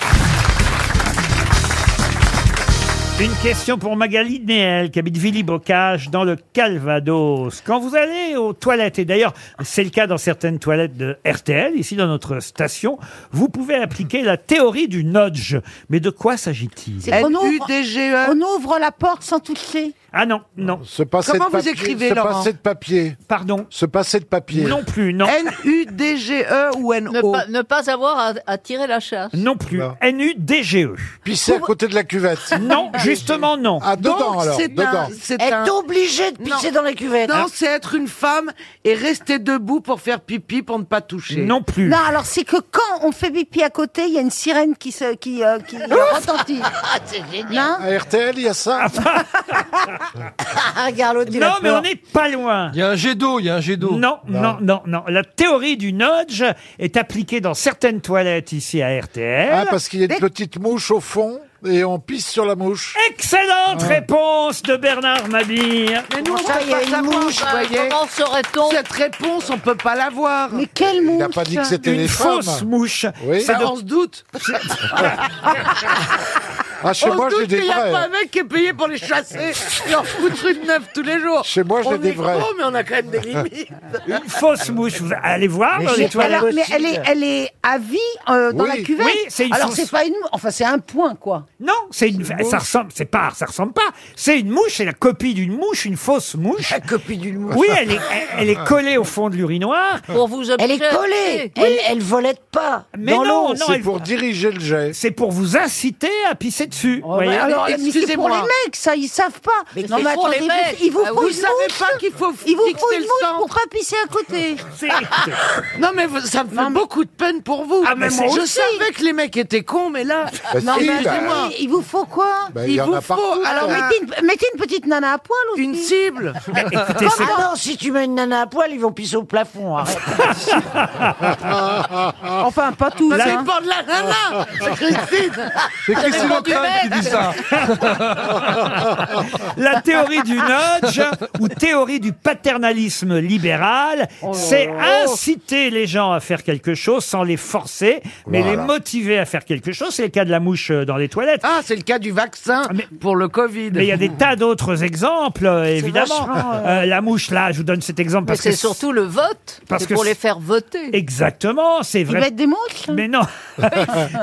[SPEAKER 1] Une question pour Magali Néel, qui habite Villibocage, dans le Calvados. Quand vous allez aux toilettes, et d'ailleurs, c'est le cas dans certaines toilettes de RTL, ici dans notre station, vous pouvez appliquer la théorie du nudge. Mais de quoi s'agit-il
[SPEAKER 10] C'est qu'on ouvre, on ouvre la porte sans toucher.
[SPEAKER 1] Ah non, non.
[SPEAKER 5] Se passer
[SPEAKER 2] Comment
[SPEAKER 5] de
[SPEAKER 2] vous
[SPEAKER 5] papier-
[SPEAKER 2] écrivez,
[SPEAKER 5] Se
[SPEAKER 2] Laurent
[SPEAKER 5] passer de papier.
[SPEAKER 1] Pardon.
[SPEAKER 5] Se passer de papier.
[SPEAKER 1] Non plus, non.
[SPEAKER 2] N-U-D-G-E E ou
[SPEAKER 27] Ne
[SPEAKER 6] Oh.
[SPEAKER 2] N-O
[SPEAKER 27] pas, ne pas avoir à, à tirer la chasse.
[SPEAKER 1] Non plus. N-U-D-G-E.
[SPEAKER 5] Pisser à côté de la cuvette.
[SPEAKER 1] E. Non, justement non.
[SPEAKER 5] Ah, dedans
[SPEAKER 2] Donc,
[SPEAKER 5] alors.
[SPEAKER 2] c'est
[SPEAKER 5] dedans.
[SPEAKER 2] un- c'est un- Non. Non, c'est être une femme et rester debout pour faire pipi pour ne pas toucher.
[SPEAKER 1] Non plus.
[SPEAKER 10] Non, alors c'est que quand on fait pipi à côté, il y a une sirène qui se, qui, euh, qui retentit.
[SPEAKER 1] Ah,
[SPEAKER 10] c'est génial.
[SPEAKER 5] À RTL, il y a ça.
[SPEAKER 24] Ah,
[SPEAKER 10] Regarde l'autre. il a
[SPEAKER 1] Non, mais
[SPEAKER 10] peur.
[SPEAKER 1] on n'est pas loin. Il y a un jet d'eau, il y a un jet d'eau. Non, non, non, non, La théorie du nudge est appliquée dans certaines toilettes ici à RTL.
[SPEAKER 5] Ah, parce qu'il y a une petite mouche au fond et on pisse sur la mouche.
[SPEAKER 1] Excellente réponse de Bernard Mabille.
[SPEAKER 2] Mais nous, on peut pas savoir, vous voyez. Cette réponse, on peut pas l'avoir. Mais
[SPEAKER 10] quelle mouche
[SPEAKER 5] Il a pas dit que c'était les
[SPEAKER 1] Une
[SPEAKER 5] femmes.
[SPEAKER 1] fausse mouche.
[SPEAKER 5] Oui.
[SPEAKER 1] C'est
[SPEAKER 2] Ça,
[SPEAKER 1] de-
[SPEAKER 2] on se doute.
[SPEAKER 5] Ah, chez
[SPEAKER 2] on
[SPEAKER 5] moi,
[SPEAKER 2] se
[SPEAKER 5] j'ai
[SPEAKER 2] doute
[SPEAKER 5] des
[SPEAKER 2] qu'il n'y a
[SPEAKER 5] vrais.
[SPEAKER 2] pas un mec qui est payé pour les chasser et en foutre une neuve tous les jours.
[SPEAKER 5] Chez moi, j'ai
[SPEAKER 2] On
[SPEAKER 5] des
[SPEAKER 2] est
[SPEAKER 5] vrais.
[SPEAKER 2] cons, mais on a quand même des limites.
[SPEAKER 1] Une fausse mouche. Vous allez voir
[SPEAKER 10] Ah, Mais
[SPEAKER 1] dans
[SPEAKER 10] c'est
[SPEAKER 1] bah, les toilettes.
[SPEAKER 10] pas alors- mais elle est, elle est à vie euh, dans
[SPEAKER 1] Oui.
[SPEAKER 10] la cuvette.
[SPEAKER 1] Oui, c'est une
[SPEAKER 10] alors
[SPEAKER 1] fausse-
[SPEAKER 10] c'est pas une, enfin c'est un point quoi.
[SPEAKER 1] Non, c'est une, ça ressemble, c'est pas, ça ressemble pas. C'est une mouche, c'est la copie d'une mouche, une fausse mouche. La
[SPEAKER 2] copie d'une
[SPEAKER 10] mouche.
[SPEAKER 1] Oui, elle est, elle, elle est collée au fond de l'urinoir.
[SPEAKER 27] Pour vous
[SPEAKER 10] Elle est
[SPEAKER 27] observer. Oui.
[SPEAKER 10] collée. Elle, elle volette pas.
[SPEAKER 1] Mais
[SPEAKER 10] Dans
[SPEAKER 1] non,
[SPEAKER 10] l'eau.
[SPEAKER 1] non, pour diriger le jet. C'est pour vous inciter à pisser dessus.
[SPEAKER 6] Oh,
[SPEAKER 1] vous
[SPEAKER 10] Mais
[SPEAKER 1] voyez.
[SPEAKER 10] alors, mais c'est pour les mecs, ça, ils savent pas.
[SPEAKER 2] Mais
[SPEAKER 10] non,
[SPEAKER 2] c'est
[SPEAKER 10] mais
[SPEAKER 2] pour
[SPEAKER 10] attendez,
[SPEAKER 2] les mecs.
[SPEAKER 10] Ils
[SPEAKER 1] Bah
[SPEAKER 10] vous
[SPEAKER 2] Ah,
[SPEAKER 10] font
[SPEAKER 2] vous
[SPEAKER 10] une
[SPEAKER 2] savez
[SPEAKER 10] mouche.
[SPEAKER 2] pas qu'il faut
[SPEAKER 10] Ils vous
[SPEAKER 2] fixer
[SPEAKER 10] font une
[SPEAKER 2] le
[SPEAKER 10] mouche
[SPEAKER 2] centre.
[SPEAKER 10] pour pas pisser à côté.
[SPEAKER 2] non mais vous- ça me fait beaucoup de peine pour vous.
[SPEAKER 10] Ah, mais
[SPEAKER 2] je
[SPEAKER 10] moi aussi.
[SPEAKER 2] savais que les mecs étaient cons, mais là,
[SPEAKER 5] Bah,
[SPEAKER 10] non,
[SPEAKER 5] si,
[SPEAKER 10] mais
[SPEAKER 5] bah,
[SPEAKER 10] excusez-moi, il vous faut quoi
[SPEAKER 5] Bah, il y en a partout,
[SPEAKER 10] Alors,
[SPEAKER 5] hein.
[SPEAKER 10] mettez, une, mettez une petite nana à poil aussi. Une
[SPEAKER 2] cible.
[SPEAKER 1] écoutez, c'est-
[SPEAKER 10] non, si tu mets une nana à poil, ils vont pisser au plafond. arrête. enfin, pas tous.
[SPEAKER 2] ça
[SPEAKER 10] hein.
[SPEAKER 2] dépend de la nana. C'est Christine.
[SPEAKER 10] C'est Christine Ockrent qui dit ça.
[SPEAKER 1] La théorie du nudge ou théorie du paternalisme libéral,
[SPEAKER 2] Oh
[SPEAKER 1] c'est inciter les gens à faire quelque chose sans les forcer, mais
[SPEAKER 2] Voilà.
[SPEAKER 1] les motiver à faire quelque chose. C'est le cas de la mouche euh, dans les toilettes.
[SPEAKER 2] Ah, c'est le cas du vaccin pour le Covid.
[SPEAKER 1] Mais il y a des tas d'autres exemples, euh, évidemment.
[SPEAKER 27] vachement, euh,
[SPEAKER 1] Euh, la mouche, là, je vous donne cet exemple
[SPEAKER 27] Mais
[SPEAKER 1] parce que
[SPEAKER 27] c'est surtout le vote.
[SPEAKER 1] parce
[SPEAKER 27] C'est
[SPEAKER 1] que
[SPEAKER 27] pour
[SPEAKER 1] c'est-
[SPEAKER 27] les faire voter.
[SPEAKER 1] Exactement, c'est vrai.
[SPEAKER 27] mettent des
[SPEAKER 10] mouches
[SPEAKER 1] Mais non.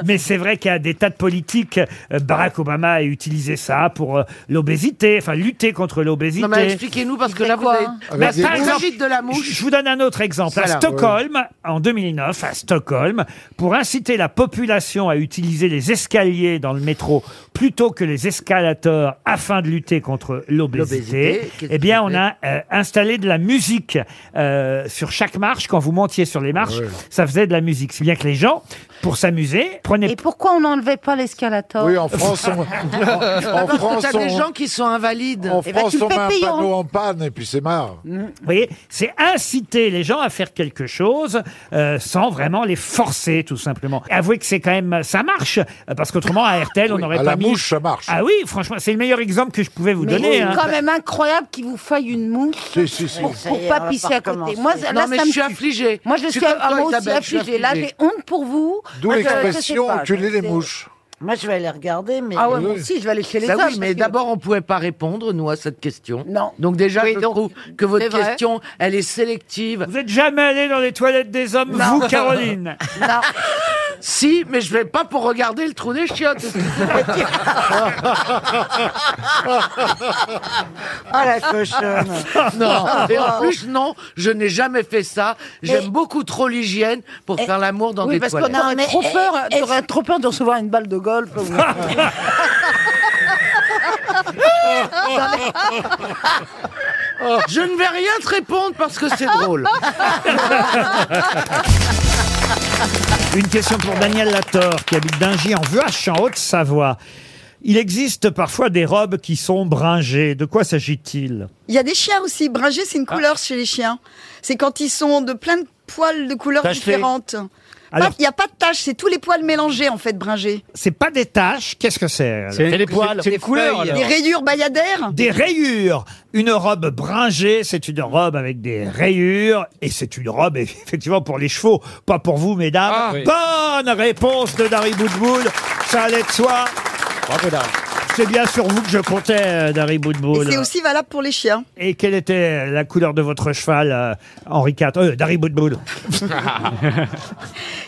[SPEAKER 1] Mais c'est vrai qu'il y a des tas de politiques. Euh, Barack Obama a utilisé ça pour euh, l'obésité, enfin lutter contre l'obésité.
[SPEAKER 2] Non mais expliquez-nous parce que là vous avez
[SPEAKER 1] Bah,
[SPEAKER 5] Ah,
[SPEAKER 2] la
[SPEAKER 1] par exemple,
[SPEAKER 2] stratégie de la mouche.
[SPEAKER 1] Je je vous donne un autre exemple.
[SPEAKER 2] Voilà.
[SPEAKER 1] À Stockholm, en 2009, à Stockholm, pour inciter la population à utiliser les escaliers dans le métro plutôt que les escalators afin de lutter contre l'obésité,
[SPEAKER 2] L'obésité, qu'est-ce
[SPEAKER 1] eh bien, on a euh, installé de la musique euh, sur chaque marche. Quand vous montiez sur les
[SPEAKER 2] Ah
[SPEAKER 1] marches, ça faisait de la musique. Si bien que les gens, pour s'amuser, prenaient...
[SPEAKER 10] Et pourquoi on n'enlevait pas l'escalator
[SPEAKER 5] Oui, en France, on- en- en
[SPEAKER 2] Parce que
[SPEAKER 5] France,
[SPEAKER 2] t'as des
[SPEAKER 5] on-
[SPEAKER 2] gens qui sont invalides.
[SPEAKER 5] En
[SPEAKER 2] Eh ben,
[SPEAKER 5] France,
[SPEAKER 2] tu
[SPEAKER 5] on
[SPEAKER 2] fais
[SPEAKER 5] met un
[SPEAKER 2] payer, hein.
[SPEAKER 5] panneau en panne et puis c'est marre.
[SPEAKER 1] Vous voyez, c'est inciter les gens à faire quelque chose euh, sans vraiment les forcer, tout simplement. Avouez que c'est quand même, ça marche, euh, parce qu'autrement à RTL, on
[SPEAKER 5] Oui,
[SPEAKER 1] n'aurait
[SPEAKER 5] à
[SPEAKER 1] pas
[SPEAKER 5] la
[SPEAKER 1] mis.
[SPEAKER 5] mouche, ça marche.
[SPEAKER 1] Ah oui, franchement, c'est le meilleur exemple que je pouvais vous
[SPEAKER 10] Mais
[SPEAKER 1] donner.
[SPEAKER 10] c'est
[SPEAKER 1] hein.
[SPEAKER 10] quand même incroyable qu'il vous faille une mouche
[SPEAKER 5] Si, si, si.
[SPEAKER 10] pour,
[SPEAKER 2] Ça y
[SPEAKER 10] pour
[SPEAKER 2] est, on
[SPEAKER 10] pas
[SPEAKER 2] va
[SPEAKER 10] pisser
[SPEAKER 2] pas
[SPEAKER 10] à côté.
[SPEAKER 2] recommencer.
[SPEAKER 10] Moi, ça-
[SPEAKER 2] Non,
[SPEAKER 10] là,
[SPEAKER 2] mais
[SPEAKER 10] ça
[SPEAKER 2] je
[SPEAKER 10] me
[SPEAKER 2] suis
[SPEAKER 10] tue.
[SPEAKER 2] affligée.
[SPEAKER 10] Moi, je
[SPEAKER 2] Je suis
[SPEAKER 10] suis, à-
[SPEAKER 2] comme toi,
[SPEAKER 10] moi aussi
[SPEAKER 2] Isabelle, je suis
[SPEAKER 10] affligée. Là,
[SPEAKER 2] affligée.
[SPEAKER 10] j'ai honte pour vous.
[SPEAKER 5] D'où
[SPEAKER 10] Moi, je- je sais
[SPEAKER 5] l'expression
[SPEAKER 10] pas, je
[SPEAKER 5] enculer les
[SPEAKER 10] sais.
[SPEAKER 5] mouches.
[SPEAKER 10] Moi, je vais aller regarder, mais euh,
[SPEAKER 2] Ah ouais,
[SPEAKER 10] moi
[SPEAKER 2] oui.
[SPEAKER 10] aussi, je vais aller chez les
[SPEAKER 2] Bah
[SPEAKER 10] hommes.
[SPEAKER 2] oui, mais d'abord, on pouvait pas répondre, nous, à cette question. Non. Donc déjà, je trouve que votre
[SPEAKER 10] c'est vrai.
[SPEAKER 2] question, elle est sélective.
[SPEAKER 1] Vous n'êtes jamais allé dans les toilettes des hommes, vous, Caroline.
[SPEAKER 10] Non.
[SPEAKER 2] Si, mais je vais pas pour regarder le trou des chiottes. Ah la cochonne Non, et en plus, non, je n'ai jamais fait ça. J'aime beaucoup trop l'hygiène pour faire l'amour dans
[SPEAKER 24] oui,
[SPEAKER 2] des
[SPEAKER 24] parce qu'on
[SPEAKER 2] toilettes.
[SPEAKER 24] aurait Non, mais trop peur, est- est- t'aurais
[SPEAKER 2] trop peur de recevoir une balle de golf. Oh. je ne vais rien te répondre parce que c'est drôle.
[SPEAKER 1] Une question pour Daniel Lator, qui habite Dingy en Vuache, en Haute-Savoie. Il existe parfois des robes qui sont bringées. De quoi s'agit-il
[SPEAKER 24] Il y a des chiens aussi. Bringé, c'est une
[SPEAKER 1] Ah.
[SPEAKER 24] couleur chez les chiens. C'est quand ils sont de plein de poils de couleurs
[SPEAKER 1] Tachetés.
[SPEAKER 24] différentes. Pas-
[SPEAKER 1] Alors-
[SPEAKER 24] Il n'y a pas de taches, c'est tous les poils mélangés en fait, bringé.
[SPEAKER 1] C'est pas des taches, qu'est-ce que c'est alors
[SPEAKER 24] C'est- C'est les poils. c'est une
[SPEAKER 1] couleurs,
[SPEAKER 24] Des
[SPEAKER 1] alors.
[SPEAKER 24] rayures bayadères
[SPEAKER 1] Des rayures. Une robe bringée, c'est une robe avec des rayures. Et c'est une robe, effectivement, pour les chevaux, pas pour vous, mesdames.
[SPEAKER 26] oui.
[SPEAKER 1] Bonne réponse de Dari Boudboul. Ça allait de soi. C'est bien sur vous que je comptais, euh, Dari
[SPEAKER 24] Et
[SPEAKER 1] Boudboul.
[SPEAKER 24] c'est aussi valable pour les chiens.
[SPEAKER 1] Et quelle était la couleur de votre cheval, euh, Henri IV euh, Dari Boudboul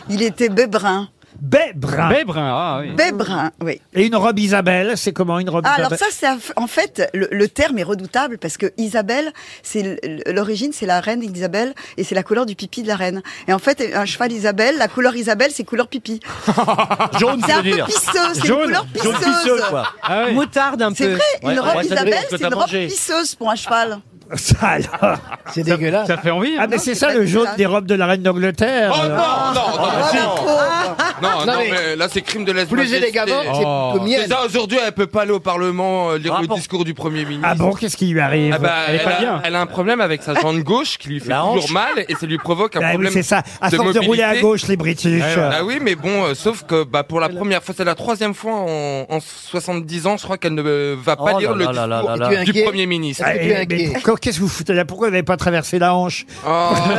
[SPEAKER 24] Il était bébrun.
[SPEAKER 1] Bébrun.
[SPEAKER 24] Bébrun,
[SPEAKER 1] ah
[SPEAKER 24] oui. Bébrun, oui.
[SPEAKER 1] Et une robe Isabelle, c'est comment une robe
[SPEAKER 24] Ah, alors ça,
[SPEAKER 1] Isabelle
[SPEAKER 24] c'est aff- en fait le, le terme est redoutable parce que Isabelle, c'est l- l- l'origine, c'est la reine Isabelle et c'est la couleur du pipi de la reine. Et en fait, un cheval Isabelle, la couleur Isabelle, c'est couleur pipi.
[SPEAKER 13] Jaune,
[SPEAKER 24] c'est
[SPEAKER 13] tu
[SPEAKER 24] un
[SPEAKER 13] veux
[SPEAKER 24] peu
[SPEAKER 13] dire.
[SPEAKER 24] pisseux, c'est une
[SPEAKER 13] Jaune,
[SPEAKER 24] couleur
[SPEAKER 13] jaune
[SPEAKER 24] pisseuse.
[SPEAKER 13] pisseux, quoi. Ah ouais. Moutarde un
[SPEAKER 24] C'est
[SPEAKER 13] peu.
[SPEAKER 24] vrai, une
[SPEAKER 13] Ouais,
[SPEAKER 24] robe
[SPEAKER 13] ouais, ça dépend
[SPEAKER 24] Isabelle,
[SPEAKER 13] ce que
[SPEAKER 24] c'est
[SPEAKER 13] t'as
[SPEAKER 24] une robe
[SPEAKER 13] mangé.
[SPEAKER 24] pisseuse pour un cheval.
[SPEAKER 1] Ça, alors. C'est dégueulasse. Ça fait envie. Ah, mais c'est ça le jaune des robes de la reine d'Angleterre.
[SPEAKER 11] Oh non, non, non,
[SPEAKER 24] Oh, la
[SPEAKER 11] non.
[SPEAKER 24] pauvre.
[SPEAKER 11] Non, non,
[SPEAKER 24] mais-
[SPEAKER 11] mais là, c'est crime de lèse
[SPEAKER 24] Plus élégamment, c'est
[SPEAKER 1] que mienne.
[SPEAKER 11] Déjà, aujourd'hui, elle peut pas aller au Parlement euh, lire le discours du Premier ministre.
[SPEAKER 1] Ah bon, qu'est-ce qui lui arrive
[SPEAKER 11] Ah bah,
[SPEAKER 1] Elle est pas
[SPEAKER 11] a,
[SPEAKER 1] bien.
[SPEAKER 11] elle a un problème avec sa jambe gauche qui lui fait
[SPEAKER 1] La
[SPEAKER 11] toujours
[SPEAKER 1] hanche.
[SPEAKER 11] mal et ça lui provoque un
[SPEAKER 1] Ah oui,
[SPEAKER 11] problème
[SPEAKER 1] c'est ça. À
[SPEAKER 11] de
[SPEAKER 1] force de rouler à
[SPEAKER 11] mobilité.
[SPEAKER 1] gauche, les British.
[SPEAKER 11] Ah, bah oui, mais bon, euh, sauf que bah, pour la première fois, c'est la troisième fois en, en 70 ans, je crois qu'elle ne euh, va pas
[SPEAKER 1] Oh là
[SPEAKER 11] lire le
[SPEAKER 1] là là
[SPEAKER 11] discours
[SPEAKER 1] là là.
[SPEAKER 11] du
[SPEAKER 1] Tu es
[SPEAKER 11] Premier ministre.
[SPEAKER 1] Ah, eh, mais pourquoi- Qu'est-ce que vous foutez là Pourquoi vous n'avez pas traversé la hanche
[SPEAKER 18] Oh.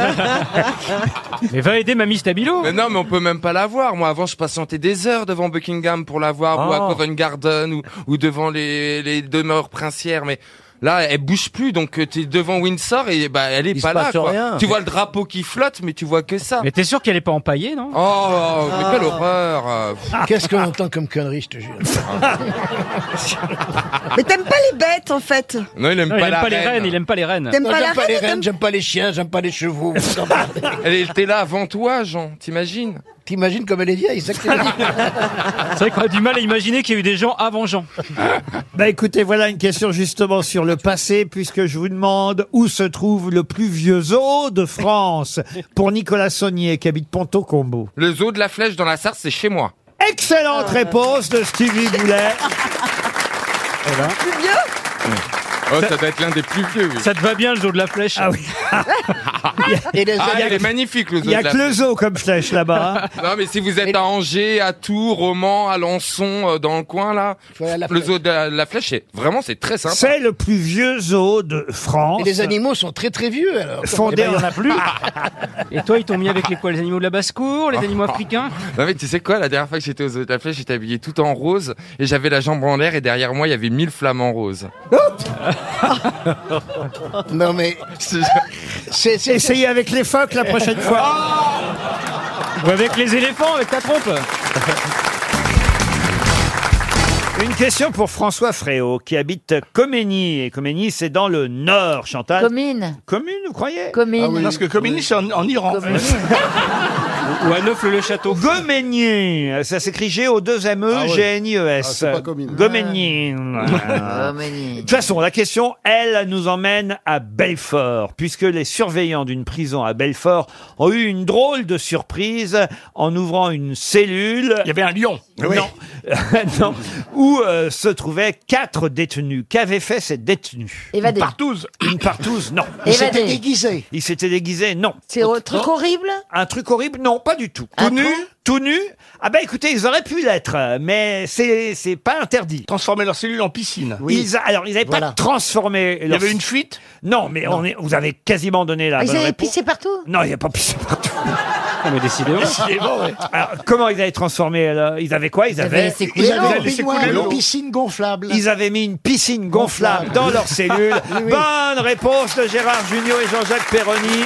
[SPEAKER 11] Mais va aider Mamie Stabilo Mais non, mais on peut même pas la voir. Moi, avant, je patientais des heures devant Buckingham pour la voir, ou
[SPEAKER 18] Oh.
[SPEAKER 1] Ah.
[SPEAKER 11] à Covent Garden, ou, ou devant les, les demeures princières, mais... Là, elle bouge plus, donc euh, t'es devant Windsor et bah elle est
[SPEAKER 13] Il
[SPEAKER 11] pas
[SPEAKER 13] se
[SPEAKER 11] là.
[SPEAKER 13] passe
[SPEAKER 11] quoi.
[SPEAKER 13] rien.
[SPEAKER 11] Tu vois le drapeau qui flotte, mais tu vois que ça.
[SPEAKER 18] Mais t'es Ah. sûr qu'elle est pas empaillée, non
[SPEAKER 11] Oh, mais quelle horreur euh,
[SPEAKER 1] Ah.
[SPEAKER 11] pff.
[SPEAKER 6] Qu'est-ce qu'on entend comme connerie, je te jure
[SPEAKER 24] Mais t'aimes pas les bêtes en fait.
[SPEAKER 11] Non, il aime
[SPEAKER 18] Non,
[SPEAKER 11] pas,
[SPEAKER 18] il
[SPEAKER 11] la
[SPEAKER 18] aime pas les
[SPEAKER 11] reine.
[SPEAKER 18] reines, il aime pas les reines.
[SPEAKER 24] T'aimes
[SPEAKER 6] Non,
[SPEAKER 24] pas la
[SPEAKER 6] J'aime pas les
[SPEAKER 24] reine,
[SPEAKER 6] rennes, j'aime pas les chiens, j'aime pas les chevaux. vous vous en parlez.
[SPEAKER 11] Elle était là avant toi, Jean, t'imagines
[SPEAKER 6] T'imagines comme elle est vieille, c'est ça que tu veux dire.
[SPEAKER 18] C'est vrai qu'on a du mal à imaginer qu'il y a eu des gens avant Jean.
[SPEAKER 1] Bah écoutez, voilà une question justement sur le passé, puisque je vous demande où se trouve le plus vieux zoo de France pour Nicolas Saunier, qui habite Ponto-Combo.
[SPEAKER 11] Le zoo de la flèche dans la Sarthe, c'est chez moi.
[SPEAKER 1] Excellente réponse de Stevie Boulet.
[SPEAKER 18] Eh ben,
[SPEAKER 24] Plus vieux
[SPEAKER 11] Oh, ça doit être l'un des plus vieux.
[SPEAKER 18] Ça te va bien le zoo de la flèche hein
[SPEAKER 1] Ah oui.
[SPEAKER 11] Et ah, il est magnifique le zoo.
[SPEAKER 1] Il n'y a
[SPEAKER 11] de la
[SPEAKER 1] que le
[SPEAKER 11] flèche.
[SPEAKER 1] zoo comme flèche là-bas. hein.
[SPEAKER 11] Non, mais si vous êtes à Angers, à Tours, au Mans, à Lançon, euh, dans le coin là, le zoo de la, la flèche, c'est vraiment c'est très simple.
[SPEAKER 1] C'est le plus vieux zoo de France.
[SPEAKER 6] Et les animaux sont très très vieux alors.
[SPEAKER 1] Fondé
[SPEAKER 6] Eh ben,
[SPEAKER 1] en-
[SPEAKER 6] il y en a plus.
[SPEAKER 18] Et toi, ils t'ont mis avec les quoi Les animaux de la basse-cour Les animaux africains
[SPEAKER 11] Non mais tu sais quoi, la dernière fois que j'étais au zoo de la flèche, j'étais habillé tout en rose et j'avais la jambe en l'air et derrière moi il y avait mille flamants roses.
[SPEAKER 6] Non mais c'est c'est-
[SPEAKER 1] Essayez avec les phoques la prochaine fois.
[SPEAKER 18] Ou avec les éléphants, avec ta trompe
[SPEAKER 1] Une question pour François Fréau, qui habite Coménie. Et Coménie, c'est dans le nord, Chantal.
[SPEAKER 12] Commune.
[SPEAKER 1] Commune, vous croyez
[SPEAKER 12] Commune. Ah oui. Parce que
[SPEAKER 1] Coménie, c'est en, Iran. Ou à Neuf-le-Château. Goménie. Ça s'écrit E
[SPEAKER 4] Ah ouais. Ah,
[SPEAKER 1] G-O-2-M-E-G-N-I-E-S.
[SPEAKER 4] c'est pas commune.
[SPEAKER 1] Goménie.
[SPEAKER 4] Ah.
[SPEAKER 1] De toute façon, la question, elle, nous emmène à Belfort, puisque les surveillants d'une prison à Belfort ont eu une drôle de surprise en ouvrant une cellule. Il y avait un lion. Non. Non. Où euh, se trouvaient quatre détenus. Qu'avaient fait ces détenus
[SPEAKER 12] Évadés.
[SPEAKER 1] Une partouze. Une partouze, non.
[SPEAKER 12] Ils s'étaient Évadés. déguisés.
[SPEAKER 1] Ils s'étaient déguisés, non.
[SPEAKER 12] C'est un truc horrible
[SPEAKER 1] Un truc horrible Non, pas du tout. Tout nu Tout nu Ah ben écoutez, ils auraient pu l'être, mais c'est c'est pas interdit. Transformer leur cellule en piscine. Ils, a- alors, ils n'avaient
[SPEAKER 4] Voilà.
[SPEAKER 1] pas transformé
[SPEAKER 4] Il y avait une
[SPEAKER 1] fuite Non, mais On est, vous avez quasiment donné la
[SPEAKER 12] Ah, Ils
[SPEAKER 1] bonne
[SPEAKER 12] avaient
[SPEAKER 1] réponse.
[SPEAKER 12] pissé partout
[SPEAKER 1] Non, il n'y a pas pissé partout.
[SPEAKER 18] Non, mais décidément.
[SPEAKER 1] Alors, comment ils avaient transformé alors Ils avaient quoi Ils
[SPEAKER 6] Eh
[SPEAKER 1] avaient...
[SPEAKER 6] ben,
[SPEAKER 4] avaient Ils avaient une baignoire, une piscine
[SPEAKER 1] gonflable. Ils avaient mis une piscine gonflable dans leur cellule.
[SPEAKER 4] Oui, oui.
[SPEAKER 1] Bonne réponse de Gérard Junior et Jean-Jacques Perroni.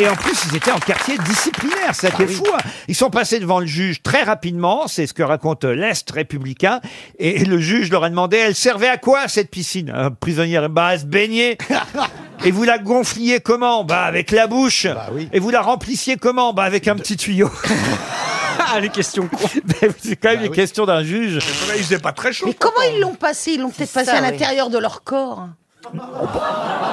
[SPEAKER 1] Et en plus, ils étaient en quartier disciplinaire. Ça qui
[SPEAKER 14] Bah
[SPEAKER 1] est
[SPEAKER 14] oui.
[SPEAKER 1] fou. hein. Ils sont passés devant le juge très rapidement. C'est ce que raconte euh, l'Est républicain. Et le juge leur a demandé, elle servait à quoi cette piscine Un prisonnier, bah, à se baigner. Et vous la gonfliez comment Bah, avec la bouche. Et vous la remplissiez comment Bah, avec un petit tuyau. Ah, les questions C'est quand même les questions d'un juge.
[SPEAKER 3] Il faisait pas très chaud.
[SPEAKER 26] Mais comment ils l'ont passé Ils l'ont peut-être passé
[SPEAKER 3] ça,
[SPEAKER 26] à
[SPEAKER 3] oui.
[SPEAKER 26] l'intérieur de leur corps.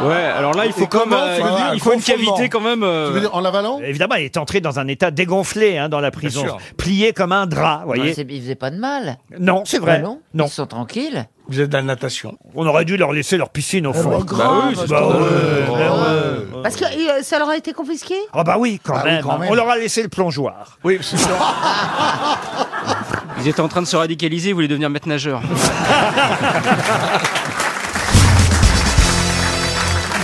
[SPEAKER 18] Ouais, alors là, il faut
[SPEAKER 1] Et
[SPEAKER 18] comme,
[SPEAKER 1] comment,
[SPEAKER 18] euh,
[SPEAKER 1] tu veux dire,
[SPEAKER 18] il faut une
[SPEAKER 1] confinement.
[SPEAKER 18] cavité quand même. euh,
[SPEAKER 1] en l'avalant Évidemment, il est entré dans un état dégonflé hein, dans la prison,
[SPEAKER 18] sûr.
[SPEAKER 1] plié comme un drap, vous voyez.
[SPEAKER 14] Ouais, c'est- Ils faisaient pas de mal.
[SPEAKER 1] Non, c'est vrai.
[SPEAKER 14] Ah non
[SPEAKER 1] Bah Non.
[SPEAKER 14] Ils sont tranquilles.
[SPEAKER 1] Vous êtes dans la natation. On aurait dû leur laisser leur piscine au fond.
[SPEAKER 14] bah, grave. Bah oui, c'est
[SPEAKER 1] Ah Bah
[SPEAKER 14] scandaleux.
[SPEAKER 1] ouais, bah ouais.
[SPEAKER 26] Parce que euh, ça leur a été confisqué
[SPEAKER 1] Ah bah oui, quand,
[SPEAKER 26] Bah oui,
[SPEAKER 1] même,
[SPEAKER 26] quand
[SPEAKER 1] hein.
[SPEAKER 26] même.
[SPEAKER 1] On leur a laissé le plongeoir. Oui, c'est
[SPEAKER 18] Ils étaient en train de se radicaliser, ils voulaient devenir maître nageur.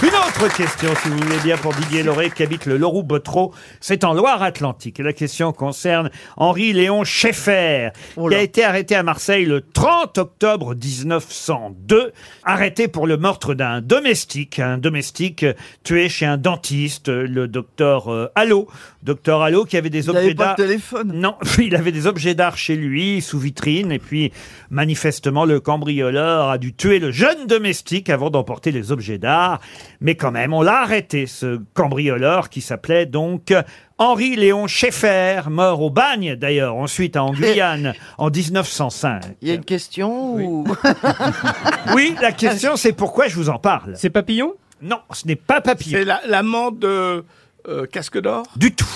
[SPEAKER 1] Une autre question, si vous voulez bien, pour Didier Loré, qui habite le Loroux Botreau. C'est en Loire-Atlantique. Et la question concerne Henri-Léon Schaeffer, qui a été arrêté à Marseille le 30 octobre 1902. Arrêté pour le meurtre d'un domestique. Un domestique euh, tué chez un dentiste, euh, le docteur euh, Allot. Docteur Allot qui avait des
[SPEAKER 21] Il
[SPEAKER 1] objets
[SPEAKER 21] avait pas de
[SPEAKER 1] d'art- téléphone. Non, il avait des objets d'art chez lui, sous vitrine, et puis manifestement le cambrioleur a dû tuer le jeune domestique avant d'emporter les objets d'art. Mais quand même, on l'a arrêté, ce cambrioleur qui s'appelait donc Henri Léon Schaeffer, mort au bagne d'ailleurs, ensuite en Guyane en 1905.
[SPEAKER 2] Il y a une question ou...
[SPEAKER 1] Oui, la question c'est pourquoi je vous en parle. C'est Papillon Non, ce n'est pas Papillon.
[SPEAKER 3] C'est la- l'amant de euh, Casque d'Or
[SPEAKER 1] Du tout.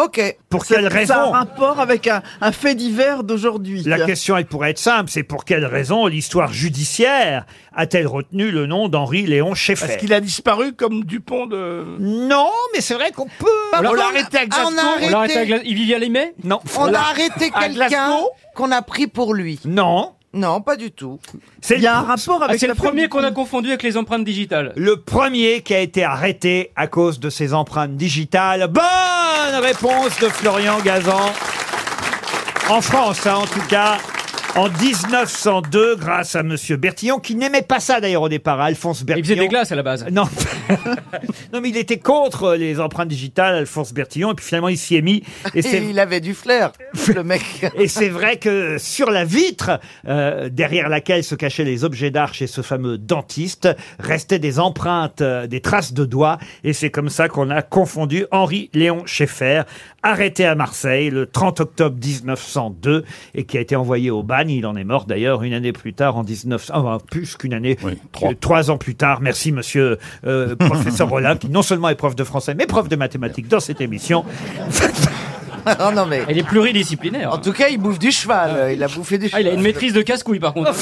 [SPEAKER 21] Ok.
[SPEAKER 1] Pour
[SPEAKER 21] Ça-
[SPEAKER 1] quelle raison
[SPEAKER 21] Ça a un rapport avec un, un fait divers d'aujourd'hui.
[SPEAKER 1] La question, elle pourrait être simple, c'est pour quelle raison l'histoire judiciaire a-t-elle retenu le nom d'Henri Léon Schaeffer
[SPEAKER 3] Parce qu'il a disparu comme Dupont de.
[SPEAKER 1] Non, mais c'est vrai qu'on peut.
[SPEAKER 3] on l'a
[SPEAKER 1] Pardon,
[SPEAKER 3] arrêté à
[SPEAKER 1] ah,
[SPEAKER 3] Glasgow.
[SPEAKER 1] on a arrêté-
[SPEAKER 18] T'as arrêté à Gla- Il y a les mets
[SPEAKER 1] Non.
[SPEAKER 2] On a arrêté quelqu'un qu'on a pris pour lui.
[SPEAKER 1] Non.
[SPEAKER 2] Non, pas du tout.
[SPEAKER 1] Il
[SPEAKER 2] y a un rapport
[SPEAKER 18] Ah,
[SPEAKER 2] avec
[SPEAKER 18] c'est le
[SPEAKER 2] la peur
[SPEAKER 18] premier
[SPEAKER 2] du
[SPEAKER 18] qu'on a confondu avec les empreintes digitales.
[SPEAKER 1] Le premier qui a été arrêté à cause de ses empreintes digitales. Bonne réponse de Florian Gazan. En France, hein, en tout cas. En 1902, grâce à Monsieur Bertillon, qui n'aimait pas ça d'ailleurs au départ, hein, Alphonse Bertillon.
[SPEAKER 18] Il faisait des glaces à la base.
[SPEAKER 1] Non. non, mais il était contre les empreintes digitales, Alphonse Bertillon, et puis finalement il s'y est mis.
[SPEAKER 2] Et
[SPEAKER 1] c'est-
[SPEAKER 2] il avait du flair, le mec.
[SPEAKER 1] et c'est vrai que sur la vitre, euh, derrière laquelle se cachaient les objets d'art chez ce fameux dentiste, restaient des empreintes, euh, des traces de doigts. Et c'est comme ça qu'on a confondu Henri Léon Schaeffer, arrêté à Marseille le 30 octobre 1902 et qui a été envoyé au bagne. Il en est mort d'ailleurs une année plus tard en 19... Enfin, plus qu'une année, trois. trois ans plus tard. Merci monsieur euh, professeur Rollin, qui non seulement est prof de français, mais prof de mathématiques dans cette émission.
[SPEAKER 2] non, non, mais...
[SPEAKER 18] Elle est pluridisciplinaire. En
[SPEAKER 2] tout cas, il bouffe du cheval. euh, Il a bouffé du cheval.
[SPEAKER 18] Ah, il a une maîtrise de casse-couille par contre.